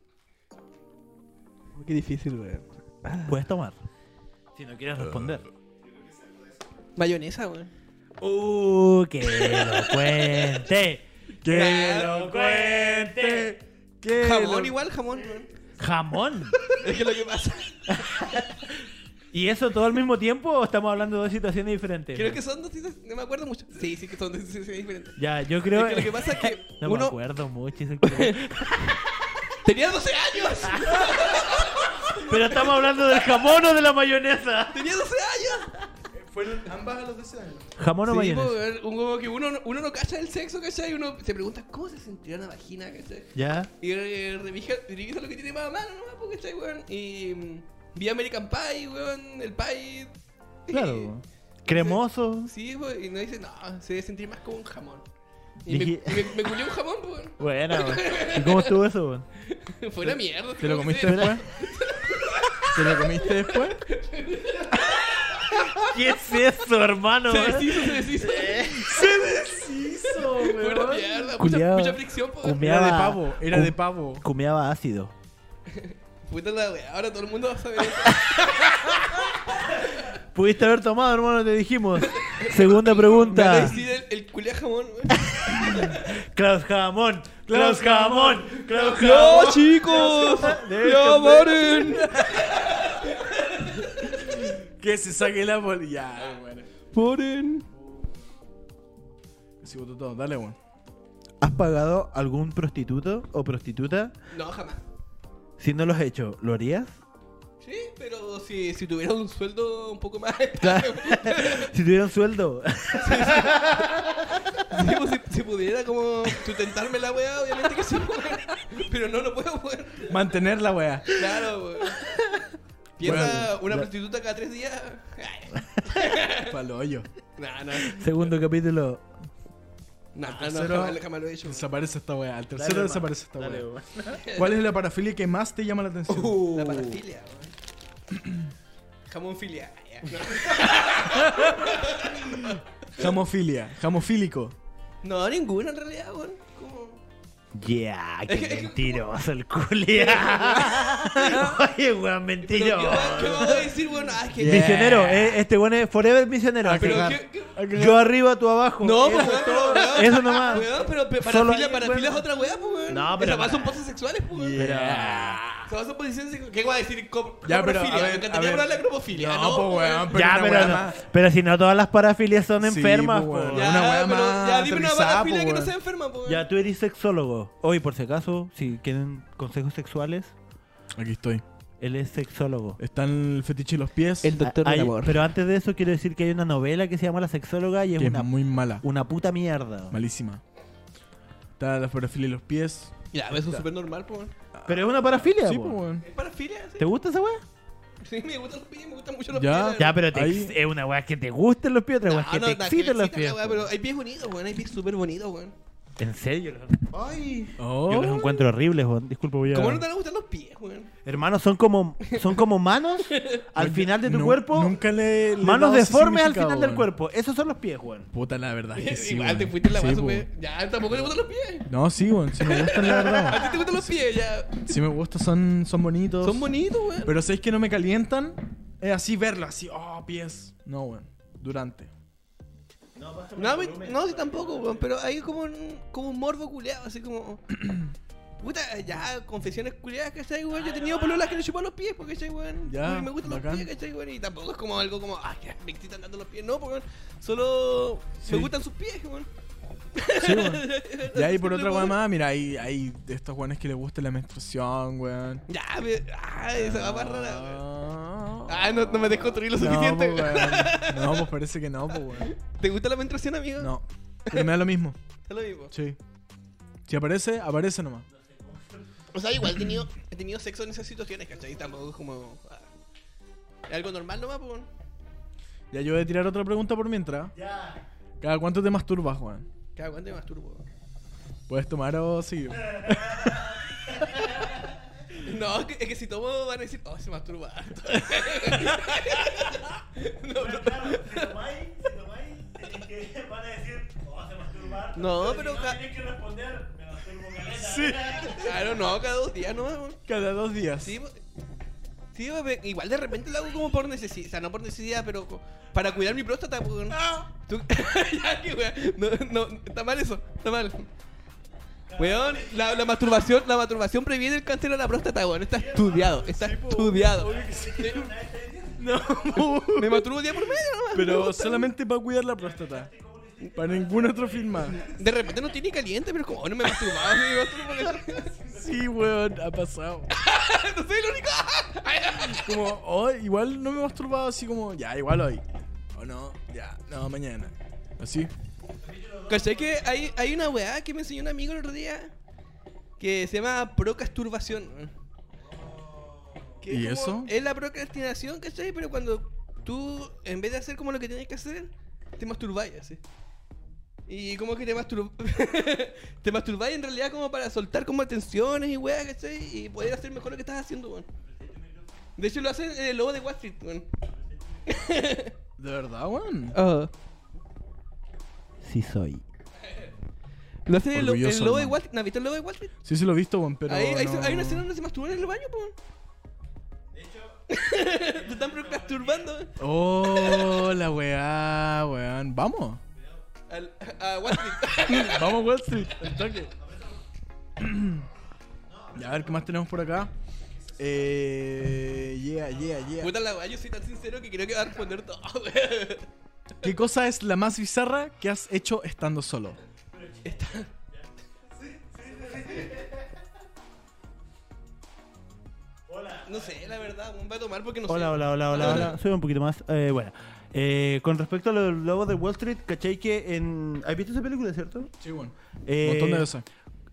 Qué difícil, weón. Puedes tomar. Si no quieres responder. Mayonesa, weón. Uh, que lo cuente. Que lo cuente. Que Jamón lo- igual, jamón, weón. Jamón. Es que lo que pasa. ¿Y eso todo al mismo tiempo o estamos hablando de dos situaciones diferentes? Creo que son dos citas, no me acuerdo mucho. Sí, sí, que son dos citas diferentes. Ya, yo creo Es que lo que pasa es que No me uno- acuerdo mucho. eso creo. Tenía 12 años. Pero estamos hablando del jamón o de la mayonesa. Tenía 12 años. Fueron ambas a los 12 años. Jamón o Sí, pues, mayonesa. po, weón, un huevo que uno, no- uno no cacha el sexo, ¿cachai? Y uno se pregunta, ¿cómo se sentirá la vagina, cachai? Ya. Y eh, revisa, revisa lo que tiene más a mano, nomás, po, ¿cachai, weón? Y mm, vi American Pie, weón, el pie. Claro. Cremoso. Y- Sí, po, y no dice, no, se debe sentir más como un jamón. Y me, Dije- y me, me culió un jamón, po, weón. Bueno, ¿y cómo estuvo eso? weón? Fue una mierda. ¿Te lo no comiste sé. después? ¿Te lo comiste después? ¿Qué es eso, hermano? Se weón? deshizo, se deshizo. Eso, Fue weón. una mierda. Mucha, Culeado. mucha fricción, po. weón. Cumeaba- Era de pavo, era cum- de pavo. Cumeaba ácido. Puta la wea, ahora todo el mundo va a saber eso. Pudiste haber tomado, hermano, te dijimos. Segunda pregunta. Sí, el, el culiá jamón, weón. Klaus Jamón. Klaus Jamón. Klaus ¡No, Jamón. chicos! Dejen ¡Ya, de- paren! Que se saque la bol... Ya, bueno. ¡Paren! Sí, botó todo. Dale, weón. ¿Has pagado algún prostituto o prostituta? No, jamás. Si no lo has hecho, ¿lo harías? Sí, pero si, si tuviera un sueldo un poco más. Si tuviera un sueldo. Sí, pues, si, si pudiera como sustentarme la weá, obviamente que sí, weón. Pero no lo puedo, weón. Mantener la weá. Claro, weón. Piensa Bueno, una la- prostituta cada tres días. Ay, Pa'l hoyo. No, no. Segundo capítulo. No, no, tercero- jamás, jamás lo he hecho. Desaparece esta weá. Al tercero hermano. desaparece esta Dale, weá. weón. ¿Cuál es la parafilia que más te llama la atención? La parafilia, weón. Jamón filia. Jamofilia. Jamofílico. No, no, ninguna en realidad, weón. Como. Yeah, qué mentiroso el culia. Oye, weón, Pero ¿Qué va- mentiroso. qué va a decir, weón? Ah, es que. Misionero, eh, este weón es forever misionero. Pero Cagar. qué- qué- Yo arriba, tú abajo. No, Eso pues, es weón, todo. pero, weón, Eso nomás. Weón, pero pe- para Solo fila, ahí, para weón. fila es otra weá, pues, weón. No, pero Esa weá para- son poses sexuales, pues, weón. Esa son posiciones sexuales. ¿Qué va a decir? Cop- Ya, pero, coprofilia. a ver, Me a encantaría ver. hablar de cromofilia. No, pues, weón, pero ya, una pero, weá no- más. pero si no todas las parafilias son Sí, enfermas, pues, po. weón. Ya, Una weá pero más Ya, dime una aterrizada, mala pues, fila que no weón. sea enferma, pues. Ya, tú eres sexólogo. Hoy, por si acaso, si quieren consejos sexuales, Aquí estoy. él es sexólogo. Está el fetiche de los pies. doctor Ah, Hay- pero antes de eso, quiero decir que hay una novela que se llama La sexóloga y es que es una, muy mala. una puta mierda. Malísima. Está la parafilia de los pies. Ya, eso es súper normal, pues. weón. Pero es una parafilia, Sí, po. pues, weón. ¿Es para filia? Sí. ¿Te gusta esa weá? Sí, me gustan los pies, me gustan mucho los Ya. pies. Ya, pero te Ahí- ex- es una weá que te gusten los pies, otra No, weá que Ah, no, te no, exciten los excita pies. la weá, po. Pero hay pies bonitos, weón. Hay pies súper bonitos, weón. En serio, yo los- Oh. yo los encuentro horribles, weón. Disculpa, voy a. ¿Cómo no te van a gustar los pies, weón? Hermano, son como, son como manos al final de tu Nu- cuerpo. Nunca le. le he Manos dado ese deformes al significado, final del weón. cuerpo. Esos son los pies, weón. Puta, la verdad es que sí. Igual weón. te fuiste en la Sí, weá, po. súper- Ya, tampoco le gustan los pies. No, sí, weón. Si me gustan, la verdad. ¿A ti te gustan los pies? Ya. Si me gustan, son, son bonitos. Son bonitos, weón. Pero sabéis que no me calientan. Es así verlo, así. Oh, pies. No, weón. Durante. No, me- no, sí tampoco, weón, pero hay como un, como un morbo culeado, así como... Puta, ya, confesiones culeadas, ¿cachai, weón? Yo he tenido pololas que le chupan los pies, porque, ¿cachai, weón? Ah, Ya, y me gustan bacán. los pies, ¿cachai, weón? Y tampoco es como algo como, ay, que me excitan dando los pies, no, porque weón, solo Sí. me gustan sus pies, weón. Sí, weón. Y ahí por otra weón más, mira, hay, hay de estos weones que les gusta la menstruación, weón. Ya, me, ah, esa va más rara, weón. No. Ah, no, no me dejó construir lo No, suficiente. pues, weón. No, pues parece que no, pues weón. ¿Te gusta la menstruación, amigo? No. Pero me da lo mismo. Es lo mismo. Sí. Si aparece, aparece nomás. O sea, igual he tenido, he tenido sexo en esas situaciones, ¿cachai? Tampoco es como... ah, es algo normal nomás, pues, weón. Ya yo voy a tirar otra pregunta por mientras. Ya. ¿Cada cuánto te masturbas, weón? Cada cuánto me masturbo, weón. Puedes tomar o seguir. No, es que, es que si tomo van a decir, oh, se masturba harto. no, no. No, pero ca- Sí. claro, no, cada dos días nomás, weón. Cada dos días. Sí, po- Sí, bebé, igual de repente lo hago como por necesidad, o sea, no por necesidad, pero co- para cuidar mi próstata, weón. Tú- Ya, qué wea. No, no, está mal eso, está mal. Weón, la, la masturbación, la masturbación previene el cáncer a la próstata, weón. Está estudiado, está estudiado. No, Uh. Me masturbo un día por medio, nomás. pero solamente para cuidar la próstata. Para ningún otro film más. De repente no tiene ni caliente, pero es como, oh, no me masturbaba, sí, me masturbo porque- Sí, weón, ha pasado. no soy el único. Como, oh, igual no me masturbaba así como, ya, igual hoy. O no, ya, no, mañana. Así. ¿Cachai que hay, hay una weá que me enseñó un amigo el otro día? Que se llama procrasturación. Que ¿Y es como- eso? Es la procrastinación, ¿cachai? Pero cuando tú, en vez de hacer como lo que tienes que hacer, te masturbáis así. Y como que te masturbáis. te masturbáis en realidad como para soltar como tensiones y weá, ¿cachai? Y poder hacer mejor lo que estás haciendo, weón. De hecho lo hacen en el lobo de Wall Street, weón. ¿De verdad, weón? Ah. Sí soy. Lo hacen en el, lo- el Orgulloso, lobo de hermano. Wall Street. ¿No has visto el lobo de Wall Street? Sí, sí lo he visto, weón, pero. Ahí- ahí se- no- Hay una escena donde se masturban en el baño, po. De hecho. Te están masturbando Oh, la weá, weón. Vamos. al, a Wall Street. Vamos, Wall Street, al toque. Ya, a ver qué más tenemos por acá. Eh. Yeah, yeah, yeah. Puta la weá, yo soy tan sincero que creo que va a responder todo, weón. ¿Qué cosa es la más bizarra que has hecho estando solo? No sé, la verdad, weón, va a tomar porque no sé. Hola, hola, hola, hola, hola. Sube un poquito más. Eh, bueno. Eh, con respecto a los lobos de Wall Street, ¿cachai que en. ¿Has visto esa película, cierto? Sí, weón. Eh, Un montón de veces.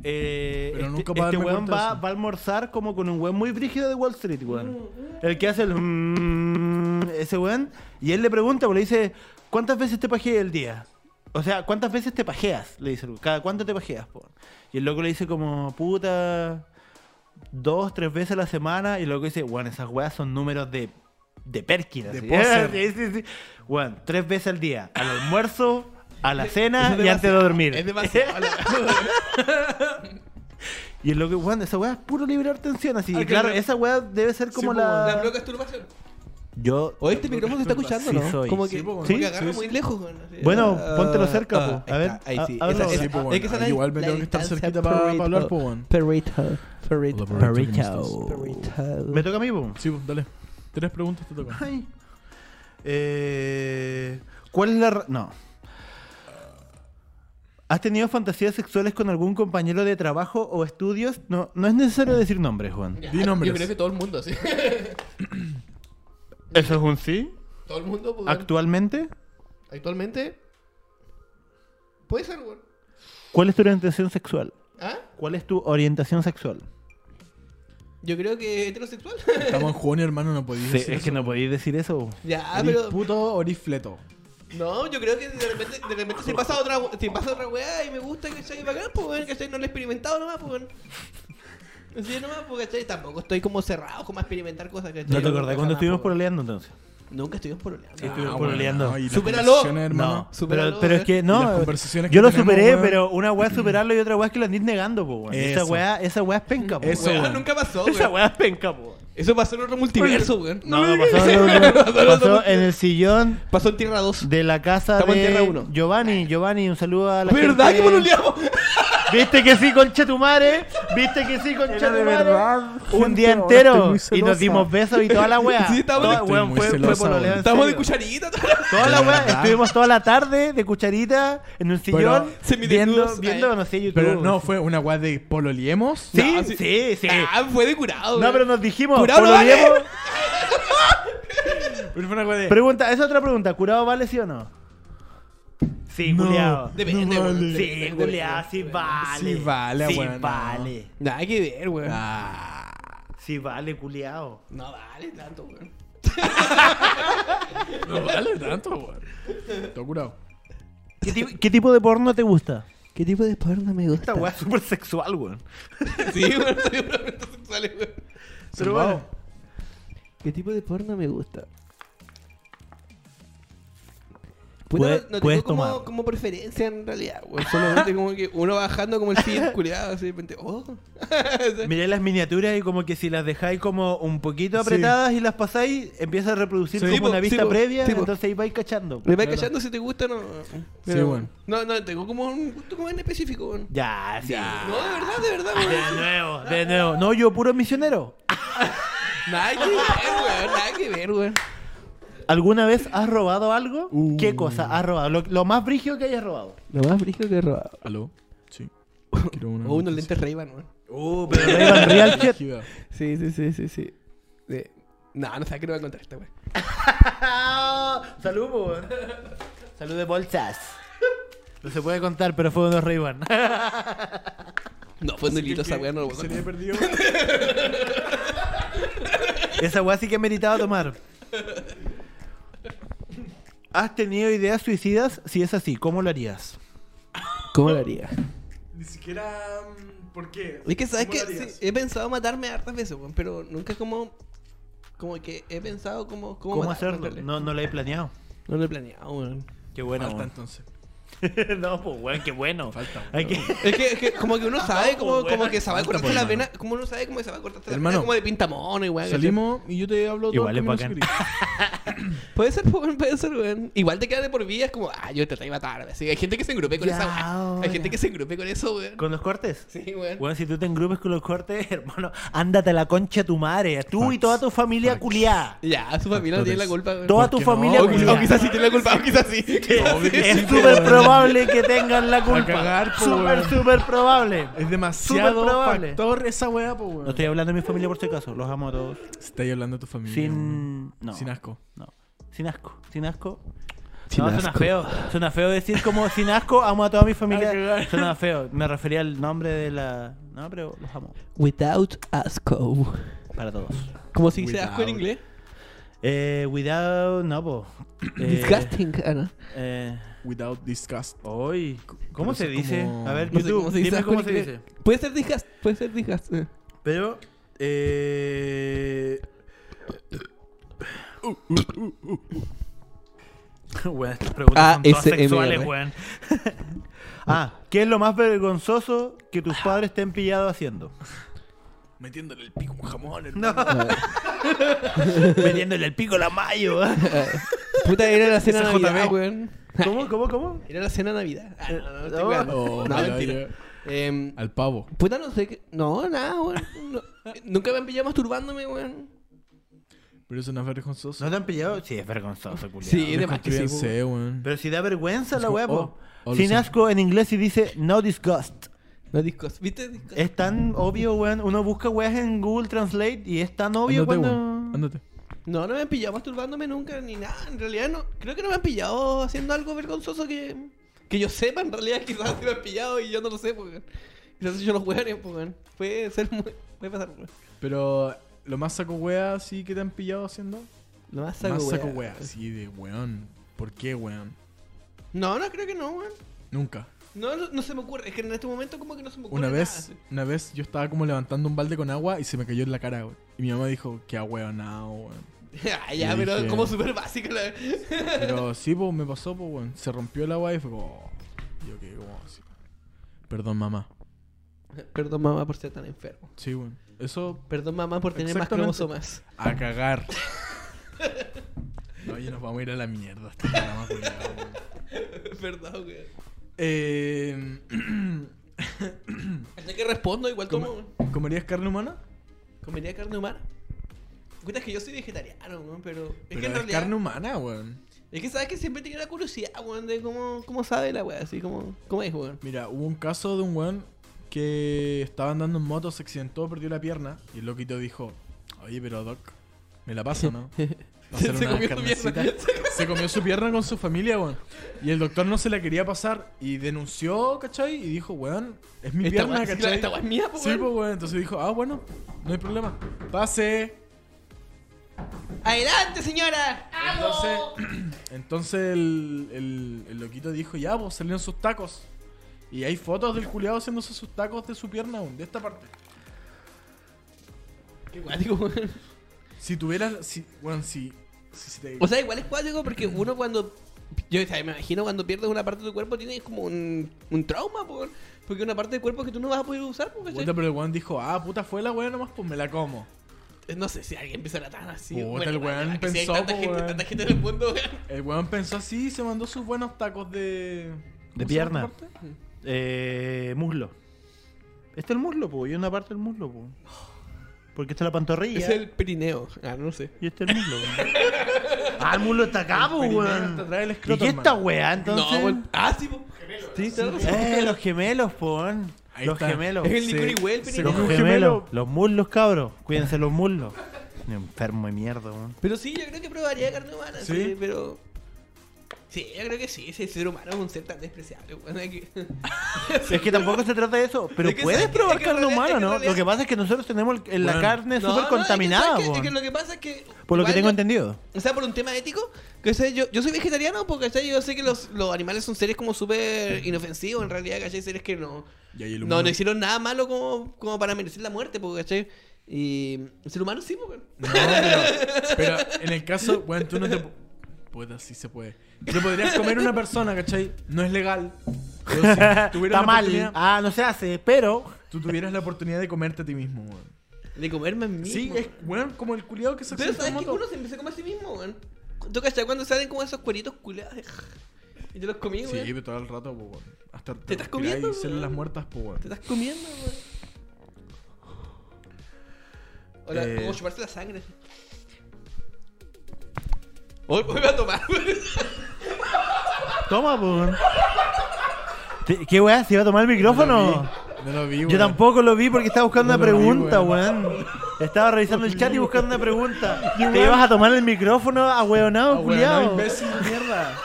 Eh, Pero este, nunca para este darme weón cuenta de va, eso. va a almorzar como con un weón muy brígido de Wall Street, weón. El que hace el mm, ese weón. Y él le pregunta, pues, le dice, ¿cuántas veces te pajeas el día? O sea, ¿cuántas veces te pajeas? Le dice el weón. ¿Cada cuánto te pajeas, po? Y el loco le dice como, puta, dos, tres veces a la semana. Y el loco dice, weón, esas weas son números de, de Perkins. De así. poser. Sí, sí, sí. Weón, tres veces al día. Al almuerzo, a la cena Eso es y antes de demasiado, dormir. Es demasiado. la weá. Y es lo que, weón, esa weá es puro liberar tensión. Así, Ah, claro, claro. esa weá debe ser como po, la la. procrasturación. Yo. Oye, este micrófono se está escuchando, Sí ¿no? soy. Como que, Sí, po, como sí, que agarra sí, muy sí. lejos, weón. así. Bueno, Ah, póntelo cerca, ah, po. A ver, está, Ahí a- sí. ábrelo. Esa- Sí, esa- po, weón. es que esa Ah, es la- igual me la tengo que estar distancia cerquita pa- pa perrito. hablar, po, weón. Perrito, perrito, Hola, perrito, ¿cómo Perrichao. estás? Me toca a mí, po. Sí, pues, dale. Tres preguntas te tocan. Ay. Eh, ¿Cuál es la. ra- No. ¿Has tenido fantasías sexuales con algún compañero de trabajo o estudios? No, no es necesario decir nombres, Juan. Di nombres. Yo creo que todo el mundo, sí. ¿Eso es un sí? Todo el mundo, pues, weón. ¿Actualmente? Actualmente. Puede ser, weón. ¿Cuál es tu orientación sexual? ¿Ah? ¿Cuál es tu orientación sexual? Yo creo que heterosexual. Estamos en junio, hermano, no podías. Sí, es que no podéis decir eso. ya, Eres Ah, pero. puto orifleto. No, yo creo que de repente, de repente se pasa otra se pasa otra weá y me gusta que sea bacán, pues weón, que no lo he experimentado nomás, pues weón. Así nomás, pues ¿cachai? tampoco estoy como cerrado como a experimentar cosas, ¿cachai? ¿No te acordás cuando estuvimos por pololeando entonces? Nunca estuvimos pololeando. Estuvimos pololeando. Ah, y las Supéralo. conversaciones, hermano. No, Superalo, pero, pero es que Y las no. conversaciones Yo que lo tenemos, superé, weón. pero una weá es superarlo y otra weá es que lo andís negando, po, weón. Esa Eso. weá, esa weá es penca, po. Eso, weón. Weón, weón. nunca pasó, Esa weón. weá es penca, po. Eso pasó en otro multiverso, weón. No, no, pasó, no, no, pasó en el sillón Pasó en Tierra 2. de la casa Estamos en tierra de uno. Giovanni. Giovanni, un saludo a la ¿Verdad gente. que pololeamos? Viste que sí, concha tu madre. Viste que sí, concha Era tu de madre. verdad. Un día Gente, ahora estoy entero muy y nos celosa. dimos besos y toda la weá. Sí, estamos- Toda- Estoy weón, muy fue, fue celosa, pololeo weón. en Estamos de serio. cucharita. Toda la weá, verdad. estuvimos toda la tarde de cucharita en un sillón viendo, semidesnudos, viendo eh. no sé, YouTube. Pero no, fue una weá de pololiemos. Sí, No, sí, sí. sí. Ah, fue de curado. no, weón. pero nos dijimos, Curado no vale. pololeemos. Pero fue una weá de. Pregunta, esa es otra pregunta, ¿curado vale sí o no? Sí, No. culiao. Depende, No weón. vale. Sí, Depende, culiao, weón. sí vale. Sí vale, Sí weón. vale. Nada que ver, weón. Ah, Sí vale, culiao. No vale tanto, weón. no vale tanto, weón. Todo curado. ¿Qué, ti- qué tipo de porno te gusta? ¿Qué tipo de porno me gusta? Esta weá es súper sexual, weón. Sí, weón, soy un elemento sexual, Pero weón. Salvado. bueno. ¿Qué tipo de porno me gusta? Puta, Puede- no- no puedes tengo como, tomar. como preferencia en realidad, weón. Solamente como que uno bajando como el feed culiado, así de repente, oh. Miré las miniaturas y como que si las dejáis como un poquito apretadas y las pasáis, empieza a reproducir Sí, como po, una sí, vista po, previa, sí, po. entonces ahí vais cachando. Me vais callando si te gusta o no. Pero, weón. No, no, tengo como un gusto como en específico, weón. Ya, sí. No, de verdad, de verdad, De weón. nuevo, de nuevo. No, yo puro misionero. Nada que ver, weón. Nada que ver, weón. Mm, ¿Alguna vez has robado algo? Uh. ¿Qué cosa has robado? Lo, lo más brígido que hayas robado. Lo más brillo que he robado. ¿Aló? Sí. Quiero una. O pues unos lentes Ray-Ban, weón. Oh, Pero Ray-Ban Real Shit. Rígido. Sí, sí, sí, sí, sí. De- No, no sé qué no voy a contar esta weón. Salud, po, weón. Salud de bolsas. No se puede contar, pero fue unos ray No, Pues fue un delito esa weón, no lo voy a Se contar. le perdió. Esa weá sí que meritaba tomar. ¿Has tenido ideas suicidas? Si es así, ¿cómo lo harías? ¿Cómo lo haría? Ni siquiera. mm, ¿Por qué? Es que sabes ¿Cómo que lo harías? he pensado matarme hartas veces, weón, pero nunca como. Como que he pensado como. ¿Cómo, ¿Cómo matarme, hacerlo? en realidad. No, no lo he planeado. No lo he planeado, weón. Qué bueno. Falta entonces. no, pues weón, qué bueno. Falta. weón. Hay que- Es que, es que como que uno sabe, No, como, weón. como que se va a cortar Pues, la hermano. vena. Como uno sabe cómo se va a cortar la Hermano. vena. Como de pintamono y weón. Salimos y yo te hablo Ah, Igual todo el es camino si ¿cachai? Puede ser, weón, puede ser, weón. Igual te queda de por vida, es como, ah, yo te iba tarde. Así que hay gente que se engrupe con Ya, esa weón. Hay ahora. gente que se engrupe con eso, weón. ¿Con los cortes? Sí, weón. Bueno, si tú te engrupes con los cortes, hermano, ándate a la concha de tu madre. Tú y Facts. toda tu familia Facts. culiá. Ya, su familia no tiene la culpa, weón. Toda tu qué no? familia O O, qui- culiá. o quizás sí tiene la culpa, o quizás sí. Quizás Obvio que sí. sí, Es súper weón. probable que tengan la culpa. cagar, po, súper, weón. súper probable. queréis. Es Súper demasiado probable. factor esa weá, po, weón. No estoy hablando de mi familia por si acaso. Los amo a todos. Estáis hablando de tu familia. weón. Sin... No. Mm. Sin asco. No. Sin asco. Sin asco. Sin no, suena asco. feo. Suena feo decir como sin asco amo a toda mi Ah, familia. cagar. Suena feo. Me refería al nombre de la... No, pero los amo. Without asco. Para todos. Como si se Without. asco en inglés. Eh, without... No, po. Eh, Disgusting, ah, Ana. Eh... Without disgust. Hoy, ¿cómo pero se eso dice? como- A ver, No sé YouTube, cómo se dice dime asco cómo en se inglés. dice. Puede ser disgust, puede ser disgust. eh. Pero, eh. Weón, estas preguntas Ah, son todas ASMR. sexuales, weón. ah, ¿qué es lo más vergonzoso que tus padres te han pillado haciendo? Metiéndole el pico a un jamón. hermano. No. Metiéndole el pico a la mayo. Puta, era la cena Esa navidad, JB. weón. ¿Cómo, cómo, cómo? Era la cena navidad. Ah, no, no, no, estoy Oh. weando. Oh, no, ya, mentira. Em, Al pavo. puta, no sé qué. No, nada, weón. No, eh, nunca me han pillado masturbándome, weón. Pero eso no es vergonzoso. ¿No te han pillado? Sí, es vergonzoso, culiao. Sí, de más que sí, weón. Desconstrúyanse, weón. Pero si da vergüenza la como- weá, po. oh, oh, lo Sin sé. asco en inglés se dice no disgust. No discos. ¿Viste? Discos. Es tan obvio, weón. Uno busca weas en Google Translate y es tan obvio Ándate, weón. cuando. Ándate. No, no me han pillado masturbándome nunca ni nada. En realidad, no. Creo que no me han pillado haciendo algo vergonzoso que. Que yo sepa, en realidad, quizás sí me han pillado y yo no lo sé, pues, weón. Quizás yo los weones, po, weón. Puede ser muy. Puede pasar, weón. Pero lo más saco wea sí que te han pillado haciendo. Lo más más saco weón. wea. Sí, de weón. ¿Por qué weón? No, no, creo que no, weón. Nunca. No, no, no se me ocurre. Es que en este momento, como que no se me ocurre. Una nada, vez, sí. una vez yo estaba como levantando un balde con agua y se me cayó en la cara, weón. Y mi mamá dijo, qué ahueonado, weón. Ah, ya, Y pero dije- como súper básica la. Pero sí, pues me pasó, pues, weón. Se rompió el agua y fue como. oh. Yo quedé como así. Perdón, mamá. Perdón, mamá, por ser tan enfermo. Sí, weón. Eso Perdón, mamá, por tener más Exactamente. cromosomas. a cagar. no, ya nos vamos a ir a la mierda. Este programa, culiao, weón. Perdón, güey. Eh, Hasta que respondo, igual como. ¿Comerías carne humana? ¿Comería carne humana? Cuenta es que yo soy vegetariano, weón, pero. Es Pero que en es realidad. carne humana, weón. Es que sabes que siempre tenía la curiosidad, weón, de cómo, cómo sabe la weá, así como. ¿Cómo es, weón? Mira, hubo un caso de un weón que estaba andando en moto, se accidentó, perdió la pierna. Y el loquito dijo: Oye, pero Doc, ¿me la paso, no? Va a ser Se una comió tu mierda. carnecita. Se comió su pierna con su familia, weón. Y el doctor no se la quería pasar y denunció, ¿cachai? Y dijo, weón, es mi Esta pierna, weá- ¿cachai? esta weá es mía, po, Sí, weón. pues, weón. Entonces dijo, ah, bueno, no hay problema. Pase. ¡Adelante, señora! Entonces, entonces el, el, el loquito dijo, ya, pues salieron sus tacos. Y hay fotos del culiado haciéndose sus tacos de su pierna, weón, de esta parte. Qué guático, weón. Si tuvieras, si, weón, si, si se te... O sea, igual es cuático porque uno cuando Yo o sea, me imagino cuando pierdes una parte de tu cuerpo tienes como un, un trauma, por, porque una parte del cuerpo que tú no vas a poder usar, po, ¿cachai? Puta, pero el weón dijo, ah, puta, fue la weá nomás, pues me la como. Eh, No sé si alguien empezó la tan así. Puta, el weón la verdad que sí hay pensó, tanta po, gente, weón. tanta gente en el mundo, weón. El weón pensó así y se mandó sus buenos tacos de. De ¿cómo se llama pierna. esta parte? Eh, muslo. Este es el muslo, po. Y una parte del muslo, po. Porque está la pantorrilla. Es el Pirineo. Ah, no sé. Y este es el muslo, weón. Ah, el muslo está acá, po, perineo weón. te trae el escroto, ¿Y esta hermano. weá, entonces? No, weón. Ah, sí, po. Sí, tenés razón. Eh, los gemelos, po. weón. Ahí Los está. gemelos. Es el Sí. licor igual, el Se Pirineo. Los cogió. gemelos. Los muslos, cabros. Cuídense los muslos. Un enfermo de mierda, weón. Pero sí, yo creo que probaría carne humana, sí, ¿Sí? pero. Sí, yo creo que sí, ese ser humano es un ser tan despreciable, weón. hay que- Es que tampoco se trata de eso. Pero Es que puedes sabes que- probar es que en carne realidad- es humana, que en ¿no? Lo que realidad- pasa es que nosotros tenemos el- la Bueno. carne No, súper no, contaminada, es que, ¿sabes qué? Es que weón. lo que pasa es que. Por lo que igual tengo yo- entendido. O sea, por un tema ético, que sé, yo, yo soy vegetariano porque ¿cachai? yo sé que los, los animales son seres como súper inofensivos en realidad, ¿cachai? Seres que no, Y ahí el no, humano- no hicieron nada malo como, como para merecer la muerte, porque ¿cachai? Y el ser humano sí, porque... No, pero, pero en el caso, weón, tú no te. pu- Puta, sí se puede. Tú te podrías comer una persona, ¿cachai? No es legal. Pero si tuvieras Está la mal. oportunidad- Ah, no se hace, pero. Tú tuvieras la oportunidad de comerte a ti mismo, weón. De comerme a mí mismo. Sí, es, weón, como el culiado que se Pero accidentó en sabes que moto. uno se empieza a comer a sí mismo, weón. ¿Tú cachai? Cuando salen como esos cueritos culeados y te los comí, Sí, weón. pero todo el rato, po, weón. Hasta te, estás respiráis comiendo, células weón. muertas, po, weón. Te estás comiendo, weón. Hola, Eh. como chuparse la sangre. Hoy hoy voy a tomar, weón. Toma, weón. Te- ¿Qué weá? ¿Se iba a tomar el micrófono? No lo vi, weón. Yo tampoco lo vi porque estaba buscando No una lo vi, pregunta, weón. weón. Estaba revisando el chat y buscando una pregunta. ¿Te ibas a tomar el micrófono a Ah, weonado, weón, no, culiao? imbécil, mierda.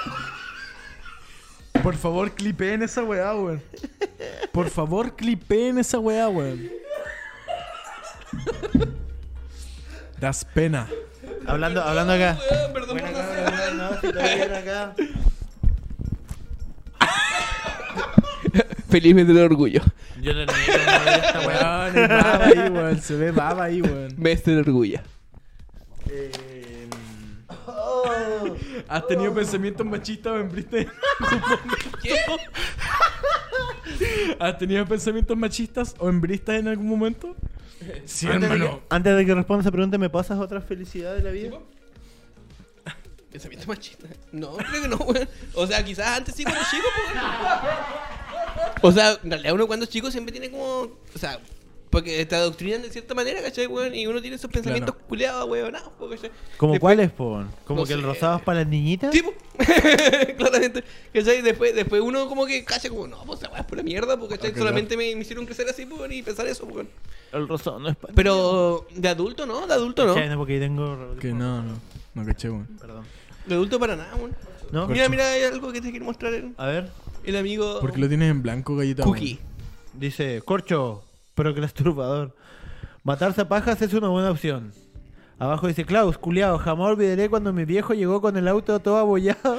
Por favor, clipeen esa weá, weón. Por favor, clipeen esa weá, weón. Das pena. Hablando, hablando acá. Weón, Perdón por la sangre. Feliz del orgullo. Weón, hay baba ahí, weón. Se ve baba ahí, weón. Mes del orgullo. ¿Has tenido pensamientos machistas o hembristas? ¿Qué? ¿Has tenido pensamientos machistas o hembristas en algún momento? Sí, Antes de, que, antes de que responda esa pregunta, ¿me pasas otra felicidad de la vida? ¿Pensamiento machista? No, creo que no, weón. O sea, quizás antes sí cuando chico, pues, weón. O sea, en realidad uno cuando es chico siempre tiene como. O sea, porque te adoctrinan de cierta manera, ¿cachai, weón? Y uno tiene esos pensamientos Claro. culeados, weón. ¿cachai? ¿Como Después- cuáles, po? ¿Como No que el sé. rosado es para las niñitas? Sí, po. claramente. ¿Cachai? Después, después uno como que cacha, como, no, pues la weá es pura mierda, porque ¿cachai? solamente me, me hicieron crecer así, pues, y pensar eso, pues. El rosado no es para... Pero de adulto no, de adulto no. Che, no, porque tengo... Que no, no. No caché, weón. Perdón. De adulto para nada, weón. ¿No? Mira, mira, hay algo que te quiero mostrar el, A ver. el amigo Ah. ¿Por qué lo tienes en blanco, gallita? weón? Cookie. Dice, corcho, procrasturbador. Matarse a pajas es una buena opción. Abajo dice, Klaus, culiao, jamás olvidaré cuando mi viejo llegó con el auto todo abollado.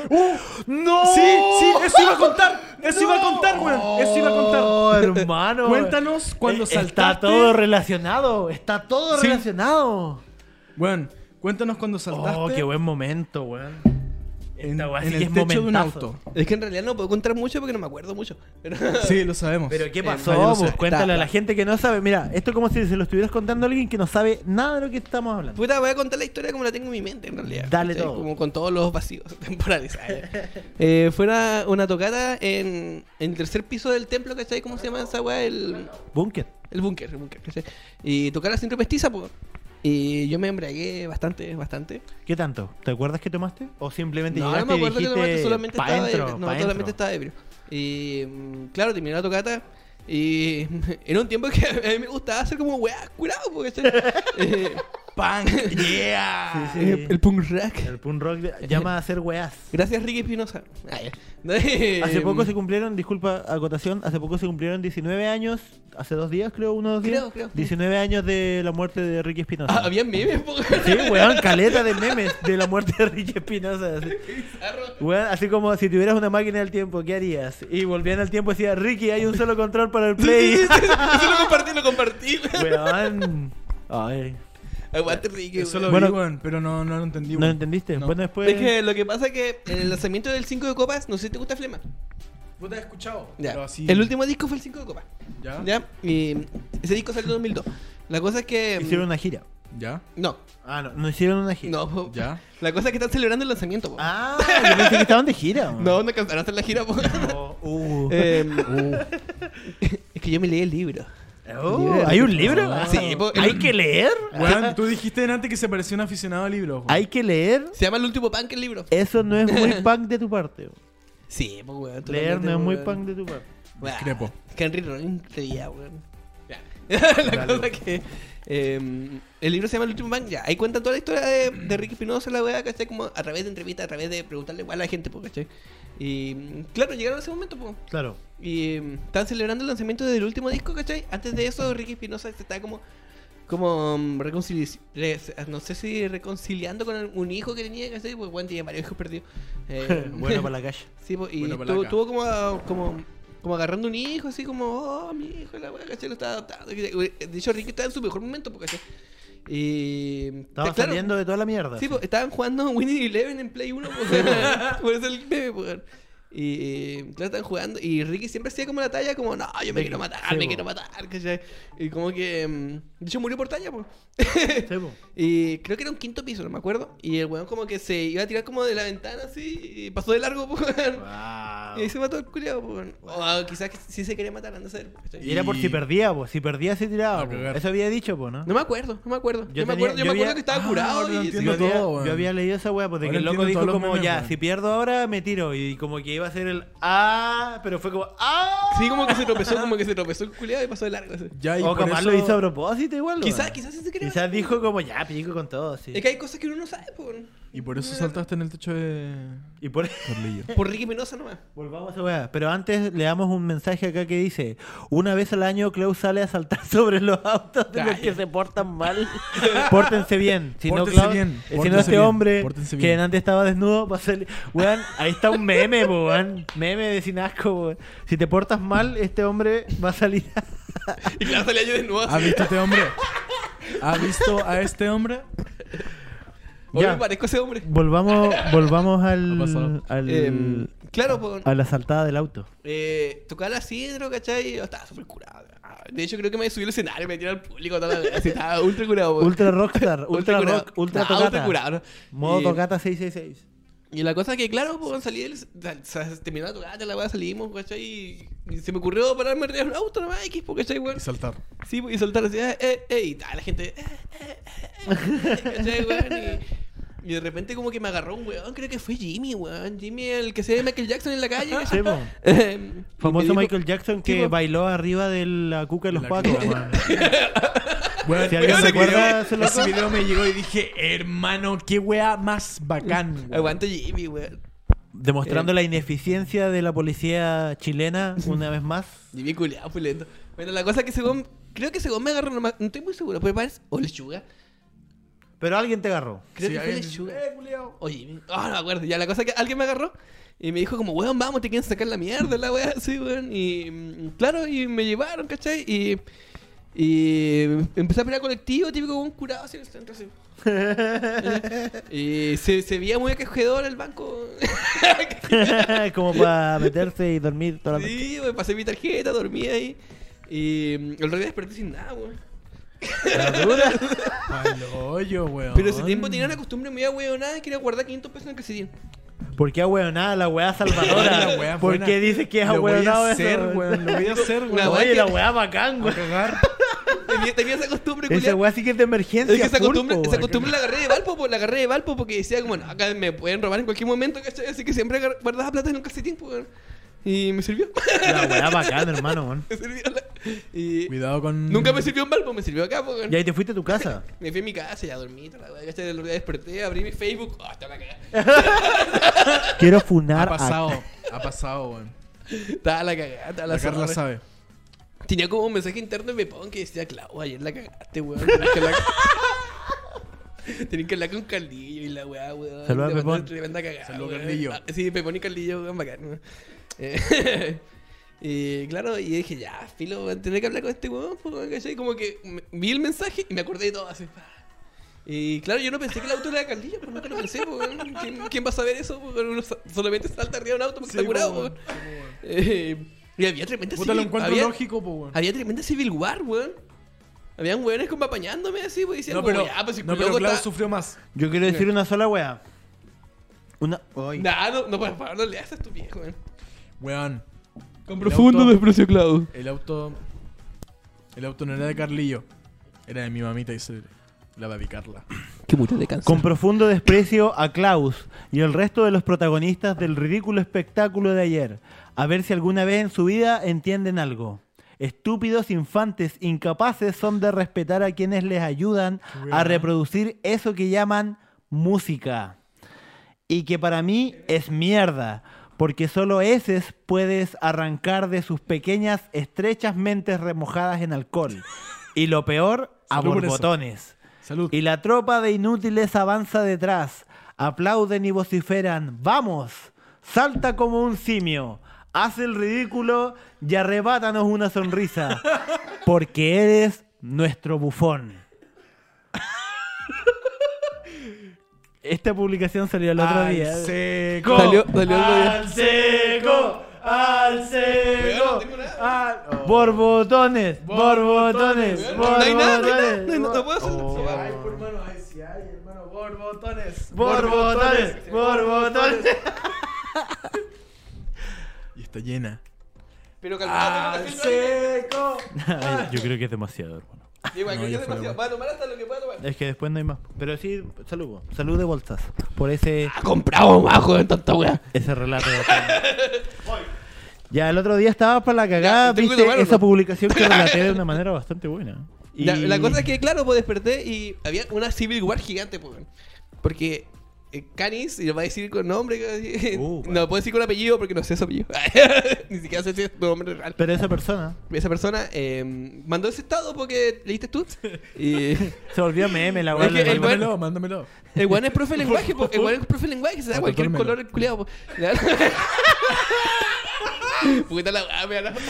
¡No! Sí, sí, eso iba a contar. Eso ¡Oh! iba a contar, weón. Eso iba a Oh, contar. hermano. Cuéntanos cuando Eh, Está saltaste. todo relacionado, está todo Sí. relacionado. Weón, cuéntanos cuando saltaste. Oh, qué buen momento, weón. En, Esta weá sí en que el es techo de un momentazo. auto. Es que en realidad no puedo contar mucho porque no me acuerdo mucho. Pero... Sí, lo sabemos. Pero ¿qué Eh, pasó? ya lo sé. pues, cuéntale a Está- la gente que no sabe. Mira, esto es como si se lo estuvieras contando a alguien que no sabe nada de lo que estamos hablando. Puta, voy a contar la historia como la tengo en mi mente, en realidad. Dale ¿Cachai? todo. Como con todos los vacíos temporales. Ah, ya. eh, fue una, una tocata en, en el tercer piso del templo, ¿cachai? ¿Cómo se llama esa weá? El, Bunker. el búnker, el búnker, ¿cachai? Y tocar la cinta pestiza, pues. Y yo me embragué bastante, bastante. ¿Qué tanto? ¿Te acuerdas que tomaste? ¿O simplemente No, no llegaste me acuerdo y que dijiste, tomate solamente "Pa' estaba dentro, ebrio. No, pa' solamente dentro"? estaba ebrio. Y mm, claro, terminé la tocata. Y en un tiempo que a mí me gustaba hacer como weá curado, porque eh, ¡Punk! ¡Yeah! Sí, sí. eh, el punk rack. El punk rock de- llama a hacer weás. Gracias, Ricky Espinosa. Ah, ya. Hace poco Em, se cumplieron, disculpa acotación, hace poco se cumplieron 19 años, hace dos días creo, uno o dos días. Creo, creo. 19 años de la muerte de Ricky Espinosa. Ah, había memes, po. Sí, weón, caleta de memes de la muerte de Ricky Espinosa. así. Ah, Weón, así como si tuvieras una máquina del tiempo, ¿qué harías? Y volvían al tiempo y decía, Ricky, hay un solo control para el play. Eso lo compartí, lo compartí. Weón. Ay. Aguante, Ricky. Eso weón. lo Bueno. vi, weón, pero no, no lo entendí. ¿No lo weón. entendiste? No. Bueno, después. Es que lo que pasa es que en el lanzamiento del 5 de copas, no sé si te gusta Flema. ¿Vos te has escuchado? Ya. Pero así. El último disco fue el 5 de copas. ¿Ya? ¿Ya? ¿Ya? Y ese disco salió en 2002. La cosa es que. mm, Hicieron una gira. ¿Ya? No, Ah, no, no hicieron una gira. no, po. ¿Ya? La cosa es que están celebrando el lanzamiento, po. Ah, yo pensé que estaban de gira. man. No, no alcanzaron a hacer la gira, po. Oh, uh. Em, Es que yo me leí el libro. Oh, ¿Hay un libro? Sí, po, el- ¿Hay que leer? Weón, tú dijiste antes que se parecía un aficionado al libro. weón. ¿Hay que leer? Se llama El último punk el libro. Eso no es muy punk de tu parte. weón. Sí, pues, weón. Leer totalmente, no es muy weón. punk de tu parte. Weón, Discrepo. Es que Henry Rollins leía, weón. Ya. la cosa que. em, el libro se llama El último punk, ya. Ahí cuentan toda la historia de, de Ricky Espinosa, la weá, ¿cachai? Como a través de entrevistas, a través de preguntarle igual a la gente, pues, ¿cachai? Y mm, claro, llegaron a ese momento, pues. Claro. Y mm, estaban celebrando el lanzamiento del último disco, ¿cachai? Antes de eso, Ricky Espinosa se estaba como. Como mm, reconcili- re- no sé si reconciliando con el- un hijo que tenía, ¿cachai? Pues bueno, tenía varios hijos perdidos. Eh, Bueno, para la calle. Sí, po, y Buena tuvo, palaca. tuvo como, como, como agarrando un hijo, así como, oh, mi hijo, la weá, ¿cachai? Lo estaba adoptando. De hecho, Ricky estaba en su mejor momento, po, ¿cachai? Y. Estaban claro, saliendo de toda la mierda. Sí, po, estaban jugando Winning Eleven en Play 1, po, por eso el meme, po, weón. Y eh, claro, estaban jugando. Y Ricky siempre hacía como la talla, como, no, yo me quiero matar, sí, me po. quiero matar, ¿cachai? Y como que. mm, De hecho, murió por talla, pues. Sí, po. Y creo que era un quinto piso, no me acuerdo. Y el weón como que se iba a tirar como de la ventana así y pasó de largo, po, weón. Y ahí se mató el culiado, O quizás que sí se quería matar, anda a saber, po, ¿cachai? Y era por si perdía, po. Si perdía, se tiraba. A po. cagar. Eso había dicho, po, ¿no? No me acuerdo, no me acuerdo. Yo, Yo tenía- me acuerdo, yo yo me acuerdo había- que estaba Ah, curado ahora y entiendo. Yo Entiendo había, todo, weón. yo había leído esa weá, porque Ahora el loco entiendo dijo todos los como, memes, ya, weón. si pierdo ahora, me tiro. Y como que iba a ser el ah, pero fue como ah. Sí, como que se tropezó, como que se tropezó el culiado y pasó de largo. así. Ya, y o por capaz eso- lo hizo a propósito igual. Quizás, weón. quizás sí se quería Quizás matar. dijo como, ya, pico con todo, sí. Es que hay cosas que uno no sabe, po. weón. Y por eso saltaste en el techo de. Y por Carlillo. Por Ricky Menosa nomás. Volvamos a esa weá. Pero antes le damos un mensaje acá que dice: Una vez al año Klaus sale a saltar sobre los autos de los que se portan mal. Pórtense bien. Si Pórtense no, Klaus- bien, eh, si no pórtense este bien, hombre pórtense que bien. antes estaba desnudo, va a salir. Weón, ahí está un meme, po, weón. Meme de sin asco, weón. Si te portas mal, este hombre va a salir. Y claro, salía yo de nuevo. ¿Ha así. visto a este hombre? ¿Ha visto a este hombre? Hoy Ya. me parezco a ese hombre. volvamos volvamos Ha pasado. al, al- Em, claro, po. a la saltada del auto. Eh, tocaba la sidro, ¿cachai? Yo estaba súper curado. Ah, De hecho, creo que me subí al escenario, me tiré al público. Toda la... así, estaba ultra curado. po. Ultra Rockstar, Ultra, curado. Rock, Ultra Ah, Tocata. ultra curado. Modo Y- Tocata 666. Y la cosa es que, claro, pues salí del. sal- sal- Terminó la tocata, la weá, salimos, ¿cachai? Y, y se me ocurrió pararme arriba de un auto nomás, X, porque ¿cachai, weón? Y saltar. Sí, y soltar así, eh, eh, eh, y tal, la gente. eh, eh, eh, ¿cachai, weón? Y, y de repente, como que me agarró un weón, creo que fue Jimmy, weón. Jimmy, el que se ve Michael Jackson en la calle. Sí, ¿cachai? po. Em, y Famoso me dijo- Michael Jackson que Sí, po. bailó arriba de la cuca de los La patos. cuca, weón. Bueno, Si alguien ese recuerda, video- se lo ese acuerda. video me llegó y dije, hermano, qué wea más bacán. weón". Aguante Jimmy, weón. Demostrando la ineficiencia de la policía chilena una vez más. Jimmy culiado, pulento. pues, Bueno, la cosa es que según. Creo que según me agarró nomás, no estoy muy seguro, pues parece. O lechuga. Pero alguien te agarró. Creo Sí, eh, que fue alguien- lechuga. Oye, me- ah, no me acuerdo. Ya la cosa que alguien me agarró y me dijo como, weón, vamos, te quieren sacar la mierda, la weá, sí, weón. Y mm, claro, y me llevaron, ¿cachai? Y, y empecé a pelear colectivo, típico con un curado así en el centro, así. y se, se veía muy acogedor el banco. Como para meterse y dormir toda la noche. sí, weón, pasé mi tarjeta, dormí ahí. Y mm, el otro día desperté sin nada, weón. Pa'l hoyo, weón. Pero ese tiempo tenía una costumbre muy nada que era guardar 500 pesos en el casetín. ¿Por qué ahueonada la weá La salvadora? wea ¿Por buena. qué dices que es Lo voy a ahueonado eso? hacer, weón? weón, Lo voy a hacer, weón. La Oye, wea la que- weá bacán, A weón. cagar. Tenía, tenía esa costumbre, Esa culiao. weá sí que es de emergencia. Es que esa full, costumbre, po, esa weón. costumbre la agarré de Valpo, po, la agarré de Valpo porque decía como, no, acá me pueden robar en cualquier momento, ¿cachai? Así que siempre agar- guardaba plata en un calcetín, po, weón. Y me sirvió. La weá bacán, hermano, weón. me sirvió la- y Cuidado con. nunca me sirvió en Valpo, me sirvió acá, po, weón. Y ahí te fuiste a tu casa. Me fui a mi casa, ya dormí, toda la weá, ¿cachai? El otro día desperté, abrí mi Facebook, oh, está la cagada. Quiero Ha funar a... pasado, ha pasado, weón. Estaba la cagada, estaba la La Carla zorra. sabe. Tenía como un mensaje interno en Bepón que decía, Clau, ayer la cagaste, weón. tenés que hablar- Tenés que hablar con Caldillo y la weá, weón. Saluda a Te mandó- Pepón. te manda a cagar, Saluda a weón. Caldillo. Ah, Sí, Pepón y Caldillo, weón, bacán, weón. Eh, Y claro, y dije, ya, filo, weón, tendré que hablar con este weón, pues, weón, ¿cachai? Como que me- vi el mensaje y me acordé de todo así. pa. Y claro, yo no pensé que el auto era Carlillo, pero nunca lo pensé, po, weón. ¿Quién, quién va a saber eso? po, weón? Uno sa- solamente salta arriba de un auto porque Sí, está po, curado, po, weón. weón. Eh, y había tremenda Puta, lo civil- encuentro había, lógico, po, weón. había tremenda civil war, weón. Habían weones como apañándome así, pues diciendo, No, pero, ah, pues si no, el pero loco Klaus está- sufrió más. Yo quiero decir una sola wea. Una. Ay. Nah, no, no, por favor, no le hagas a tu viejo, weón. Weón. Con profundo auto. desprecio, Claudio. El auto. El auto no era de Carlillo. Era de mi mamita y se la va a Carla. Que mucho de cáncer. Con profundo desprecio a Klaus y el resto de los protagonistas del ridículo espectáculo de ayer. A ver si alguna vez en su vida entienden algo. Estúpidos infantes incapaces son de respetar a quienes les ayudan a reproducir eso que llaman música. Y que para mí es mierda, porque solo heces puedes arrancar de sus pequeñas, estrechas mentes remojadas en alcohol. Y lo peor, a Salud por eso. borbotones. Salud. Y la tropa de inútiles avanza detrás. Aplauden y vociferan. ¡Vamos! Salta como un simio. Haz el ridículo y arrebátanos una sonrisa. Porque eres nuestro bufón. Esta publicación salió el otro Al día. seco. Salió- salió el otro día. Al seco. Al seco. no tengo nada. Borbotones, borbotones, Borbotones. No hay nada, no hay nada, no, hay borbotones. nada, no Ah, puedo hacer Ay, por hermano, ay, si hay, hermano, borbotones. Borbotones, borbotones. Y está llena. Pero calmado, Al seco. Yo creo que es demasiado, hermano. Igual, No, que ya yo fue, demasiado. weón. Va a tomar hasta lo que pueda tomar. Es que después no hay más. Pero sí, saludo. Salud de bolsas. Por ese, Ha comprado bajo de tanta weá. ese relato. ya, el otro día estaba para la cagada, Ya, tengo que viste tomar, ¿o no? esa publicación que relaté de una manera bastante buena. Y- La, la cosa es que, claro, pues desperté y había una Civil War gigante, pues. weón. Porque eh, Canis, y lo va a decir con nombre, que va a decir- Uh, no puedo decir con apellido porque no sé su apellido. Ni siquiera sé si es tu nombre real. Pero esa persona Esa persona eh, mandó ese estado porque leíste tú. Y se volvió meme, la Es que weá. el weón- Mándamelo, mándamelo. el weón es profe de lenguaje, po, el weón es profe de lenguaje, se da Otro cualquier tórmelo. color el culiado. po. Ya. Puta la weá, me van a- me van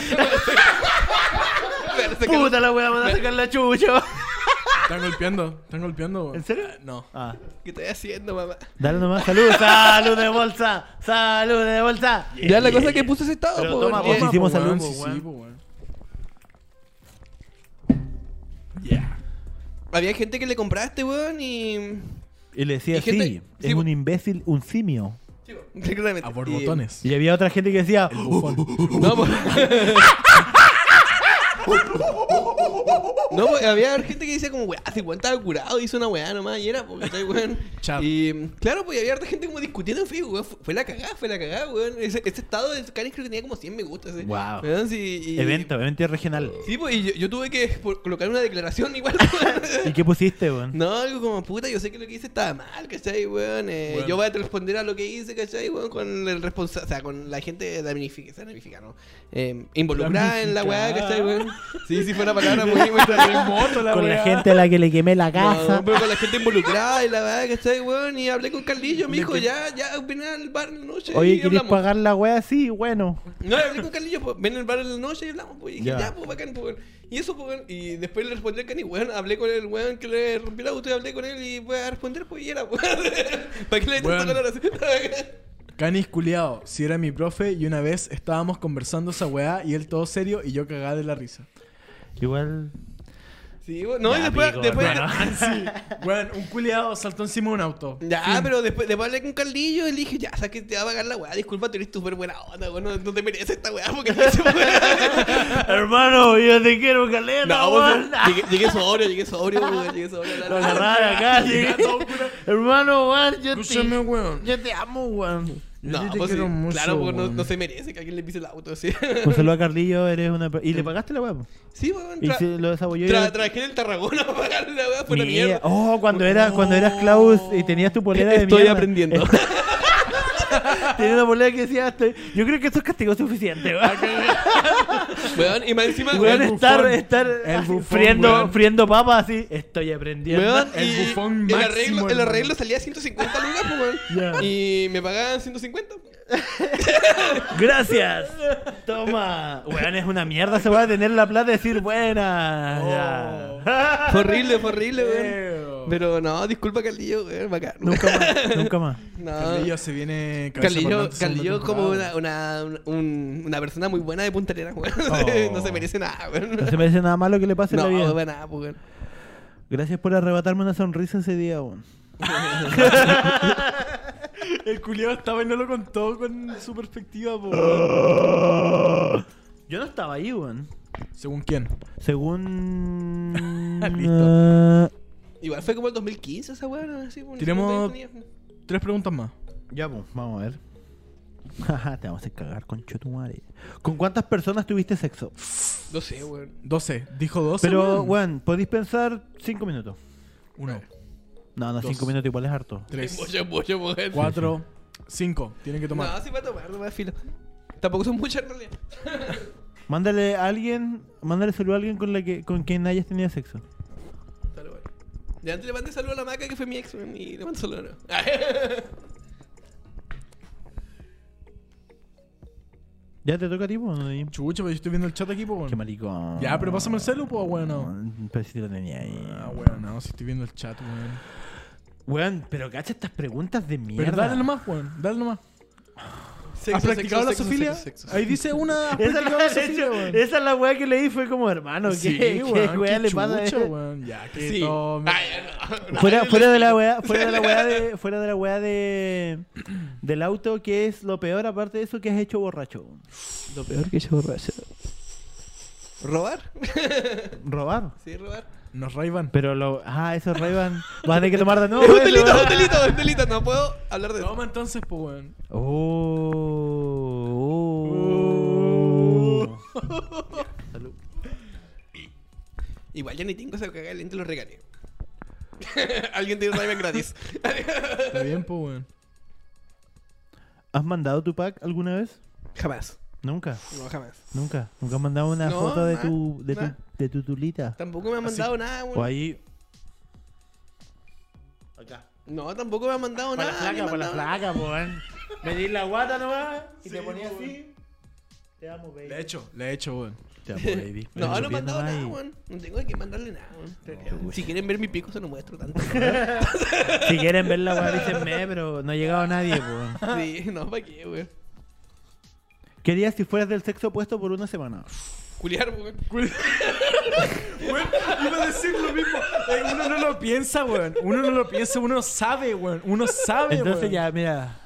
a sacar- Puta la weá, van a sacar la chucha. Están golpeando, están golpeando. weón. ¿En serio? No. Ah, ¿Qué estoy haciendo, mamá? dale nomás, salud. Salud de bolsa, salud de bolsa. ya la cosa es que puso ese estado, Pero po, toma, weón. vos hicimos po, salud, Ah, pues, weón, po, sí, weón. sí, po, weón. Yeah. Había gente que le compraste, weón, y. Y le decía, Y gente- sí, sí, es po- un imbécil, un simio. Claramente. A borbotones. Y había otra gente que decía, El bufón. Y- No, pues. po- No, po, había gente que decía como, weá, ese weón estaba curado, hizo una weá nomás, y era, porque está weón. Chao. Y claro, pues había harta gente como discutiendo en Facebook, weón. Fue fue la cagada, fue la cagada, weón. Ese, ese estado de Canis creo que tenía como 100 me gustas. eh. Wow. Weón, sí, y- evento, evento regional. Sí, pues, y yo, yo tuve que por- colocar una declaración igual. ¿Y qué pusiste, weón? No, algo como puta, yo sé que lo que hice estaba mal, ¿cachai, weón? Eh, Bueno. Yo voy a responder a lo que hice, ¿cachai, weón? Con el responsable, o sea, con la gente damnificada, ¿no? Eh, involucrada en la weá, ¿cachai, weón? Sí, sí, fue una palabra muy... muy Moto, la con la weá. gente a la que le quemé la casa. No, pero con la gente involucrada y la weá, ¿cachai, weón? Y hablé con Carlillo, me dijo, ya, ya, ven al bar en la noche Oye, y ¿querés hablamos. pagar la wea? Sí, bueno. No, hablé con Carlillo, pues, ven al bar en la noche y hablamos, pues, y dije, Ya. ya, pues, bacán, pues, weón. Y eso, pues, weón, y después le respondí al Cani, weón, hablé con el weón que le rompió el auto y hablé con él y voy a responder, pues, y era, pues, ¿para qué le Weón. tanto color así? Canis culiao, si era mi profe y una vez estábamos conversando esa weá y él todo serio y yo cagada de la risa. Igual. Sí, weón, no, Ya, y después, pico, después, hermano. Sí, weón, un culiao saltó encima de un auto. ya, pero después, después hablé con Carlillo y le dije, ya, sabes que te va a pagar la weá, disculpa, tú eres súper buena onda, weón, no, no te mereces esta weá, porque no se puede. Hermano, yo te quiero caleta. No, weón. weón, llegué, llegué sobrio, llegué sobrio, weón, llegué sobrio. a la Lo weá. agarraba de acá, llegué. Hermano, weón, yo Escúchame, te. weón. Yo te amo, weón. No, pues, sí, claro, porque no, no se merece que alguien le pise el auto, sí. Un saludo a Carlillo, eres una. per- ¿Y le pagaste la weón? Sí, weón. Y tra- se lo desabolló. y- Tra trabajé en el Tarragona para pagar la weá, fue una Mierda. mierda. Oh, cuando, era, cuando eras Klaus y tenías tu polera de Estoy mierda. aprendiendo. Tenía una polera que decía, estoy... yo creo que eso es castigo suficiente, weón. Weón, y más encima, Weón, weón, estar, bufón. estar El así, bufón, friendo, weón. friendo papas así. Estoy aprendiendo. weón, el y bufón el máximo, arreglo, el hermano. arreglo salía a 150 lucas, pues, weón. Ya. Y me pagaban 150. Gracias. Toma. Weón, es una mierda. Se va a tener la plata y decir buena. Ya. Fue horrible, fue horrible, weón. Pero no, disculpa, Carlillo, weón, bacán. Eh. Nunca más, nunca más. No. Carlillo se viene. cabeza ah, Carlillo, parlante segunda Carlillo es como temporada. una, una, un- una persona muy buena de puntalera, weón. No se merece nada, weón. No Oh. se merece nada malo que le pase en No, la vida. weón, nada, pues, weón. Gracias por arrebatarme una sonrisa ese día, weón. El culiado estaba y no lo contó con su perspectiva, po. Yo no estaba ahí, weón. ¿Según quién? Según. Listo. Ah, Igual fue como el 2015 esa weón. Así, weón, Tiremos- no tenía- Tres preguntas más. ya, pues, vamos a ver. Jaja, te vamos a hacer cagar, concho tu madre. ¿Con cuántas personas tuviste sexo? No sé, weón. 12. Dijo 12. Pero, weón. weón, podéis pensar 5 minutos. Uno, No, no, Dos. 5 minutos igual es harto. tres, Mucho, mucho, mujer. cuatro, cinco. Tienen que tomar. No, sí va a tomar, no va a filo. Tampoco son muchas en realidad. Mándale a alguien, mándale saludo a alguien con, la que, con quien hayas tenido sexo. Dale, weón. De antes le mandé saludo a la maca que fue mi ex, weón, y le mandé saludo a no. ¿Ya te toca a ti, po, o no, Denis? Chucha, pero yo estoy viendo el chat aquí, po, weón. Qué maricón. Mm, Ya, pero pásame el celu, po, weón. No. Pero si te lo tenía ahí. Ah, weón, no, si estoy viendo el chat, weón. Weón, pero cacha estas preguntas de mierda. Pero dale nomás, weón. Dale nomás. Sexo, ¿Has practicado la sofilia? Ahí dice una. ¿Has Esa, es practicado la, la sofilia, esa- weón? esa es la weá que leí, fue como hermano, ¿qué, Sí, qué weón, weá qué le pasa? chucha, weón. Ya, que Sí. tome. Ay, Ah, no, no. Fuera, fuera de la weá, fuera de la weá de, fuera de la weá de del auto, que es lo peor aparte de eso que has hecho borracho. Lo peor que yo borracho. ¿Robar? Robar. Sí, robar. Nos raivan. Pero lo, ah, eso Rayban vas a tener que tomar de nuevo. es un eso, delito, weón. es un delito, es un delito. No puedo hablar de eso. Toma entonces, po, weón. Oh, oh. Igual ya ni tengo esa cagada de lente, lo regalé. Alguien tiene un Raven gratis. Está bien, po, weón. ¿Has mandado tu pack alguna vez? jamás. Nunca, No, jamás. nunca, nunca has mandado una No, foto de nah, tu de, nah. tu de tu tulita. Tampoco me han mandado nada, O weón. ahí Acá. No, tampoco me han mandado Para nada. ni para mandado- placa, po, weón. Medís la guata nomás y te ponías así. Te amo, baby. Le he hecho, le he hecho, weón. Te amo, baby. No, no he mandado pues, Ahí. nada, weón. No tengo que mandarle nada, weón. si quieren ver mi pico, se lo muestro tanto. Si quieren ver la weá, dícenme, pero no ha llegado nadie, po, weón. sí, no, ¿para qué, weón? ¿Qué harías si fueras del sexo opuesto por una semana? Culiar, weón. Weón, iba a decir lo mismo. Eh, Uno no lo piensa, weón. Uno no lo piensa, uno sabe, weón. Uno sabe, Entonces weón. ya, mira.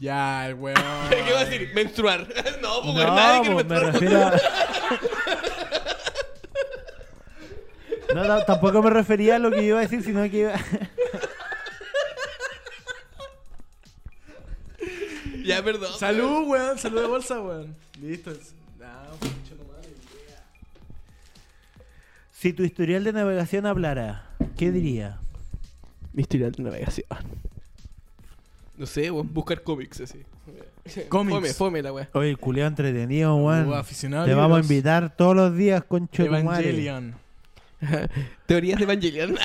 Ya, el weón. ¿Qué va a decir? Menstruar. no, pues, weón, nadie No, po, quiere me menstruar. refiero a... No, no, tampoco me refería a lo que iba a decir, sino que iba... Ya, perdón. Salud, weón. Salud de bolsa, weón. Listo. No, pinche tu madre. Si tu historial de navegación hablara, ¿qué diría? Mi historial de navegación. No sé, weón. Buscar cómics así. Cómics. Fome, fome la weón. Oye, el culiao entretenido, Uh, weón. aficionado. Te a vamos a libros. invitar todos los días, concho de tu madre. Evangelion. Teorías de Evangelion.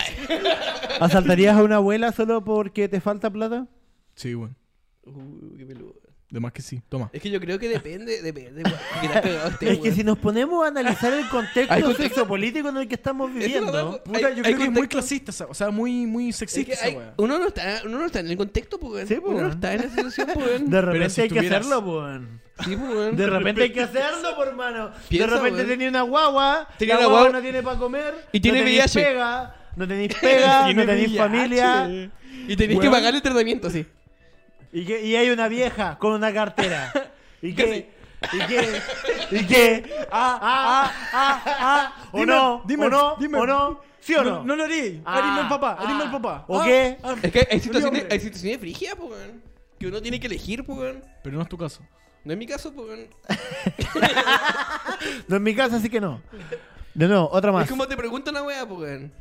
¿Asaltarías a una abuela solo porque te falta plata? Sí, weón. uh, qué peludo. De más que sí. Toma. Es que yo creo que depende, depende, weón. Que la cagado este, Es que weón. si nos ponemos a analizar el Hay contexto contexto. sexopolítico en el que estamos Eso no viviendo, da- Puta, Hay- yo hay creo que es muy contexto. clasista, esa- o sea, muy, muy Es sexista que hay- esa weón. uno, no está, uno no está en el contexto, pues, weón. Sí, pues, uno no weón. está en la situación, pues, weón. de repente si hay que tuvieras- hacerlo, weón. Sí, pues, weón. De repente hay que hacerlo, por hermano. Piensa, de repente weón. tenía una guagua, Tenía la una guagua, guagua- no tiene para comer, Y tiene no tenéis VIH. pega, no tenéis pega, Tiene no tenéis VIH. familia. Y tenéis que Weón. pagarle el tratamiento, sí. Y, que- y hay una vieja con una cartera. ¿Y Casi. qué? ¿Y qué? ¿Y qué? Ah, ah, ah, ah. ¿O Dime, no? dime, ¿O no? dime. ¿O no? ¿Sí o no? No, no lo harí. Ah, Haríme el papá. ah. Haríme el papá. ¿O Ah, qué? ah. Es que hay- hay situaciones, hombre. hay situaciones frígidas, pues, weón. Que uno tiene que elegir, pues, weón. Pero no es tu caso. No es mi caso, pues, weón. No en mi casa, así que no. No, no, otra más. Es como te preguntan una weá, pues, weón.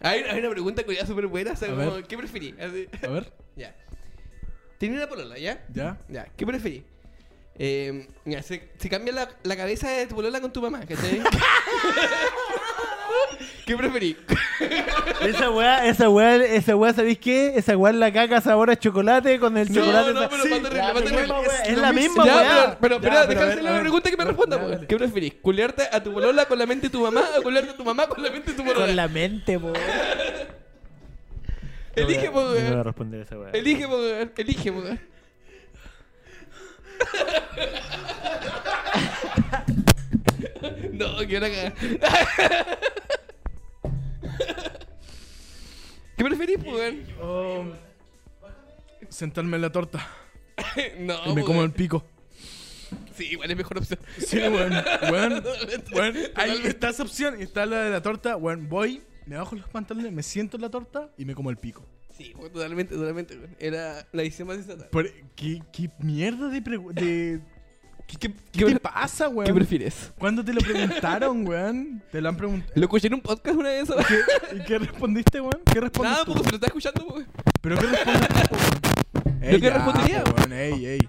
Hay, hay una pregunta que ya súper buena, o sea, A como, ver. ¿qué preferí? Así. A ver, ya. Tenía una polola, ¿ya? ya. Ya, ¿qué preferí? Em, Eh, mira, se, se cambia la, la cabeza de tu polola con tu mamá, ¿cachai? ¿Qué preferís? Esa weá, esa weá, esa weá, ¿sabéis qué? Esa weá es la caca sabor a chocolate con el No, chocolate. no, sa- pero Sí, más terrible, la más terrible. misma Es weá, Es lo la mismo. misma Ya, weá. pero, pero, Ya, pero espera, déjame a ver, hacerle a una ver. pregunta que me responda, ya, po. dale. ¿Qué preferís? ¿Culearte a tu bolola con la mente de tu mamá o culearte a tu mamá con la mente de tu Con bolola? la mente, po. Elige, po, No eh. voy a- no voy a weón. responder esa weá. Elige, po, weón. Elige, po, weón. No, que una cagada. ¿Qué preferís, po, weón? Oh, sentarme en la torta No, y me po, como el Ah, weón. pico. Sí, igual es mejor opción. Sí, weón. Weón. Weón. Ahí Totalmente. está esa opción y está la de la torta. Weón, voy, me bajo los pantalones, me siento en la torta y me como el pico. Sí, po, totalmente, totalmente, weón. Era la decisión más insensata. Pero, ¿qué, qué mierda de, pregu- de- ¿Qué, qué- qué qué te pre- pasa, weón? ¿Qué prefieres? ¿Cuándo te lo preguntaron, weón? Te lo han preguntado. Lo escuché en un podcast una vez. ¿sabes? ¿Y qué respondiste, weón? ¿Qué respondiste? Nada, pues, porque se lo está escuchando, po, weón. ¿Pero qué respondes tú, po, weón? ¿Yo qué respondería, po, weón? Ey, ey.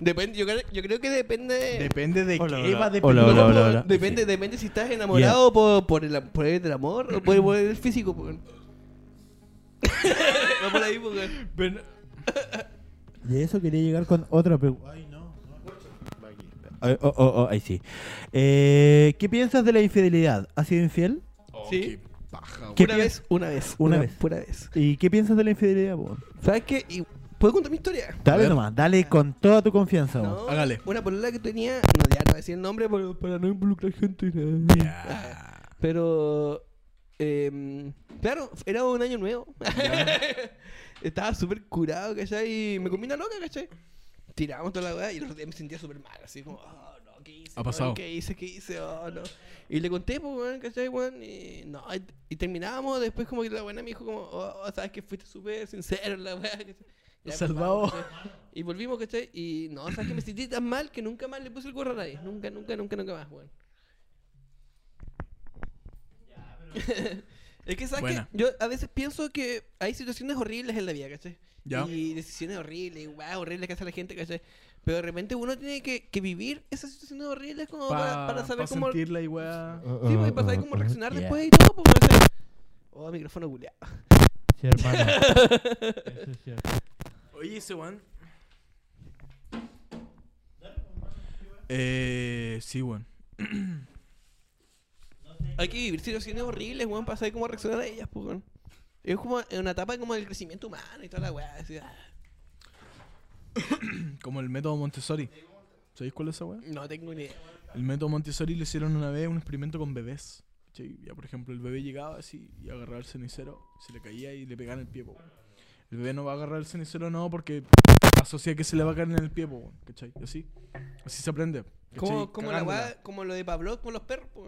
Depende, yo, cre- yo creo que depende. Depende de Hola, qué hola. va a depender. Hola, hola, No, po, hola, hola. Depende, depende si estás enamorado por, por, el, por el amor o por, por el físico. po. No por ahí, po, weón. Pero- De eso quería llegar con otra pregunta. Ay, no. Ay, oh, oh, oh, ahí sí. Eh, ¿Qué piensas de la infidelidad? ¿Has sido infiel? Oh, Sí. qué paja, weón. ¿Qué Una piensas? vez, una vez. Una vez. Pura vez. ¿Y qué piensas de la infidelidad, po? ¿Sabes qué? Y- ¿Puedo contar mi historia? Dale ver. nomás, dale con toda tu confianza, po. No, hágale. Una polola que tenía. No, ya no voy a decir el nombre para, para no involucrar gente. y nada. Pero. em, claro, era un año nuevo. Estaba súper curado, ¿cachai? Y me comí una loca, ¿cachai? Tiramos toda la weá y el otro día me sentía súper mal, así como, oh, no, ¿qué hice? Ha No, pasado. ¿Qué hice? ¿Qué hice? Oh, no. Y le conté, pues, weón, ¿cachai, weón? Y, no, y, y terminábamos, después como que la buena me dijo como, oh, oh, sabes que fuiste súper sincero en la weá, ¿cachai? Ya, pues, Salvado. vamos, ¿cachai? Y volvimos, ¿cachai? Y no, sabes que me sentí tan mal que nunca más le puse el gorro a nadie. Nunca, nunca, nunca, nunca más, weón. Es que, ¿sabes Buena. qué? Yo a veces pienso que hay situaciones horribles en la vida, ¿cachai? Ya. Y decisiones horribles, y guau, horribles que hace la gente, ¿cachai? Pero de repente uno tiene que, que vivir esas situaciones horribles como para, para saber pa Uh, cómo... sentirla y weá. Uh. Sí, pues, para saber cómo reaccionar Yeah. después y todo, pues, ¿cachai? Oh, micrófono culeado. Sí, hermano. Eso es cierto. Oye, ese weón. Eh. Sí, weón. Hay que vivir situaciones horribles, weón, para saber cómo reaccionar a ellas, pues, weón. Es como una etapa como del crecimiento humano y toda la weá. así, ah, Como el método Montessori. ¿Sabéis cuál es esa weá? No tengo ni idea. El método Montessori le hicieron una vez un experimento con bebés. ¿cachai? Ya, por ejemplo, el bebé llegaba así y agarraba el cenicero, se le caía y le pegaban el pie, po, weón. El bebé no va a agarrar el cenicero, no, porque asocia que se le va a caer en el pie, po, weón, ¿cachai? Y Así. Así se aprende. ¿cachai? Como, como la Cagándola. weá, como lo de Pavlov con los perros, po.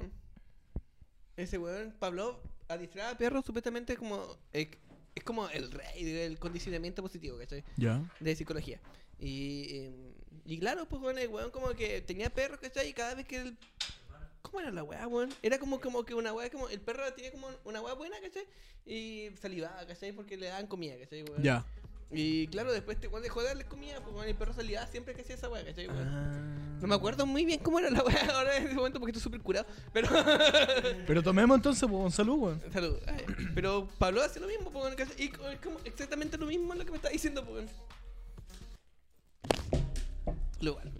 Ese weón, Pavlov, adiestraba a perros supuestamente como. Es, es como el rey del condicionamiento positivo, ¿cachai? Ya. De psicología. Y, em, y claro, pues weón, el weón como que tenía perros, ¿cachai? Y cada vez que el. ¿Cómo era la weá, weón? Era como, como que una weá, como. El perro tenía como una weá buena, ¿cachai? Y salivaba, ¿cachai? Porque le daban comida, ¿cachai, weón? Ya. Y claro, después este weón dejó de darles comida, pues weón, el perro salivaba siempre que hacía esa weá, ¿cachai, weón? Ah. No me acuerdo muy bien cómo era la weá ahora en ese momento porque estoy súper curado. Pero. Pero tomemos entonces, po, un salud, weón. Salud. Ay, Pero Pablo hace lo mismo, po, weón, que hace- y co- es como exactamente lo mismo lo que me está diciendo, po, weón. Lo igual.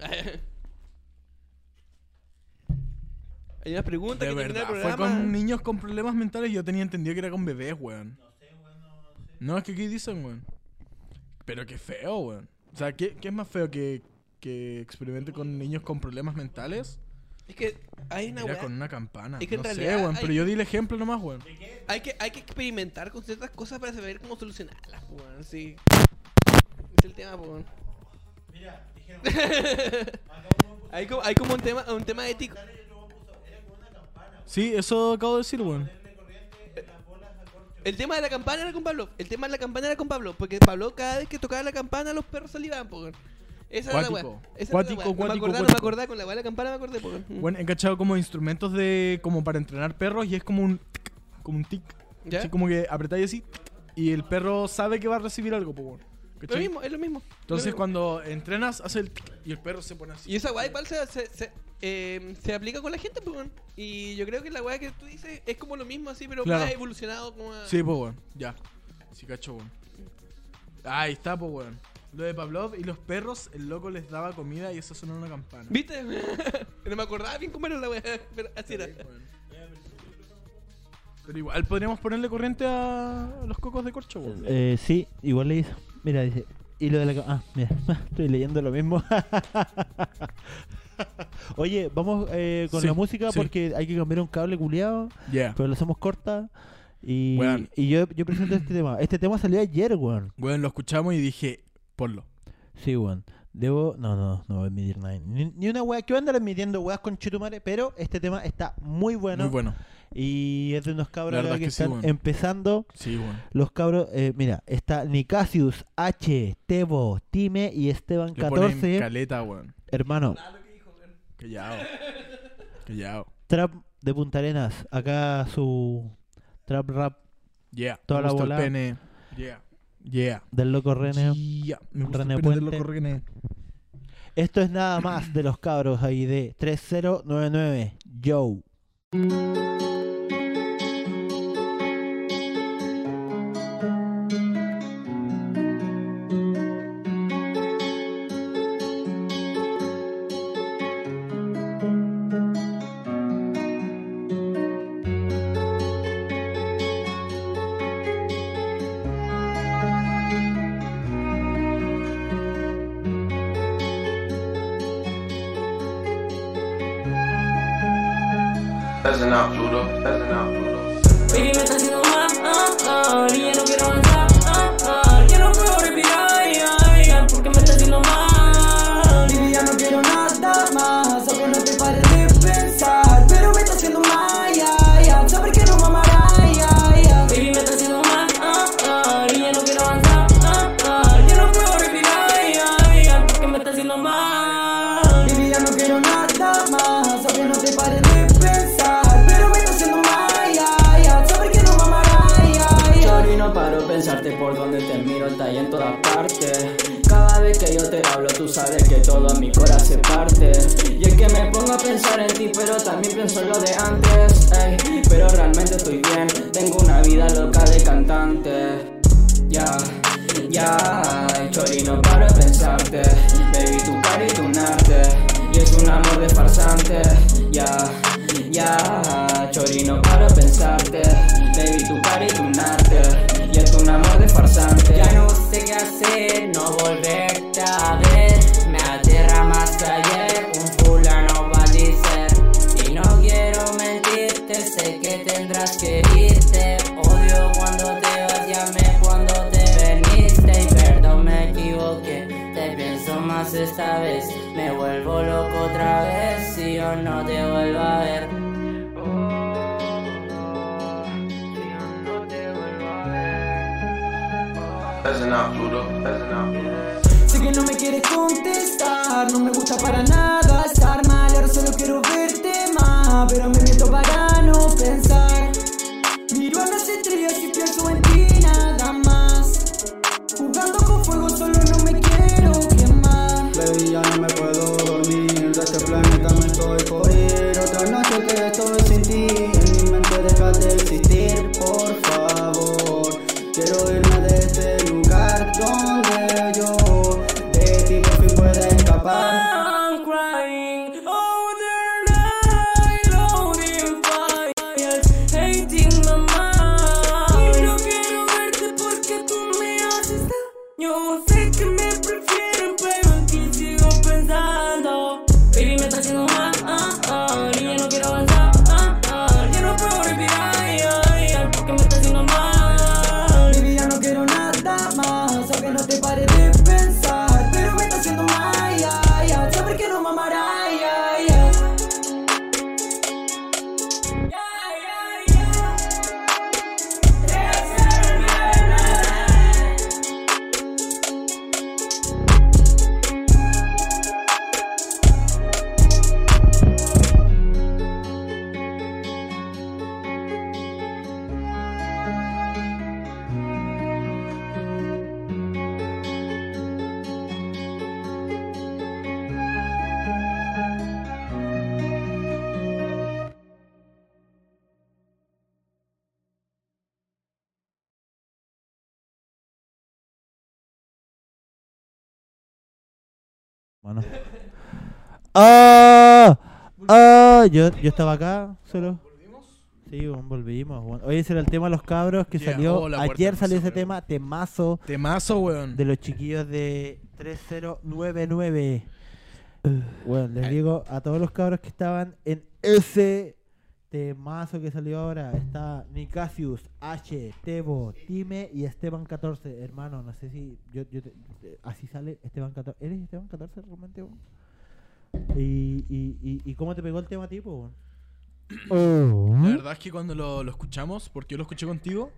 Hay una pregunta De que termina el verdad, programa. fue con niños con problemas mentales. Yo tenía entendido que era con bebés, weón. No sé, weón. No, es que aquí dicen, weón. Pero qué feo, weón. O sea, ¿qué, qué es más feo que, que experimente con niños con problemas mentales? Es que hay una Era weá. con una campana. Es que en no sé, realidad weón. hay- Pero yo di el ejemplo nomás, weón. Hay que, hay que experimentar con ciertas cosas para saber cómo solucionarlas, po, weón. Sí. Es el tema, po, weón. hay, como, hay como un tema, un tema ético. Sí, eso acabo de decir, weón. El tema de la campana era con Pablo. El tema de la campana era con Pablo. Porque Pablo, cada vez que tocaba la campana, los perros salivaban, po. weón. Esa era la weá. Cuático. Esa Cuático, era la weá. cuático, no me acordaba, no me cuático. acordaba con la weá de la campana, me acordé, po. weón. Bueno, he cachado como instrumentos de como para entrenar perros y es como un tic, como un tic. ¿Ya? Así como que apretáis así tic, y el perro sabe que va a recibir algo, po, weón. Lo ¿Cachai? mismo, es lo mismo. Entonces Lo mismo. cuando entrenas, hace el tic y el perro se pone así. Y esa weá igual se, se, se- eh, se aplica con la gente, pues, weón. Y yo creo que la weá que tú dices es como lo mismo así, pero Claro. más evolucionado como a... Sí, pues, weón. Ya. Sí, cacho, weón. Ahí está, pues, weón. Lo de Pavlov y los perros, el loco les daba comida y eso sonó una campana. ¿Viste? no me acordaba bien cómo era la weá, pero así era. Pero igual podríamos ponerle corriente a los cocos de corcho, weón. Eh, sí, igual le dice. Mira, dice. Y lo de la. ca- Ah, mira, estoy leyendo lo mismo. Oye, vamos eh, con Sí, la música sí. porque hay que cambiar un cable culiado. Yeah. Pero lo hacemos corta. Y, Weón. y yo, yo presento este tema. Este tema salió ayer, weón. Weón, lo escuchamos y dije, ponlo. Sí, weón. Debo. No, no, no voy a admitir nadie. Ni, ni una wea. Que voy a andar admitiendo weas con Chetumare. Pero este tema está muy bueno. Muy bueno. Y es de unos La cabros verdad acá es que, que sí, están weón. empezando. Sí, weón. Los cabros, eh, mira, está Nicasius, H, Tebo, Time y Esteban Le ponen 14. caleta, weón. Hermano, Callao. Callao. Trap de Punta Arenas. Acá su Trap Rap Yeah. Toda Me la gusta el bola. pene. Yeah. Yeah. del loco René. Yeah. Me gusta René el pene del Puente. loco René. Esto es nada más de los cabros ahí de 3099. Joe. That's enough, Pluto. That's enough, Pluto. Baby, me está haciendo mal, ah, ah, y ya no quiero avanzar, ah, ah, ya no puedo respirar, ay, ay, ay, porque me está haciendo mal. Baby, ya no quiero nada más, solo no te pares de pensar, pero me está haciendo mal, ay, ay, saber que no mamará, ay, ay, ay. Baby, me está haciendo mal, ah, ah, y ya no quiero avanzar, ah, ah, ya no puedo respirar, ay, ay, ay, porque me está haciendo mal. Baby, ya no quiero nada más, solo no te pares de pensar, pero me está haciendo mal, ay, ay, ay, saber que no mamará, ay, ay, ay. Chori, no paro de pensarte por donde te miro, está ahí en todas partes. Cada vez que yo te hablo, tú sabes que todo mi corazón se parte. Y es que me pongo a pensar en ti, pero también pienso en lo de antes. ey. Pero realmente estoy bien, tengo una vida loca de cantante. Ya, ya, ay, Chori, no paro de pensarte. Baby, tu cara y tu narte. Y es un amor desfarsante. Ya, ya, Chori, no paro de pensarte. Baby, tu cara y tu narte. Y es un amor desfarsante. Ya no sé qué hacer, no volverte a ver. Me aterra más que ayer. Un fulano va a decir. Y no quiero mentirte, sé que tendrás que irte. Odio cuando te vas, llamé cuando te veniste. Y perdón, me equivoqué. Te pienso más esta vez. Me vuelvo loco otra vez si yo no te vuelvo a ver. That's enough, Pluto. That's enough. Sé que no me quieres contestar, no me gusta para nada estar mal, ahora solo quiero verte más, pero me miento para no pensar. Miro a las estrellas y pienso en ti nada más. Jugando con fuego solo no me quiero quemar. Baby, ya no me puedo dormir, de este planeta me estoy por ir Otra noche que estoy sin ti, en mi mente deja de existir, por favor Quiero irme de este lugar donde yo de ti por fin pueda escapar I'm crying all the night, loading fires, hating my mind. Y no quiero verte porque tú me haces daño. Sé que me prefieren, pero aquí sigo pensando. Baby, me está haciendo mal, ah, ah, y ya no quiero avanzar, ah, ah, ya no puedo respirar, ay, ay, ay, porque me está haciendo mal. Baby, ya no quiero nada más, aunque no te pare de pensar, pero me está haciendo mal, ay, ay, ay, saber que no mamará, ay, ay, ay. Yeah, yeah, yeah. Bueno. ¡Ah! ¡Ah! Yo, yo estaba acá solo. Sí, weón, volvimos. weón. Oye, ese era el tema de los cabros que Yeah, Oh, salió. hola, ayer salió Puerto ese Mazo, tema, temazo. Temazo, weón. De los chiquillos de 3099. Bueno, les digo a todos los cabros que estaban en ese temazo que salió ahora. Está Nicasius, H, Tebo, Time y Esteban 14. Hermano, no sé si. Yo, yo te- te- así sale Esteban 14. ¿Eres Esteban 14 realmente, weón? ¿Y, y, y, y cómo te pegó el tema tipo? La verdad es que cuando lo, lo escuchamos, porque yo lo escuché contigo,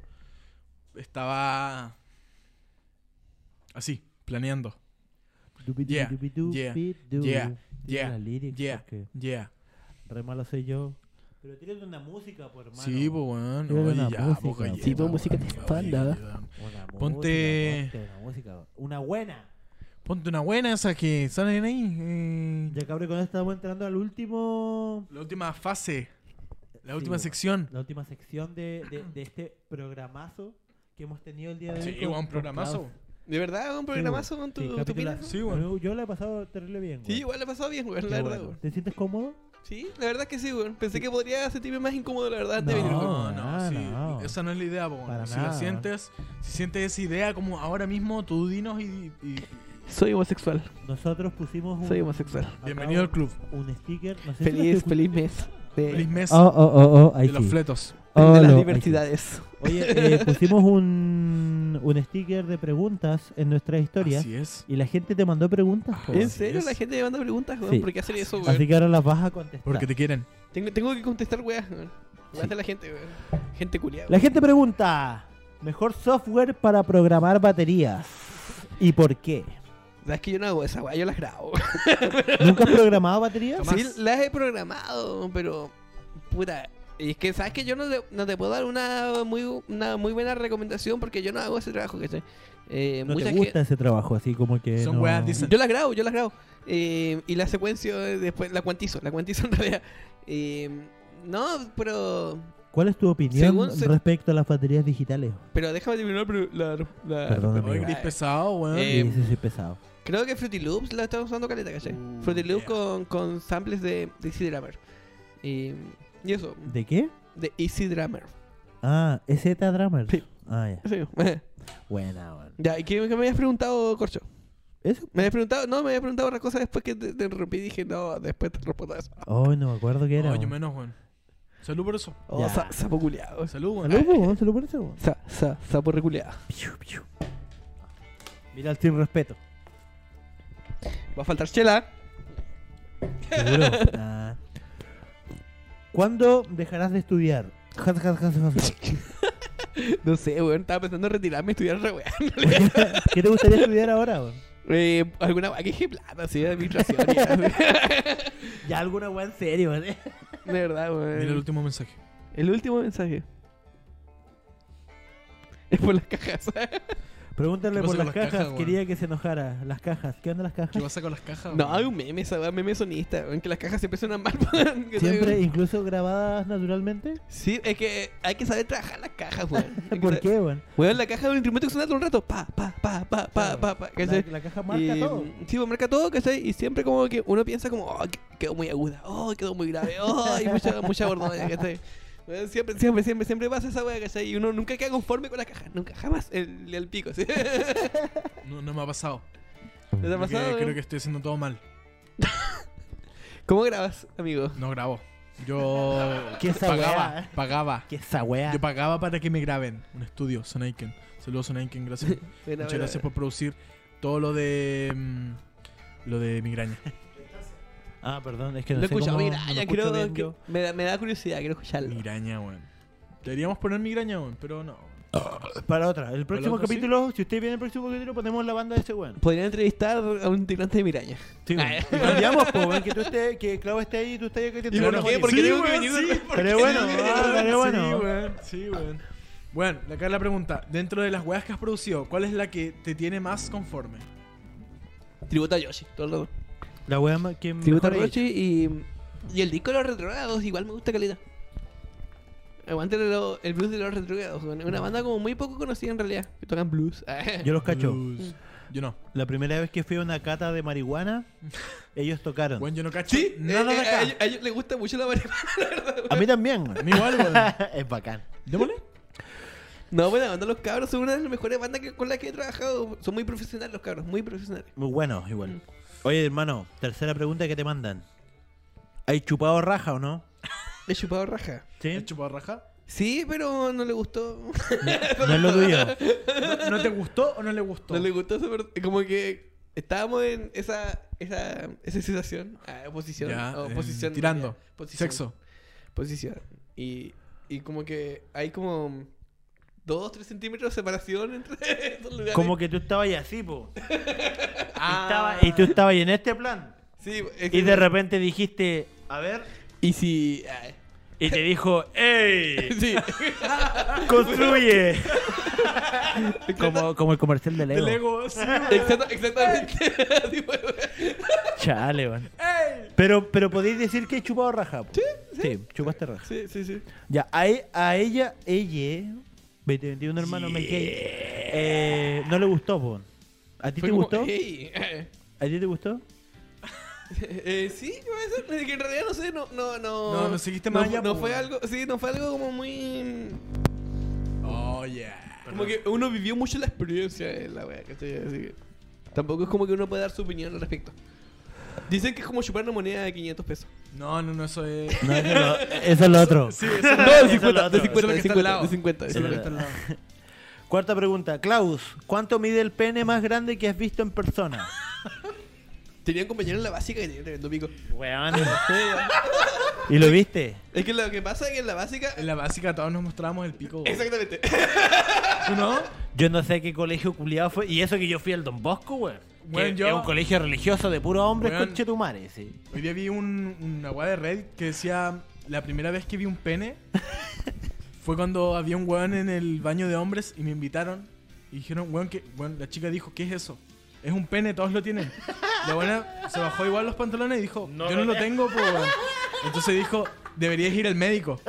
estaba así, planeando. Yeah, yeah, yeah, yeah, yeah, yeah. Re malo soy yo. Pero tírate una música, por hermano. Sí, pues weón. Tírate Oye, una ya, música, pues, po. galleta, Sí, pues, weón, música de oye, espalda. weón. Una Ponte... música, ponte una música. Una buena. Ponte una buena esa que salen ahí. eh, Ya cabrón, con esto estamos entrando al último. La última fase. La Sí, pues. última weón. sección. La última sección de, de, de este programazo que hemos tenido el día de hoy. Sí, con- weón, con programazo. Klaus. ¿De verdad? ¿Un Sí, programazo weón. con tu, Sí, tu capitulazo. pila? Sí, weón. Yo- Yo la he pasado terrible bien. Sí, weón. igual le he pasado bien, weón, Qué la verdad, bueno. weón. ¿Te sientes cómodo? Sí, la verdad que sí, weón. Pensé que podría sentirme más incómodo, la verdad, antes de venir, weón. No, no, nada, sí. no. Esa no es la idea, po, Para Si nada. la sientes, si sientes esa idea como ahora mismo, tú dinos y. y- y- Soy homosexual. Nosotros pusimos un. Soy homosexual. acá bienvenido al un- club. Un sticker. No sé si lo Feliz, escuchaste. feliz mes. De, Feliz mes Oh, oh, oh, oh, ahí de los sí. fletos. Oh, de las lo- ahí sí. diversidades. Oye, eh, pusimos un, un sticker de preguntas en nuestra historia Así es. y la gente te mandó preguntas. po. ¿En Así serio? es. La gente me manda preguntas, weón. Sí. ¿Por qué hacer eso, weón? Así que ahora las vas a contestar. Porque te quieren. Tengo, tengo que contestar, weón. weón. Weón de la gente, weón. Gente culiada. La gente pregunta, mejor software para programar baterías. ¿Y por qué? ¿Sabes que yo no hago esa, weón? Yo las grabo. ¿Nunca has programado baterías? Sí, las he programado, pero. Puta. Y es que, ¿sabes que Yo no te, no te puedo dar una muy, una muy buena recomendación porque yo no hago ese trabajo, ¿cachai? Eh, ¿No mucha te ge- gusta ese trabajo así como que Son no- weas, dicen. Yo las grabo, yo las grabo. Eh, y la secuencio eh, después, la cuantizo, la cuantizo en realidad. Eh, no, pero. ¿Cuál es tu opinión Según se- respecto a las baterías digitales? Pero déjame terminar pero la. la- Ah, Perdón, la- amigo. Oye, gris pesado, weón. Eh, sí, sí, soy pesado. Creo que Fruity Loops la estamos usando caleta, ¿cachai? Uh, Fruity Loops yeah. con, con samples de, de Easy Drummer. Eh, y eso, ¿De qué? de Easy Drummer. Ah, ¿es Z Drummer? Sí. Ah, ya. Sí. Buena, weón. ya, ¿y qué, qué me habías preguntado, Corcho? Eso. Me habías preguntado, no, me habías preguntado otra cosa después que te, te interrumpí y dije, no, después te respondo eso. Oh, no me acuerdo qué era. Oye, weón. menos, weón. Salud por eso. Oh, Ya. sa- sapo culiado. Salud, weón. Salud, po, weón, salud por eso, weón. Sa- sa- sapo reculeado. Piu, piu. Mira el sin respeto. Va a faltar chela. Seguro. Ah. ¿Cuándo dejarás de estudiar? Ja, ja, ja, ja, ja. No sé, weón, estaba pensando en retirarme y estudiar otra weá. ¿Qué te gustaría estudiar ahora? weón? Eh, alguna weá que dije plata, así de administración. y ya. de Ya alguna weá en serio, weón. verdad, weón. Mira el último mensaje. El último mensaje. Es por las cajas. Pregúntale ¿Qué por pasa las, con las cajas. cajas, weón? Quería que se enojara. Las cajas. ¿Qué onda las ¿Qué cajas? pasa con las cajas? No, weón? hay un meme, esa weá, meme sonista, weón, que las cajas siempre suenan mal. weón, que Siempre, saben- incluso grabadas naturalmente. Sí, es que hay que saber trabajar las cajas, weón. Hay que ¿Por saber- qué, weón? Weón, la caja es un instrumento que suena todo el rato. Pa, pa, pa, pa, pa, pa, pa. La, ¿cachai? la caja marca Y, todo. Sí, pues, marca todo, ¿cachai? Y siempre como que uno piensa como, oh, que- quedó muy aguda, oh, quedó muy grave, oh, hay mucha, mucha bordoña, ¿cachai? Weón, Siempre, siempre, siempre, siempre pasa esa weá, ¿cachai? Y uno nunca queda conforme con la caja, nunca, jamás, el, el pico, ¿sí? No, no me ha pasado. ¿No te ha Creo que- pasado? creo que estoy haciendo todo mal. ¿Cómo grabas, amigo? No grabo. Yo ¿Qué esa pagaba, weá? pagaba. ¿Qué esa weá? Yo pagaba para que me graben. Un estudio, Sonaiken. Saludos, Sonaiken. Gracias. Bueno, Muchas bueno, gracias por producir todo lo de. mm, lo de migraña. Ah, perdón, es que no Lo he sé escuchado, cómo- mira, no ya lo escucho creo bien que yo. me da, me da curiosidad, quiero escucharlo. Migraña, weón. Deberíamos poner migraña, weón, pero no. Para otra, el próximo otro sí? capítulo, si usted viene el próximo capítulo, ponemos la banda de ese weón. Podrían entrevistar a un tirante de miraña. Ah, eh, Sí, weón. Y cambiamos, po, weón, que tú estés, que Clau esté ahí y tú estés ahí que te ¿Y por qué? ¿Por qué Sí, tengo que weón, venir? sí, ¿por Pero qué bueno, tengo que ah, venir? pero bueno. Sí, weón. Sí, weón. Bueno, acá la pregunta. Dentro de las weas que has producido, ¿cuál es la que te tiene más conforme? Tributa a Yoshi, todo el rato. La weá ma- que Tributo a mejor Rochi y, y el disco de los retrogrados, igual me gusta caleta. Aguante lo- el blues de los retrogrados, weón. Es una banda como muy poco conocida en realidad, que tocan blues. es. Yo los cacho. Blues. Yo no. La primera vez que fui a una cata de marihuana, ellos tocaron. Bueno, yo no cacho Sí, nada eh, de eh, acá. A, ellos, a ellos les gusta mucho la marihuana. A mí también. weón. Ni igual, weón. es bacán. Démosle. No, bueno, los cabros son una de las mejores bandas que- con las que he trabajado. Son muy profesionales los cabros, muy profesionales. Muy bueno, igual. Oye, hermano, tercera pregunta que te mandan. ¿Hay chupado raja o no? He chupado raja. Sí. ¿Has chupado raja? Sí, pero no le gustó. No es lo tuyo. ¿No, no te gustó o no le gustó? No le gustó esa per- Como que estábamos en esa, esa, esa situación. Ah, posición. Ya, o eh, posición tirando. ya, posición, Sexo. Posición. Y, y como que hay como dos, tres centímetros de separación entre esos lugares. Como que tú estabas ahí así, po. Estaba- y tú estabas ahí en este plan. Sí, es Y que- de repente dijiste, a ver. Y si... ah, eh, Y te dijo, ¡Ey! sí. ¡Construye! como, como el comercial de Lego. Exacto- exactamente. pues, Así fue. Chale, weón. Pero, pero podéis decir que he chupado raja. po. Sí, chupaste raja. sí, sí, sí. Ya, a, e- a ella, ella, 2021 hermano, me quedé. Eh, no le gustó, po. ¿A ti Fue te como, gustó? "Ey". Eh, ¿A ti te gustó? eh, sí, puede ser. Es que en realidad no sé, no, no, no. No, no seguiste más no, allá, pues, no po, fue weón. algo, sí, no fue algo como muy. Oh, yeah. Como que uno vivió mucho la experiencia de la wea, ¿cachai? Así que tampoco es como que uno puede dar su opinión al respecto. Dicen que es como chupar una moneda de 500 pesos. No, no, no, eso es. No, eso es lo, eso es lo otro. Sí, eso No, es de es 50, lo de otro. 50, de Eso es lo que está al 50, lado. de 50. Eso es lo que está al lado. Cuarta pregunta. Klaus, ¿cuánto mide el pene más grande que has visto en persona? Tenía un compañero en la básica que tenía tremendo pico. Weón. ¿Y lo viste? Es que lo que pasa es que en la básica... En la básica todos nos mostrábamos el pico. güey. Exactamente. ¿Tú no? Yo no sé qué colegio culiado fue. Y eso que yo fui al Don Bosco, weón. Weón, Que yo- Es un colegio religioso de puros hombres Weón. con chetumares, sí. Hoy día vi un, una weá de Reddit que decía: La primera vez que vi un pene fue cuando había un weón en el baño de hombres y me invitaron. Y dijeron: Weón, que. Weón, la chica dijo: ¿Qué es eso? Es un pene, todos lo tienen. La buena se bajó igual los pantalones y dijo: Yo no lo tengo, pues weón. Entonces dijo: Deberías ir al médico.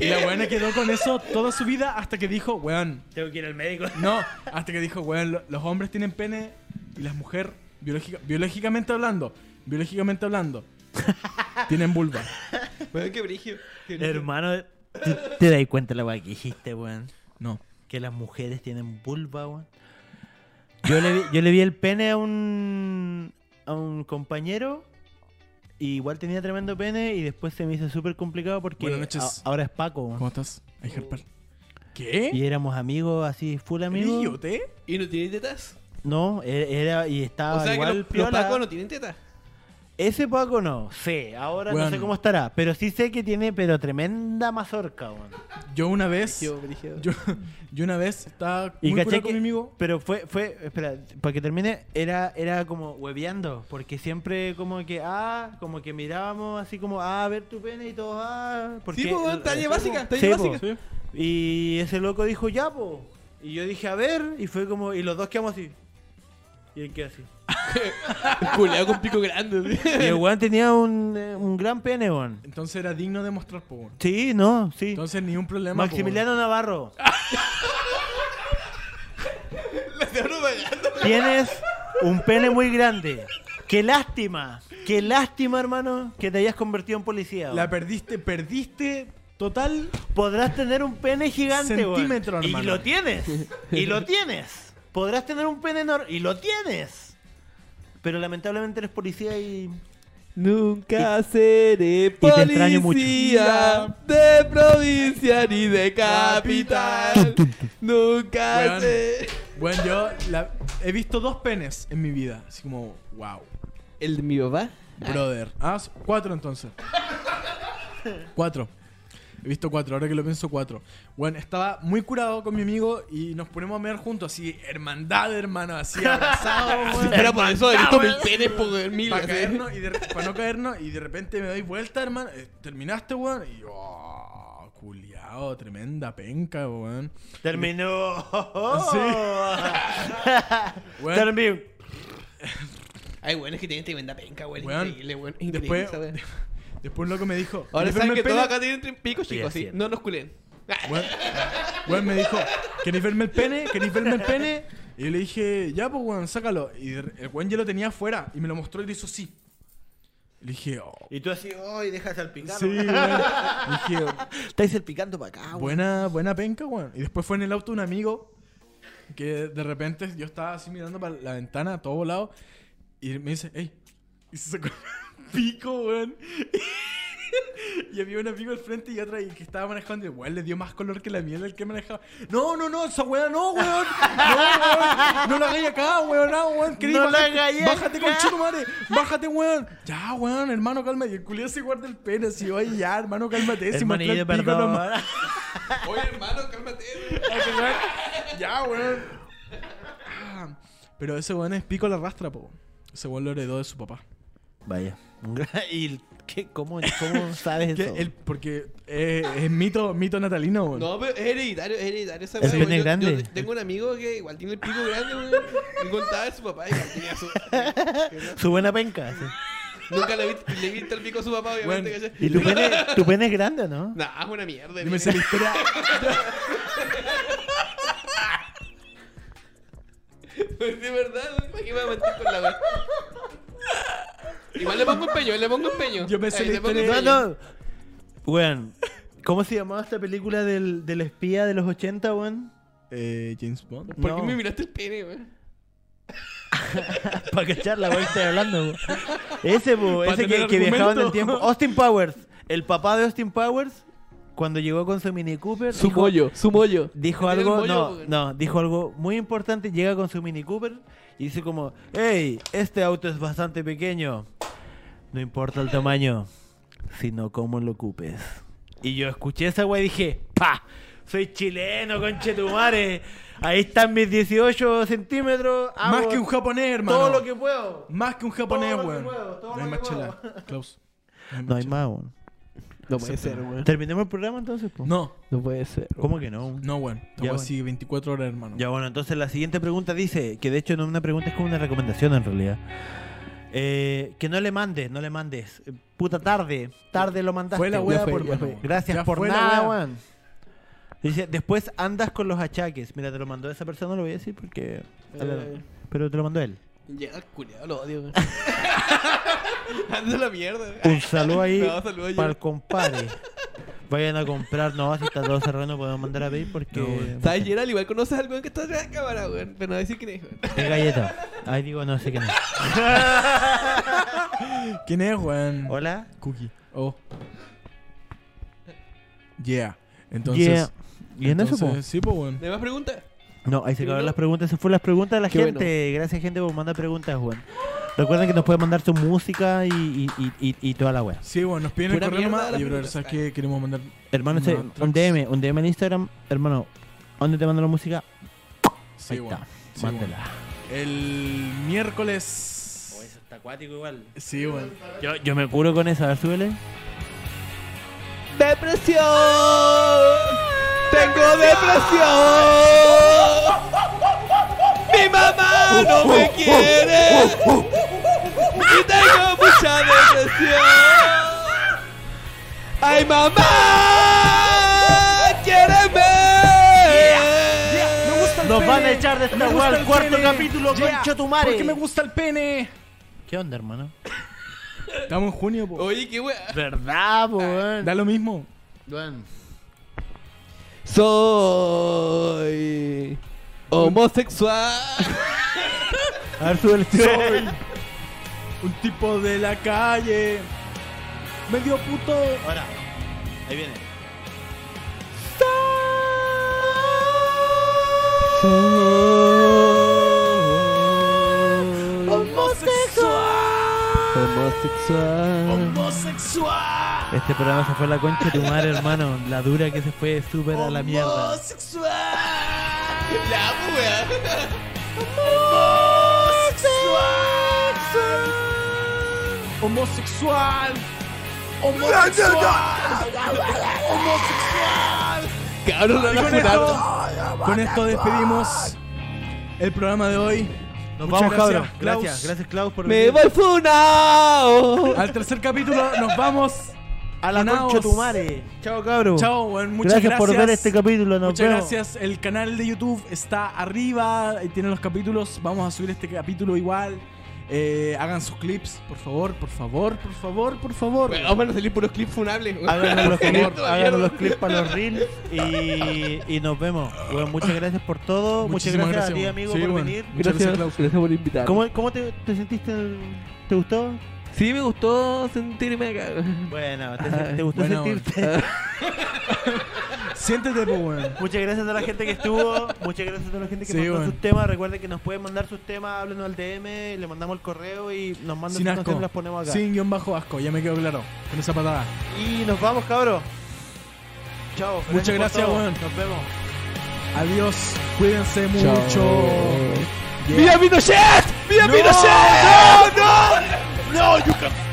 Y la buena quedó con eso toda su vida hasta que dijo: Weón, Tengo que ir al médico. No, hasta que dijo, weón, lo- los hombres tienen pene y las mujeres, biológica- biológicamente hablando, biológicamente hablando, tienen vulva. Weón, qué brigio. qué brigio. Hermano, ¿te, te das cuenta la weá que dijiste, weón? No. Que las mujeres tienen vulva, weón. Yo le vi, yo le vi el pene a un, a un compañero. Y igual tenía tremendo pene y después se me hizo súper complicado porque Buenas noches. a- ahora es Paco. weón. ¿Cómo estás? Ay, Harper. ¿Qué? Y éramos amigos así, full amigos. ¿Idiote? ¿Y no tiene tetas? No, e- era y estaba o sea que igual los, los piola. pacos no tienen tetas. Ese Paco no, sé, ahora no sé Bueno. cómo estará, pero sí sé que tiene pero tremenda mazorca, weón. Yo una vez, Qué yo, brigio. yo una vez estaba Y muy curado caché con que, mi amigo. pero fue fue espera, para que termine era era como hueveando, porque siempre como que ah, como que mirábamos así como ah, a ver tu pene y todos ah, porque Sí, pues, talla básica, talla Sí, po. pues. básica. Sí. Y ese loco dijo, ya, po. Y yo dije, a ver. Y fue como, y los dos quedamos así. Y él quedó así. Culeado con pico grande. sí. Y el weón tenía un, eh, un gran pene, weón. Entonces era digno de mostrar, po, weón. Sí, no, sí. Entonces ni un problema. po, Maximiliano Navarro, La estoy propagando. tienes un pene muy grande. Qué lástima, qué lástima, hermano, que te hayas convertido en policía. weón. La weón. perdiste, perdiste total. Podrás tener un pene gigante, weón. Centímetro, Y hermano. lo tienes. Y lo tienes. Podrás tener un pene enorme. Y lo tienes. Pero lamentablemente eres policía y. Nunca seré te extraño mucho. policía de provincia ni de capital. Nunca Weón. seré. Bueno, yo la- he visto dos penes en mi vida. Así como, wow. ¿El de mi papá? Brother. Ah, s- cuatro entonces. cuatro. He visto cuatro, ahora que lo pienso, cuatro. Bueno, estaba muy curado con mi amigo y nos ponemos a mear juntos, así, hermandad, hermano, así, abrazados, weón. Pero por eso he visto mil penes por mil. Para caernos y de, pa' no caernos y de repente me doy vuelta, hermano. eh, Terminaste, weón. Y yo, oh, culiao, tremenda penca, weón. Terminó. Weón, Terminó. Ay, bueno, es que tienen tremenda penca, weón. Weón. Increíble, weón. Increíble, Después, esa weá. después un loco me dijo. Ahora "Oye, saben pero que me todos pena". acá tienen pico, chicos, sí. haciendo. No nos culen. Weón, weón me dijo, ¿Queréis verme el pene? ¿Queréis verme el pene? Y yo le dije, ya, pues, weón, sácalo. Y de- el weón ya lo tenía afuera y me lo mostró y le hizo así. Le dije, oh. Y tú así, hoy dejas al picado. Sí, weón. Dije, Estáis salpicando para acá, weón. Buena, buena penca, weón. Y después fue en el auto un amigo que de repente yo estaba así mirando para la ventana, todo volado, y me dice, hey, y se sacó el pico, weón. Y había un amigo al frente y otra y que estaba manejando. Y weón, le dio más color que la miel al que manejaba. No, no, no, esa weá no, weón. No, weón. No la hagáis acá, weón. No, weón. Querí, No la bájate, hagáis Bájate acá. con chico, madre. Bájate, weón. Ya, weón, hermano, calma. Y el culiado se guarda el pene. Así, oye, ya, hermano, cálmate. si Hermanillo, mostró el pico perdón. nomás. Oye, hermano, cálmate. Ya, weón. Ah, Pero ese weón es pico la rastra, po. Ese weón lo heredó de su papá. Vaya. ¿Y el- qué, cómo, cómo sabes Que eso? él- porque eh, es mito, mito natalino, weón. No, pero es hereditario, es hereditario esa El weá, weón. pene Yo- grande. yo tengo un amigo que igual tiene el pico grande, weón. Me contaba de su papá, igual tenía su. Su buena penca. sí. Nunca le viste, le viste el pico a su papá, obviamente. Bueno, ¿cachai? ¿Y tu pene, tu pene es grande o no? Nah, es una mierda. Yo me el sé la pene. historia. De verdad, weón, ¿para qué me voy a mentir con la weá? Igual le pongo empeño, le pongo empeño. Yo me sé Ahí, la le pongo historia No, empeño. no. Weón. ¿Cómo se llamaba esta película del, del espía de los 80, weón? Eh, James Bond. ¿Por qué No. me miraste el pene, weón? Para cacharla, weón, estoy hablando, weón. Ese, po, Pa' ese que, tener que viajaba en el argumento. tiempo. Austin Powers. El papá de Austin Powers, cuando llegó con su Mini Cooper, Su dijo- mollo, su mollo. Dijo Tiene el algo, bollo, no, porque- no, dijo algo muy importante. Llega con su Mini Cooper y dice como, hey, este auto es bastante pequeño. No importa el tamaño, sino cómo lo ocupes. Y yo escuché esa wea y dije, pa, soy chileno, conchetumare. Ahí están mis 18 centímetros. hago Más que un japonés, hermano. Ah, Todo lo que puedo. Más que un japonés, Todo lo que weón. puedo, todo no hay lo que más puedo. chela. Klaus. No hay más, weón. No puede ser, weón. Terminemos el programa entonces, po? No, No puede ser. ¿Cómo que no? no, weón. Ya, Estamos así 24 horas, hermano. Ya bueno, entonces la siguiente pregunta dice, que de hecho no es una pregunta, es como una recomendación en realidad. Eh, que no le mandes, no le mandes. Eh, Puta tarde, tarde lo mandaste. Fue la wea Ya fue, por ya mano. fue. Gracias Ya por fue la nada, wea. weón. Dice, después andas con los achaques. Mira, te lo mandó esa persona, no lo voy a decir porque... Eh. Pero te lo mandó él. Ya, culiado, lo odio, weón. Ando a la mierda, weón. Un saludo ahí No, saludo yo. para el compadre. Vayan a comprar, no, si está todo cerrado no podemos mandar a pedir porque... No, weón. ¿Sabes, Gerald? Igual conoces al weón que está atrás de la cámara, weón. Pero no voy a decir quién es, weón. Es galleta. Ahí digo, no sé qué. ¿Quién es, weón? Hola. Cookie. Oh. Yeah. Entonces. Yeah. Y en eso, po. entonces, Sí, po, weón. ¿Hay más preguntas? No, ahí se Pero acabaron no- las preguntas. Esas fueron las preguntas de la Qué gente. Gracias, gente, por mandar preguntas, Juan. Recuerden que nos pueden mandar su música y, y, y- y- y toda la wea. Sí, weón. Nos piden el Pura correo mierda más. las Y, brother, preguntas. ¿sabes qué? Queremos mandar. Hermano, No, se- tracks. un DM, un DM en Instagram. Hermano, ¿dónde te mando la música? Sí, Ahí weón. está. Sí, weón. Mándala. El miércoles. está acuático igual. Sí, weón. Yo, yo me curo con esa. A ver, súbele. ¡Depresión! ¡Tengo depresión! ¡Mi mamá no me quiere! ¡Y tengo mucha depresión! ¡Ay, mamá! ¡Quiéreme! Nos van a echar de esta wea al cuarto capítulo, con concha tu madre. Porque me gusta el pene. ¿Qué onda, hermano? Estamos en junio, po. Oye, qué wea. ¿Verdad, po, weón? Da lo mismo. Soy homosexual. A ver, súbele. Soy un tipo de la calle. Medio puto. Ahora, ahí viene. Homosexual. Homosexual. Este programa se fue a la concha de tu madre, hermano. La dura que se fue, súper a la mierda. Homosexual. La amo, wea. Homosexual. Homosexual. Cabrón, no Y la con juraron. esto, con esto despedimos el programa de hoy. Nos Muchas vamos, cabrón. gracias, Klaus. Gracias, gracias, Klaus, por Me voy funao. Al tercer capítulo nos vamos. A la Funaos. concha tu madre. Chao, cabros. Chao, weón. Muchas gracias. Gracias por ver este capítulo, nos Muchas vemos. gracias. El canal de YouTube está arriba. eh, Tiene los capítulos. Vamos a subir este capítulo igual. Eh, hagan sus clips, por favor, por favor, por favor, por favor. Vamos a salir puros clips funables. weón. Háganos los, Esto, clips, háganos los mierda. clips para los reels y, y nos vemos. Weón, muchas gracias por todo. Muchísimas muchas gracias, a ti, gracias, amigo, weón. Sí, por weón. venir. Muchas gracias, Gracias, Klaus. gracias por invitarme. ¿Cómo, cómo te, te sentiste? el- ¿Te gustó? Sí, me gustó sentirme acá. Bueno, ¿te, te gustó Bueno, sentirte? Siéntete, po, weón. muchas gracias a toda la gente que estuvo. Muchas gracias a toda la gente que Sí, mandó weón. sus temas. Recuerden que nos pueden mandar sus temas. Háblenos al DM, le mandamos el correo y nos mandan Sin sus canciones asco. y las ponemos acá. Sin guión bajo asco. Ya me quedó claro. Con esa patada. Y nos vamos, cabros. Chao. Muchas por gracias, todo. weón. Nos vemos. Adiós. Cuídense Chao. mucho. Yeah. ¡Viva Pinochet! ¡Viva No, Pinochet! no, no, you can